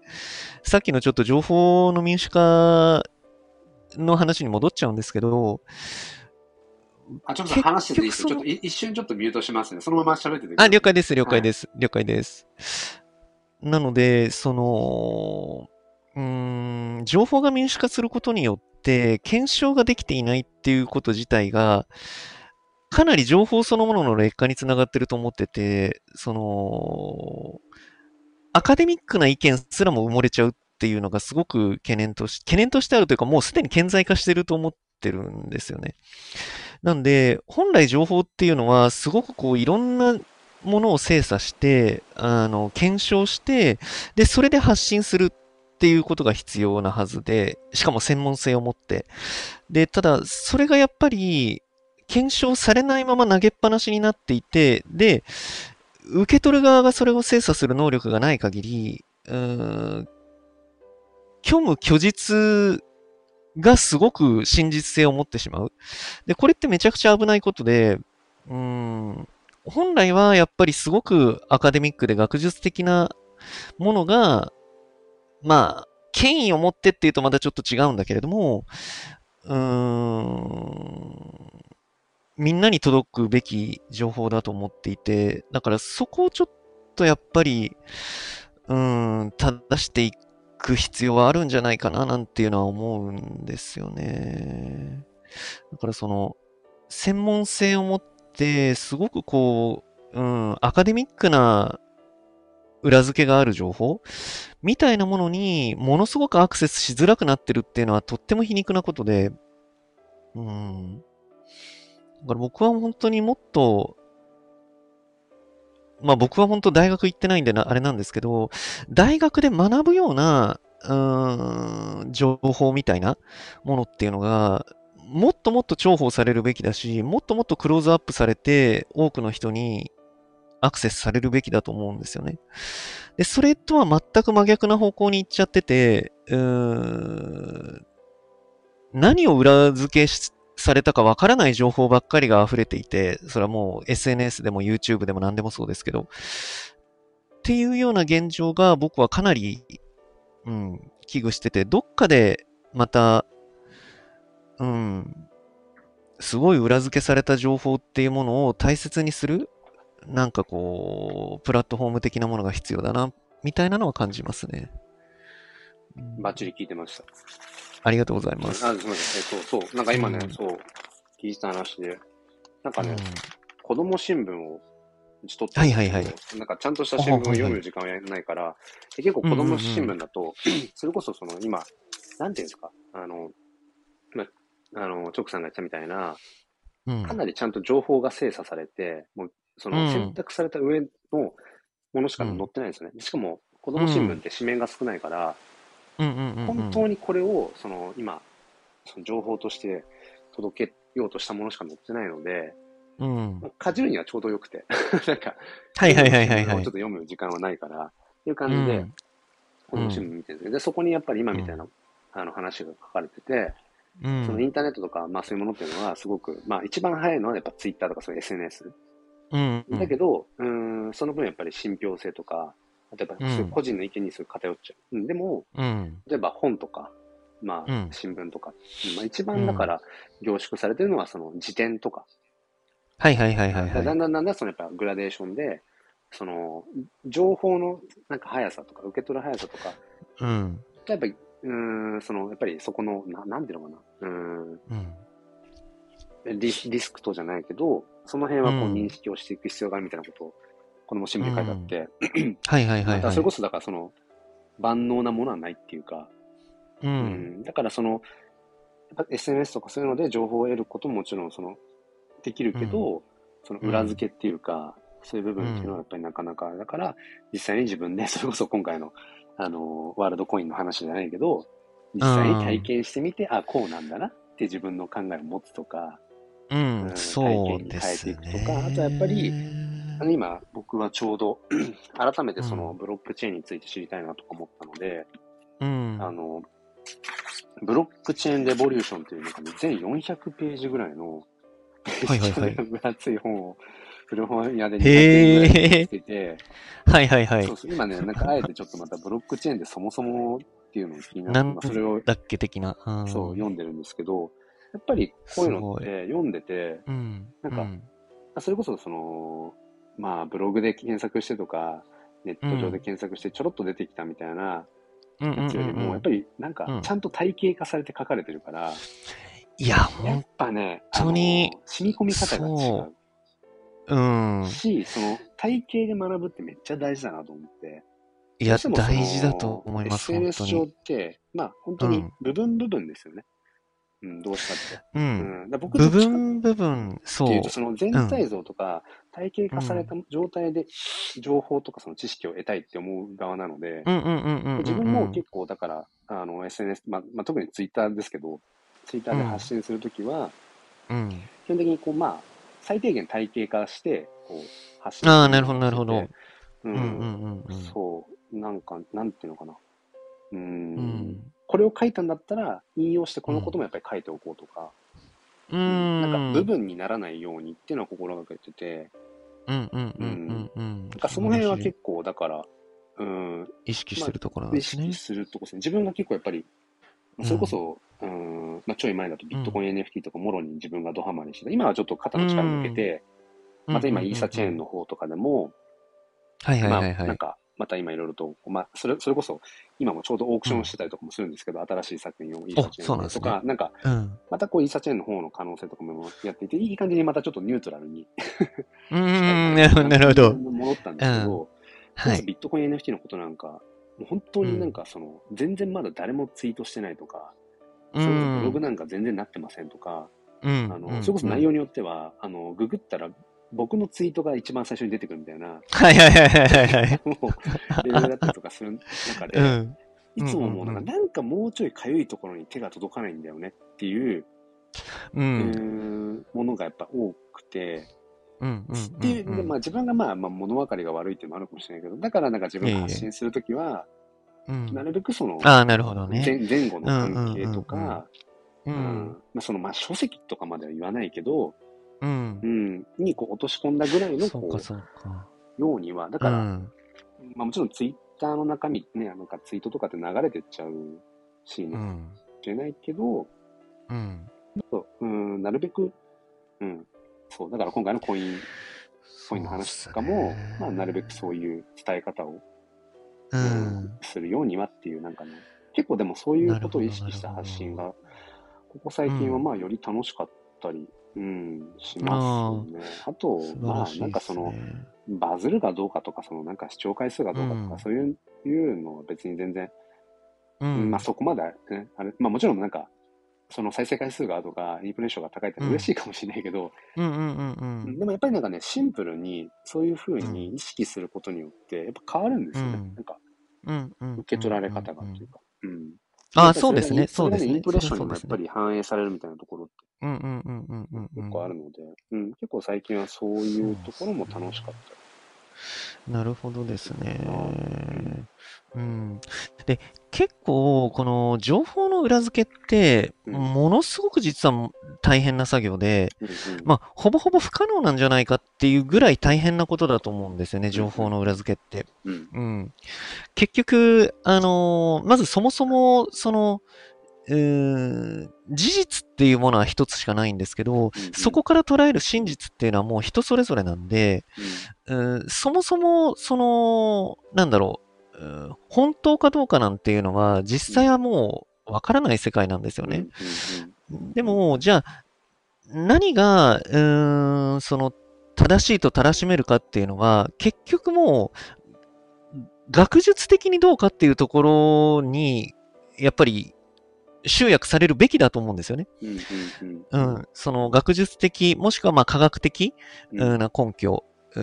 [SPEAKER 2] さっきのちょっと情報の民主化の話に戻っちゃうんですけど、
[SPEAKER 1] あ、ちょっと話してていいですかちょっとい一瞬ちょっとミュートしますね。そのまま喋っててください
[SPEAKER 2] あ、了解です、了解です、了解です。なので、その、うーん、情報が民主化することによって、検証ができていないっていうこと自体が、かなり情報そのものの劣化につながってると思ってて、その、アカデミックな意見すらも埋もれちゃうっていうのがすごく懸念とし、懸念としてあるというか、もうすでに顕在化してると思ってるんですよね。なんで、本来情報っていうのは、すごくこう、いろんなものを精査して、あの、検証して、で、それで発信するっていうことが必要なはずで、しかも専門性を持って。で、ただ、それがやっぱり、検証されないまま投げっぱなしになっていて、で、受け取る側がそれを精査する能力がない限り、うーん、虚無虚実がすごく真実性を持ってしまう。で、これってめちゃくちゃ危ないことで、うーん、本来はやっぱりすごくアカデミックで学術的なものが、まあ、権威を持ってっていうとまたちょっと違うんだけれども、うーん、みんなに届くべき情報だと思っていて、だからそこをちょっとやっぱり、うーん、正していく必要はあるんじゃないかななんていうのは思うんですよね。だからその、専門性を持って、すごくこう、うん、アカデミックな裏付けがある情報みたいなものにものすごくアクセスしづらくなってるっていうのはとっても皮肉なことで、うん。だから僕は本当にもっと、まあ僕は本当大学行ってないんでな、あれなんですけど、大学で学ぶような、うん、情報みたいなものっていうのが、もっともっと重宝されるべきだし、もっともっとクローズアップされて、多くの人にアクセスされるべきだと思うんですよね。で、それとは全く真逆な方向に行っちゃってて、うーん、何を裏付けしされたかわからない情報ばっかりが溢れていて、それはもう SNS でも YouTube でも何でもそうですけど、っていうような現状が僕はかなり、うん、危惧してて、どっかでまた、うん、すごい裏付けされた情報っていうものを大切にする、なんかこう、プラットフォーム的なものが必要だな、みたいなのは感じますね。うん
[SPEAKER 1] バッチリ聞いてました。
[SPEAKER 2] ありがとうござい
[SPEAKER 1] あ、
[SPEAKER 2] ますす。
[SPEAKER 1] みません。えっと、そう、なんか今ね、
[SPEAKER 2] うん
[SPEAKER 1] そう、聞いた話で、なんか
[SPEAKER 2] う
[SPEAKER 1] ね、
[SPEAKER 2] ん
[SPEAKER 1] 子供新聞を打ち取ってるんですけど
[SPEAKER 2] はいはいは
[SPEAKER 1] なんかちゃんとした新聞を読む時間はないから、で結構子供新聞だと、それこそその今、なんていうんですか、あの、まあの、チョクさんが言ったみたいな、
[SPEAKER 2] うん
[SPEAKER 1] かなりちゃんと情報が精査されて、もうそ
[SPEAKER 2] うん
[SPEAKER 1] の選択された上のものしか載ってないんですよね。しかも、子供新聞って紙面が少ないから、
[SPEAKER 2] うんうんうんうん
[SPEAKER 1] 本当にこれをその今、その情報として届けようとしたものしか載ってないので、
[SPEAKER 2] うん
[SPEAKER 1] まあかじるにはちょうどよくて、 なんか、
[SPEAKER 2] はいはいはいはい
[SPEAKER 1] ちょっ
[SPEAKER 2] はい
[SPEAKER 1] と。読む時間はないから、っていう
[SPEAKER 2] う
[SPEAKER 1] 感じで、
[SPEAKER 2] ん
[SPEAKER 1] この新聞見てるんですけどで、そこにやっぱり今みたいな、あの話が書かれてて、
[SPEAKER 2] う
[SPEAKER 1] そのイ
[SPEAKER 2] ん
[SPEAKER 1] ンターネットとか、まあそういうものっていうのはすごく、まあ一番早いのはやっぱツイッターとかそういう SNS。
[SPEAKER 2] うんうん
[SPEAKER 1] だけど、うーん、その分やっぱり信憑性とか、あとやっぱりそういう個人の意見にする偏っちゃう。うんでも、
[SPEAKER 2] うん
[SPEAKER 1] 例えば本とか、ま
[SPEAKER 2] う
[SPEAKER 1] あ
[SPEAKER 2] ん
[SPEAKER 1] 新聞とか、まあ一番だから凝縮されてるのはその辞典とか、
[SPEAKER 2] はいはいはいは
[SPEAKER 1] だ
[SPEAKER 2] いは
[SPEAKER 1] だ
[SPEAKER 2] い
[SPEAKER 1] ん。だんだんだんそのやっぱグラデーションで、その情報のなんか速さとか、受け取る速さとか、
[SPEAKER 2] うん
[SPEAKER 1] やっぱり、うーん、その、やっぱりそこの、ななんていうのかな、う
[SPEAKER 2] うん
[SPEAKER 1] ーんリス、リスクとじゃないけど、その辺はこ
[SPEAKER 2] う
[SPEAKER 1] うん認識をしていく必要があるみたいなことを、子供新聞に書いてあって、
[SPEAKER 2] はいはい
[SPEAKER 1] だ
[SPEAKER 2] はい
[SPEAKER 1] か
[SPEAKER 2] は
[SPEAKER 1] ら
[SPEAKER 2] い。
[SPEAKER 1] それこそだからその、万能なものはないっていうか、
[SPEAKER 2] う
[SPEAKER 1] うんん、だからその、やっぱ SNS とかそういうので情報を得ることももちろんその、できるけど、その裏付けっていうか、そういう部分っていうのはやっぱりなかなか、だから実際に自分で、それこそ今回の、あの、ワールドコインの話じゃないけど、実際に体験してみて、あ、こうなんだなって自分の考えを持つとか、
[SPEAKER 2] う、
[SPEAKER 1] うんん
[SPEAKER 2] そうです
[SPEAKER 1] 体験に変えていくとか
[SPEAKER 2] ね。
[SPEAKER 1] あとやっぱりあの
[SPEAKER 2] う
[SPEAKER 1] 今僕はちょうど 改めてそうの
[SPEAKER 2] ん
[SPEAKER 1] ブロックチェーンについて知りたいなとか思ったので、
[SPEAKER 2] ん、
[SPEAKER 1] あの、ブロックチェーンレボリューションというなんかね、全400ページぐらいの、
[SPEAKER 2] はいはい はい
[SPEAKER 1] 分厚い本を古本屋で200
[SPEAKER 2] へー
[SPEAKER 1] 円ぐらいで見つけて、
[SPEAKER 2] はいはいはい
[SPEAKER 1] そう。そう今ね、なんかあえてちょっとまたブロックチェーンでそもそもっていうのを気になって、
[SPEAKER 2] なん
[SPEAKER 1] まあそれを、
[SPEAKER 2] だっけ的な。うん
[SPEAKER 1] そう、読んでるんですけど、やっぱりこういうのっ
[SPEAKER 2] す
[SPEAKER 1] て読んでて、
[SPEAKER 2] うん。
[SPEAKER 1] なんか
[SPEAKER 2] うん
[SPEAKER 1] それこそその、まあブログで検索してとか、ネット上で検索してちょろっと出てきたみたいな
[SPEAKER 2] うんうん
[SPEAKER 1] やつより
[SPEAKER 2] うんうん
[SPEAKER 1] も、やっぱりなん
[SPEAKER 2] う
[SPEAKER 1] か
[SPEAKER 2] ん
[SPEAKER 1] ちゃんと体系化されて書かれてるから、
[SPEAKER 2] いや、ほ
[SPEAKER 1] や
[SPEAKER 2] ん
[SPEAKER 1] っ、ぱね、
[SPEAKER 2] 本当に
[SPEAKER 1] あの染み込み方が違
[SPEAKER 2] うん
[SPEAKER 1] う。し、その体系で学ぶってめっちゃ大事だなと思って。
[SPEAKER 2] い
[SPEAKER 1] い
[SPEAKER 2] や、大事だと思います、本
[SPEAKER 1] SNS
[SPEAKER 2] 当
[SPEAKER 1] 上っ
[SPEAKER 2] に。
[SPEAKER 1] て、まあ本当
[SPEAKER 2] う
[SPEAKER 1] に
[SPEAKER 2] ん
[SPEAKER 1] 部分部分ですよね。うん、どうしたって。
[SPEAKER 2] う。
[SPEAKER 1] うんん、だから僕
[SPEAKER 2] 部
[SPEAKER 1] どっちか
[SPEAKER 2] 分部分、
[SPEAKER 1] って
[SPEAKER 2] そ
[SPEAKER 1] いううと、。その全体像とか、体系化された状態で、情報とかその知識を得たいって思う側なので、
[SPEAKER 2] うんうんうんうんうんうん。
[SPEAKER 1] 自分も結構だから、あの、SNS、まあ、まあ、特にツイッターですけど、ツイッターで発信するときは、
[SPEAKER 2] うん。
[SPEAKER 1] 基本的にこう、まあ、最低限体系化して、こう、発信
[SPEAKER 2] ああ、なるほど、なるほど。
[SPEAKER 1] う、
[SPEAKER 2] うんんうんうんうん。
[SPEAKER 1] そう、なんか、なんていうのかな。うーん
[SPEAKER 2] う、ん。
[SPEAKER 1] これを書いたんだったら、引用してこのこともやっぱり書いておこうとか、
[SPEAKER 2] う
[SPEAKER 1] なんか部
[SPEAKER 2] ん。
[SPEAKER 1] 分にならないようにっていうのは心がけてて、
[SPEAKER 2] うんうんうんうんうん。
[SPEAKER 1] なんかその辺は
[SPEAKER 2] 素晴らし
[SPEAKER 1] 結構、だから、うん、
[SPEAKER 2] い意識してるところなん
[SPEAKER 1] 意
[SPEAKER 2] ですね
[SPEAKER 1] 識。するとこですね。自分が結構やっぱり、まあそれこそ、うん、まあ、ちょい前だとビットコイン NFT とかもろに自分がドハマりして、今はちょっと肩の力抜けて、また今イーサチェーンの
[SPEAKER 2] の。
[SPEAKER 1] 方とかでも、
[SPEAKER 2] はいはい
[SPEAKER 1] まあ、
[SPEAKER 2] はいは
[SPEAKER 1] なん
[SPEAKER 2] い。
[SPEAKER 1] か、また今いろいろと、まあ、それ、それこそ、今もちょうどオークションしてたりとかもするんですけど、新しい作品をイーサチェ
[SPEAKER 2] そ
[SPEAKER 1] ーン
[SPEAKER 2] うな
[SPEAKER 1] で
[SPEAKER 2] んですね
[SPEAKER 1] とか、なんか、
[SPEAKER 2] うん。
[SPEAKER 1] またこうイーサチェーンの方の可能性とかもやっていて、いい感じにまたちょっとニュートラルに。
[SPEAKER 2] うんうん、なるほど、なるほど。
[SPEAKER 1] 戻ったんですけど、
[SPEAKER 2] は
[SPEAKER 1] まず
[SPEAKER 2] い。
[SPEAKER 1] ビットコイン NFT のことなんか、もう本当になんかその、全然まだ誰もツイートしてないとか、
[SPEAKER 2] う
[SPEAKER 1] それこそブログ
[SPEAKER 2] ん。
[SPEAKER 1] なんか全然なってませんとか、
[SPEAKER 2] うん
[SPEAKER 1] あの
[SPEAKER 2] うん
[SPEAKER 1] それこそ内容によっては、あのググったら僕のツイートが一番最初に出てくるみたいな、
[SPEAKER 2] はいはいはいはいはい はい。
[SPEAKER 1] もう、レベルだったりとかする中で、
[SPEAKER 2] うん。
[SPEAKER 1] いつももうなんか、
[SPEAKER 2] うんうん
[SPEAKER 1] なんかもうちょいかゆいところに手が届かないんだよねっていう、
[SPEAKER 2] う。
[SPEAKER 1] うんーんものがやっぱ多くて、
[SPEAKER 2] うん。うん
[SPEAKER 1] っていう、まあ、自分がまあ、まあ、物分かりが悪いっていうのもあるかもしれないけど、だからなんか自分が発信するときは、
[SPEAKER 2] うん
[SPEAKER 1] なるべくその、
[SPEAKER 2] ああ、なるほどね。
[SPEAKER 1] 前前後の関係と
[SPEAKER 2] うんうんうん
[SPEAKER 1] か、
[SPEAKER 2] う
[SPEAKER 1] うん
[SPEAKER 2] ん。
[SPEAKER 1] まあそのまあ書籍とかまでは言わないけど、う
[SPEAKER 2] う。
[SPEAKER 1] んん、にこう落とし込んだぐらいの
[SPEAKER 2] そう
[SPEAKER 1] こ
[SPEAKER 2] か、そうか。
[SPEAKER 1] うようには、だ
[SPEAKER 2] う
[SPEAKER 1] から、
[SPEAKER 2] ん。
[SPEAKER 1] まあ、もちろんツイッターの中身ね、なんかツイートとかって流れてっちゃうし、
[SPEAKER 2] う
[SPEAKER 1] も
[SPEAKER 2] ん。
[SPEAKER 1] しれないけど、
[SPEAKER 2] うん。
[SPEAKER 1] そううん、なるべく、うん、そう、だから今回のコイン、コインの話とかも、まあ、なるべくそういう伝え方を、う
[SPEAKER 2] う
[SPEAKER 1] ん
[SPEAKER 2] ん。
[SPEAKER 1] するようにはっていう、なんかね、結構でもそういうことを意識した
[SPEAKER 2] なるほど
[SPEAKER 1] 発信
[SPEAKER 2] な
[SPEAKER 1] が、ここ最近は
[SPEAKER 2] うん
[SPEAKER 1] まあより楽しかったり、うん、しますね。あと
[SPEAKER 2] 素、晴
[SPEAKER 1] ま
[SPEAKER 2] ら
[SPEAKER 1] あ
[SPEAKER 2] し
[SPEAKER 1] ないん
[SPEAKER 2] で
[SPEAKER 1] か
[SPEAKER 2] す
[SPEAKER 1] その、
[SPEAKER 2] ね。
[SPEAKER 1] バズるかどうかとか、そのなんか視聴回数がどうかとか、
[SPEAKER 2] うん
[SPEAKER 1] そういう、いうのは別に全然、
[SPEAKER 2] うん
[SPEAKER 1] まあそこまで、ね、あれ、まあもちろんなんか、その再生回数がとか、インプレッションが高いってのは嬉しいかもしれないけど、
[SPEAKER 2] うんうんうんうん。
[SPEAKER 1] でもやっぱりなんかね、シンプルに、そういうふうに
[SPEAKER 2] うん
[SPEAKER 1] 意識することによって、やっぱ変わるんですよね。
[SPEAKER 2] うん
[SPEAKER 1] なんか、
[SPEAKER 2] うんうんうん。
[SPEAKER 1] 受け取られ方がっていうか。うん。
[SPEAKER 2] ああ、そうですね。そ
[SPEAKER 1] れ
[SPEAKER 2] う
[SPEAKER 1] が
[SPEAKER 2] です
[SPEAKER 1] イ
[SPEAKER 2] ね
[SPEAKER 1] ン。プレッションに
[SPEAKER 2] そう
[SPEAKER 1] も
[SPEAKER 2] で
[SPEAKER 1] やっ
[SPEAKER 2] す
[SPEAKER 1] ぱ
[SPEAKER 2] ね。
[SPEAKER 1] り反映されるみたいなところって
[SPEAKER 2] うんうんうんうんうんうん。
[SPEAKER 1] 結構あるので、うん、結構最近はそういうところも楽しかった。
[SPEAKER 2] なるほどですね
[SPEAKER 1] うん。
[SPEAKER 2] うん、で結構この情報の裏付けって
[SPEAKER 1] うん
[SPEAKER 2] ものすごく実は大変な作業で、
[SPEAKER 1] うんうん
[SPEAKER 2] まあ、ほぼほぼ不可能なんじゃないかっていうぐらい大変なことだと思うんですよね情報の裏付けって。
[SPEAKER 1] うん
[SPEAKER 2] うん、結局、あのーまずそもそもそのうーん事実っていうものは一つしかないんですけど
[SPEAKER 1] うんうん
[SPEAKER 2] そこから捉える真実っていうのはもう人それぞれなんで、うんそもそも、その、なんだろう、うん本当かどうかなんていうのは、実際はもうわからない世界なんですよ
[SPEAKER 1] うんうん
[SPEAKER 2] ね。
[SPEAKER 1] う
[SPEAKER 2] でも、じゃあ、何が、うーん、その、正しいと正しめるかっていうのは、結局もう、学術的にどうかっていうところに、やっぱり、集約されるべきだと思うんですよね。
[SPEAKER 1] んうん
[SPEAKER 2] う
[SPEAKER 1] うん
[SPEAKER 2] ん。その学術的、もしくはまあ科学的
[SPEAKER 1] うん
[SPEAKER 2] うんな根拠。う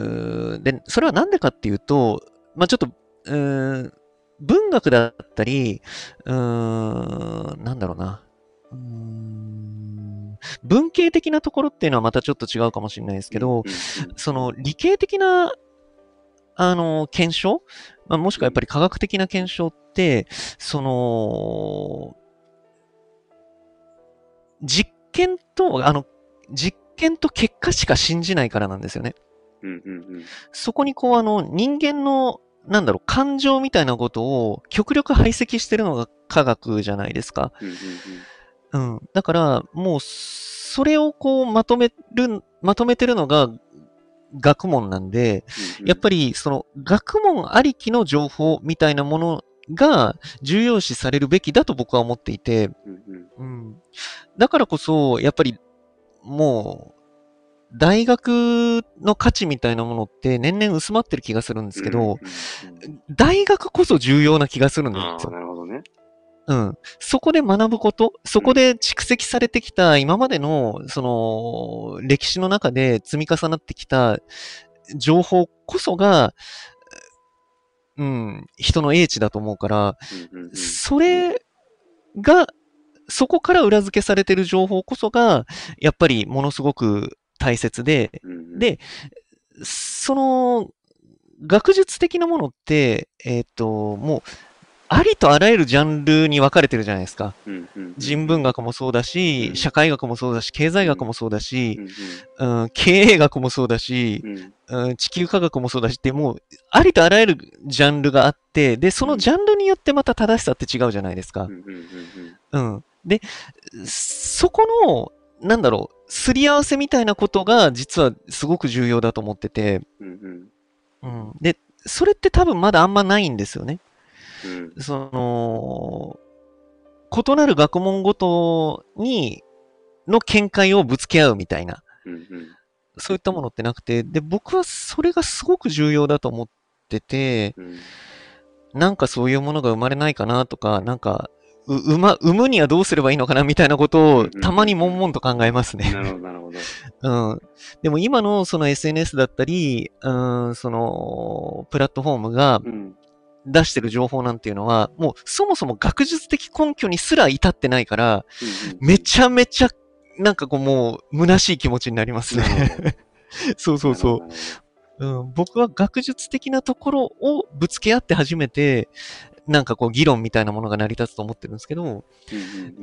[SPEAKER 2] んで、それはなんでかっていうと、まあ、ちょっと、うん、文学だったり、うん、なんだろうな。うん文系的なところっていうのはまたちょっと違うかもしれないですけど、その理系的な、あの、検証、まあ、もしくはやっぱり科学的な検証って、その、実験と、あの、実験と結果しか信じないからなんですよね。
[SPEAKER 1] うんうんうんうん
[SPEAKER 2] そこにこう、あの、人間の、なんだろう、感情みたいなことを極力排斥してるのが科学じゃないですか。
[SPEAKER 1] うんうん
[SPEAKER 2] うん。だから、もう、それをこう、まとめる、まとめてるのが、学問なんで、やっぱ
[SPEAKER 1] り、
[SPEAKER 2] り、その、学問ありきの情報みたいなものが、重要視されるべきだと僕は思っていて、
[SPEAKER 1] うんうん
[SPEAKER 2] うん。だからこそ、やっぱり、もう、大学の価値みたいなものって年々薄まってる気がするんですけど、
[SPEAKER 1] うんうんうん
[SPEAKER 2] 大学こそ重要な気がするんです
[SPEAKER 1] ああ、
[SPEAKER 2] よ。
[SPEAKER 1] なるほどね。
[SPEAKER 2] うん。そこで学ぶこと、そこで蓄積されてきた今までの、その、歴史の中で積み重なってきた情報こそが、うん、人の英知だと思うから、
[SPEAKER 1] うんうんうん
[SPEAKER 2] それが、そこから裏付けされてる情報こそが、やっぱりものすごく大切で、
[SPEAKER 1] うんうん、
[SPEAKER 2] で、その、学術的なものって、えっ、と、もう、ありとあらゆるジャンルに分かれてるじゃないですか。
[SPEAKER 1] うんうんうん
[SPEAKER 2] 人文学もそうだし
[SPEAKER 1] う、ん
[SPEAKER 2] 社会学もそうだし、経済学もそうだ
[SPEAKER 1] う
[SPEAKER 2] し、
[SPEAKER 1] ん
[SPEAKER 2] うん、経営学もそうだし、
[SPEAKER 1] うんうん
[SPEAKER 2] うん、地球科学もそうだしって、もう、ありとあらゆるジャンルがあって、で、そのジャンルによってまた正しさって違うじゃないですか
[SPEAKER 1] うん。うんうん
[SPEAKER 2] うん。で、そこの、なんだろう、すり合わせみたいなことが、実はすごく重要だと思ってて、
[SPEAKER 1] うんうん
[SPEAKER 2] うん。で、それって多分まだあんまないんですよね。
[SPEAKER 1] うん
[SPEAKER 2] その、異なる学問ごとに、の見解をぶつけ合うみたいな。
[SPEAKER 1] うんうん
[SPEAKER 2] そういったものってなくて、で、僕はそれがすごく重要だと思ってて、
[SPEAKER 1] うん
[SPEAKER 2] なんかそういうものが生まれないかなとか、なんか、う、生ま、生むにはどうすればいいのかなみたいなこと
[SPEAKER 1] うん
[SPEAKER 2] を
[SPEAKER 1] うんうん
[SPEAKER 2] たまに悶々と考えます
[SPEAKER 1] な
[SPEAKER 2] ね。
[SPEAKER 1] るほど、なるほど。
[SPEAKER 2] うん。でも今のその SNS だったり、うん、その、プラットフォームが
[SPEAKER 1] うん
[SPEAKER 2] 出してる情報なんていうのは、もうそもそも学術的根拠にすら至ってないから、めちゃめちゃ、なんかこうもう、虚しい気持ちになります
[SPEAKER 1] なる
[SPEAKER 2] ね。
[SPEAKER 1] ほ ど
[SPEAKER 2] そうそうそう。
[SPEAKER 1] なるほどなるほど
[SPEAKER 2] うん、僕は学術的なところをぶつけ合って初めて、なんかこう議論みたいなものが成り立つと思ってるんですけど、
[SPEAKER 1] うんうんうん、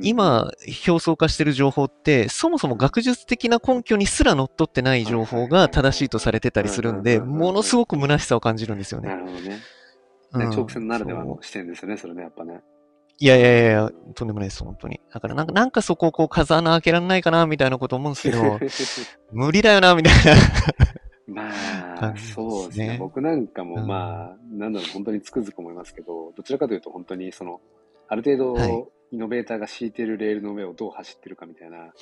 [SPEAKER 2] 今、表層化してる情報って、そもそも学術的な根拠にすら乗っ取ってない情報が正しいとされてたりするんで、
[SPEAKER 1] うんうんうんうん
[SPEAKER 2] ものすごく虚しさを感じるんですよ
[SPEAKER 1] な
[SPEAKER 2] ね。
[SPEAKER 1] るほどね。
[SPEAKER 2] うん
[SPEAKER 1] 直線ならでは
[SPEAKER 2] そう
[SPEAKER 1] の視点ですよね、それね、やっぱね。
[SPEAKER 2] いやいやいやいや、とんでもないです、本当に。だからなんか、なんかそこをこう風穴開けられないかな、みたいなこと思うんですけど、 無理だよな、 みたいな。
[SPEAKER 1] まあ
[SPEAKER 2] 感、じですね
[SPEAKER 1] そうですね。僕なんかも、
[SPEAKER 2] うん
[SPEAKER 1] まあ、なんだろう、本当につくづく思いますけど、どちらかというと、本当に、その、ある程
[SPEAKER 2] はい
[SPEAKER 1] 度、イノベーターが敷いてるレールの上をどう走ってるかみたいな。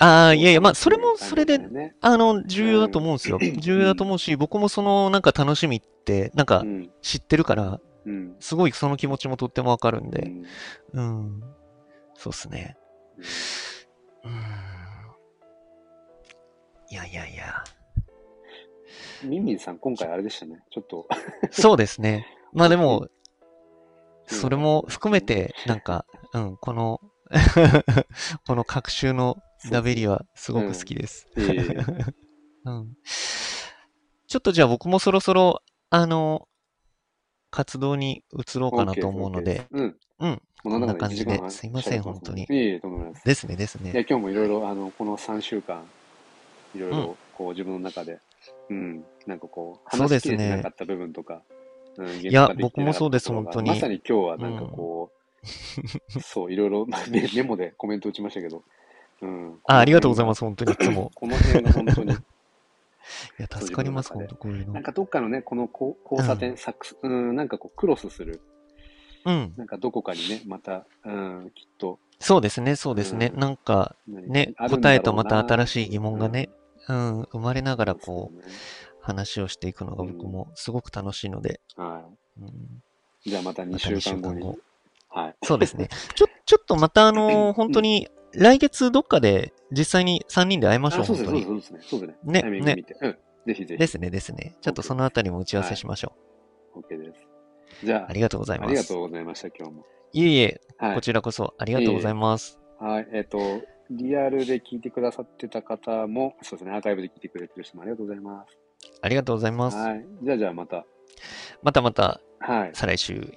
[SPEAKER 2] ああ、いやいや、まあ、それもそれで
[SPEAKER 1] ね、
[SPEAKER 2] あの、重要だと思うんですよ。重要だと思うし、僕もその、なんか楽しみって、なん
[SPEAKER 1] う
[SPEAKER 2] か
[SPEAKER 1] ん。
[SPEAKER 2] 知ってるから、
[SPEAKER 1] うん。
[SPEAKER 2] すごいその気持ちもとってもわかるん
[SPEAKER 1] う
[SPEAKER 2] で、
[SPEAKER 1] ん
[SPEAKER 2] うん。そうっすね。うん。いやいやいや。
[SPEAKER 1] ミンミンさん、今回あれでしたね。ちょっと、
[SPEAKER 2] そうですね。まあでも、
[SPEAKER 1] うん
[SPEAKER 2] それも含めて、なんか、うん、この、 この各週のラベリはすごく好きです。
[SPEAKER 1] えー
[SPEAKER 2] うんちょっとじゃあ僕もそろそろ、あの、活動に移ろうかなと思うので、。
[SPEAKER 1] OK OK
[SPEAKER 2] うん。
[SPEAKER 1] うん。もうなんだかんだ
[SPEAKER 2] こんな感じで
[SPEAKER 1] 一時間半
[SPEAKER 2] すいません本当に
[SPEAKER 1] いえいえ、とんでもないです。
[SPEAKER 2] ですね、です
[SPEAKER 1] いや、
[SPEAKER 2] ね。
[SPEAKER 1] 今日もいろいろ、あの、この3週間、いろいうろ、こう、自分の中で、うん、なんかこう、
[SPEAKER 2] そう
[SPEAKER 1] 話
[SPEAKER 2] で
[SPEAKER 1] しき
[SPEAKER 2] す
[SPEAKER 1] れ
[SPEAKER 2] ね
[SPEAKER 1] てなかった部分とか、うん、い
[SPEAKER 2] や僕もそうです本当に
[SPEAKER 1] まさに今日はなんかこう、そう、いろい ろ、まあメメモでコメント打ちましたけど、うん。。
[SPEAKER 2] あありがとうございますす、本当にいつも。
[SPEAKER 1] この辺が本当に、
[SPEAKER 2] いや、助かります、
[SPEAKER 1] そう
[SPEAKER 2] 本
[SPEAKER 1] 自分の中で
[SPEAKER 2] 当こういう
[SPEAKER 1] な
[SPEAKER 2] の
[SPEAKER 1] ん。かどっかのね、このこう交差点、サックス、うん、なんかこう、クロスする、
[SPEAKER 2] うん。
[SPEAKER 1] なんかどこかにね、また、うん、きっと、
[SPEAKER 2] そうですね、そうですね。
[SPEAKER 1] うん
[SPEAKER 2] なんか、ね、答えとまた新しい疑問がね、うん、生まれなが
[SPEAKER 1] から
[SPEAKER 2] こう、話をしていくのが僕もすごく楽しいので、
[SPEAKER 1] う。は
[SPEAKER 2] うん、
[SPEAKER 1] い。じゃあまた2
[SPEAKER 2] また
[SPEAKER 1] 週
[SPEAKER 2] 2週
[SPEAKER 1] 間後
[SPEAKER 2] 間
[SPEAKER 1] に
[SPEAKER 2] 後。。
[SPEAKER 1] はい。
[SPEAKER 2] そうですね。ちょ、ちょっとまたあの、本当に、来月どっかで実際に3人で会いましょう、
[SPEAKER 1] あ、そう
[SPEAKER 2] 本
[SPEAKER 1] です
[SPEAKER 2] 当
[SPEAKER 1] ね、そう
[SPEAKER 2] に。
[SPEAKER 1] ですね、そうですね。
[SPEAKER 2] ね
[SPEAKER 1] タイミング見て。うん。ぜひぜひ。
[SPEAKER 2] ですね、ですね。ちょっとそのあたりも打ち合わせしましょ
[SPEAKER 1] OK です。じゃ
[SPEAKER 2] う。
[SPEAKER 1] あ、
[SPEAKER 2] ありがとうござい
[SPEAKER 1] あ
[SPEAKER 2] ます。
[SPEAKER 1] りがとうございました、今日も。
[SPEAKER 2] いえいえ、
[SPEAKER 1] は
[SPEAKER 2] こ
[SPEAKER 1] い。
[SPEAKER 2] ちらこそありがとうございます。
[SPEAKER 1] はい。えっ、と、リアルで聞いてくださってた方も、そうですね、アーカイブで聞いてくれてる人もありがとうございま。
[SPEAKER 2] ありがとうございますす。
[SPEAKER 1] はい。じゃあ、じゃあまた。
[SPEAKER 2] またまた
[SPEAKER 1] はい。
[SPEAKER 2] 再来週
[SPEAKER 1] OK
[SPEAKER 2] お願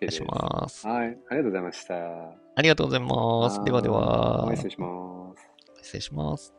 [SPEAKER 1] で
[SPEAKER 2] い
[SPEAKER 1] す
[SPEAKER 2] し。ます。
[SPEAKER 1] はい。ありがとうございました。
[SPEAKER 2] ありがとうございます。ではでは
[SPEAKER 1] お、失礼します。
[SPEAKER 2] 失礼します。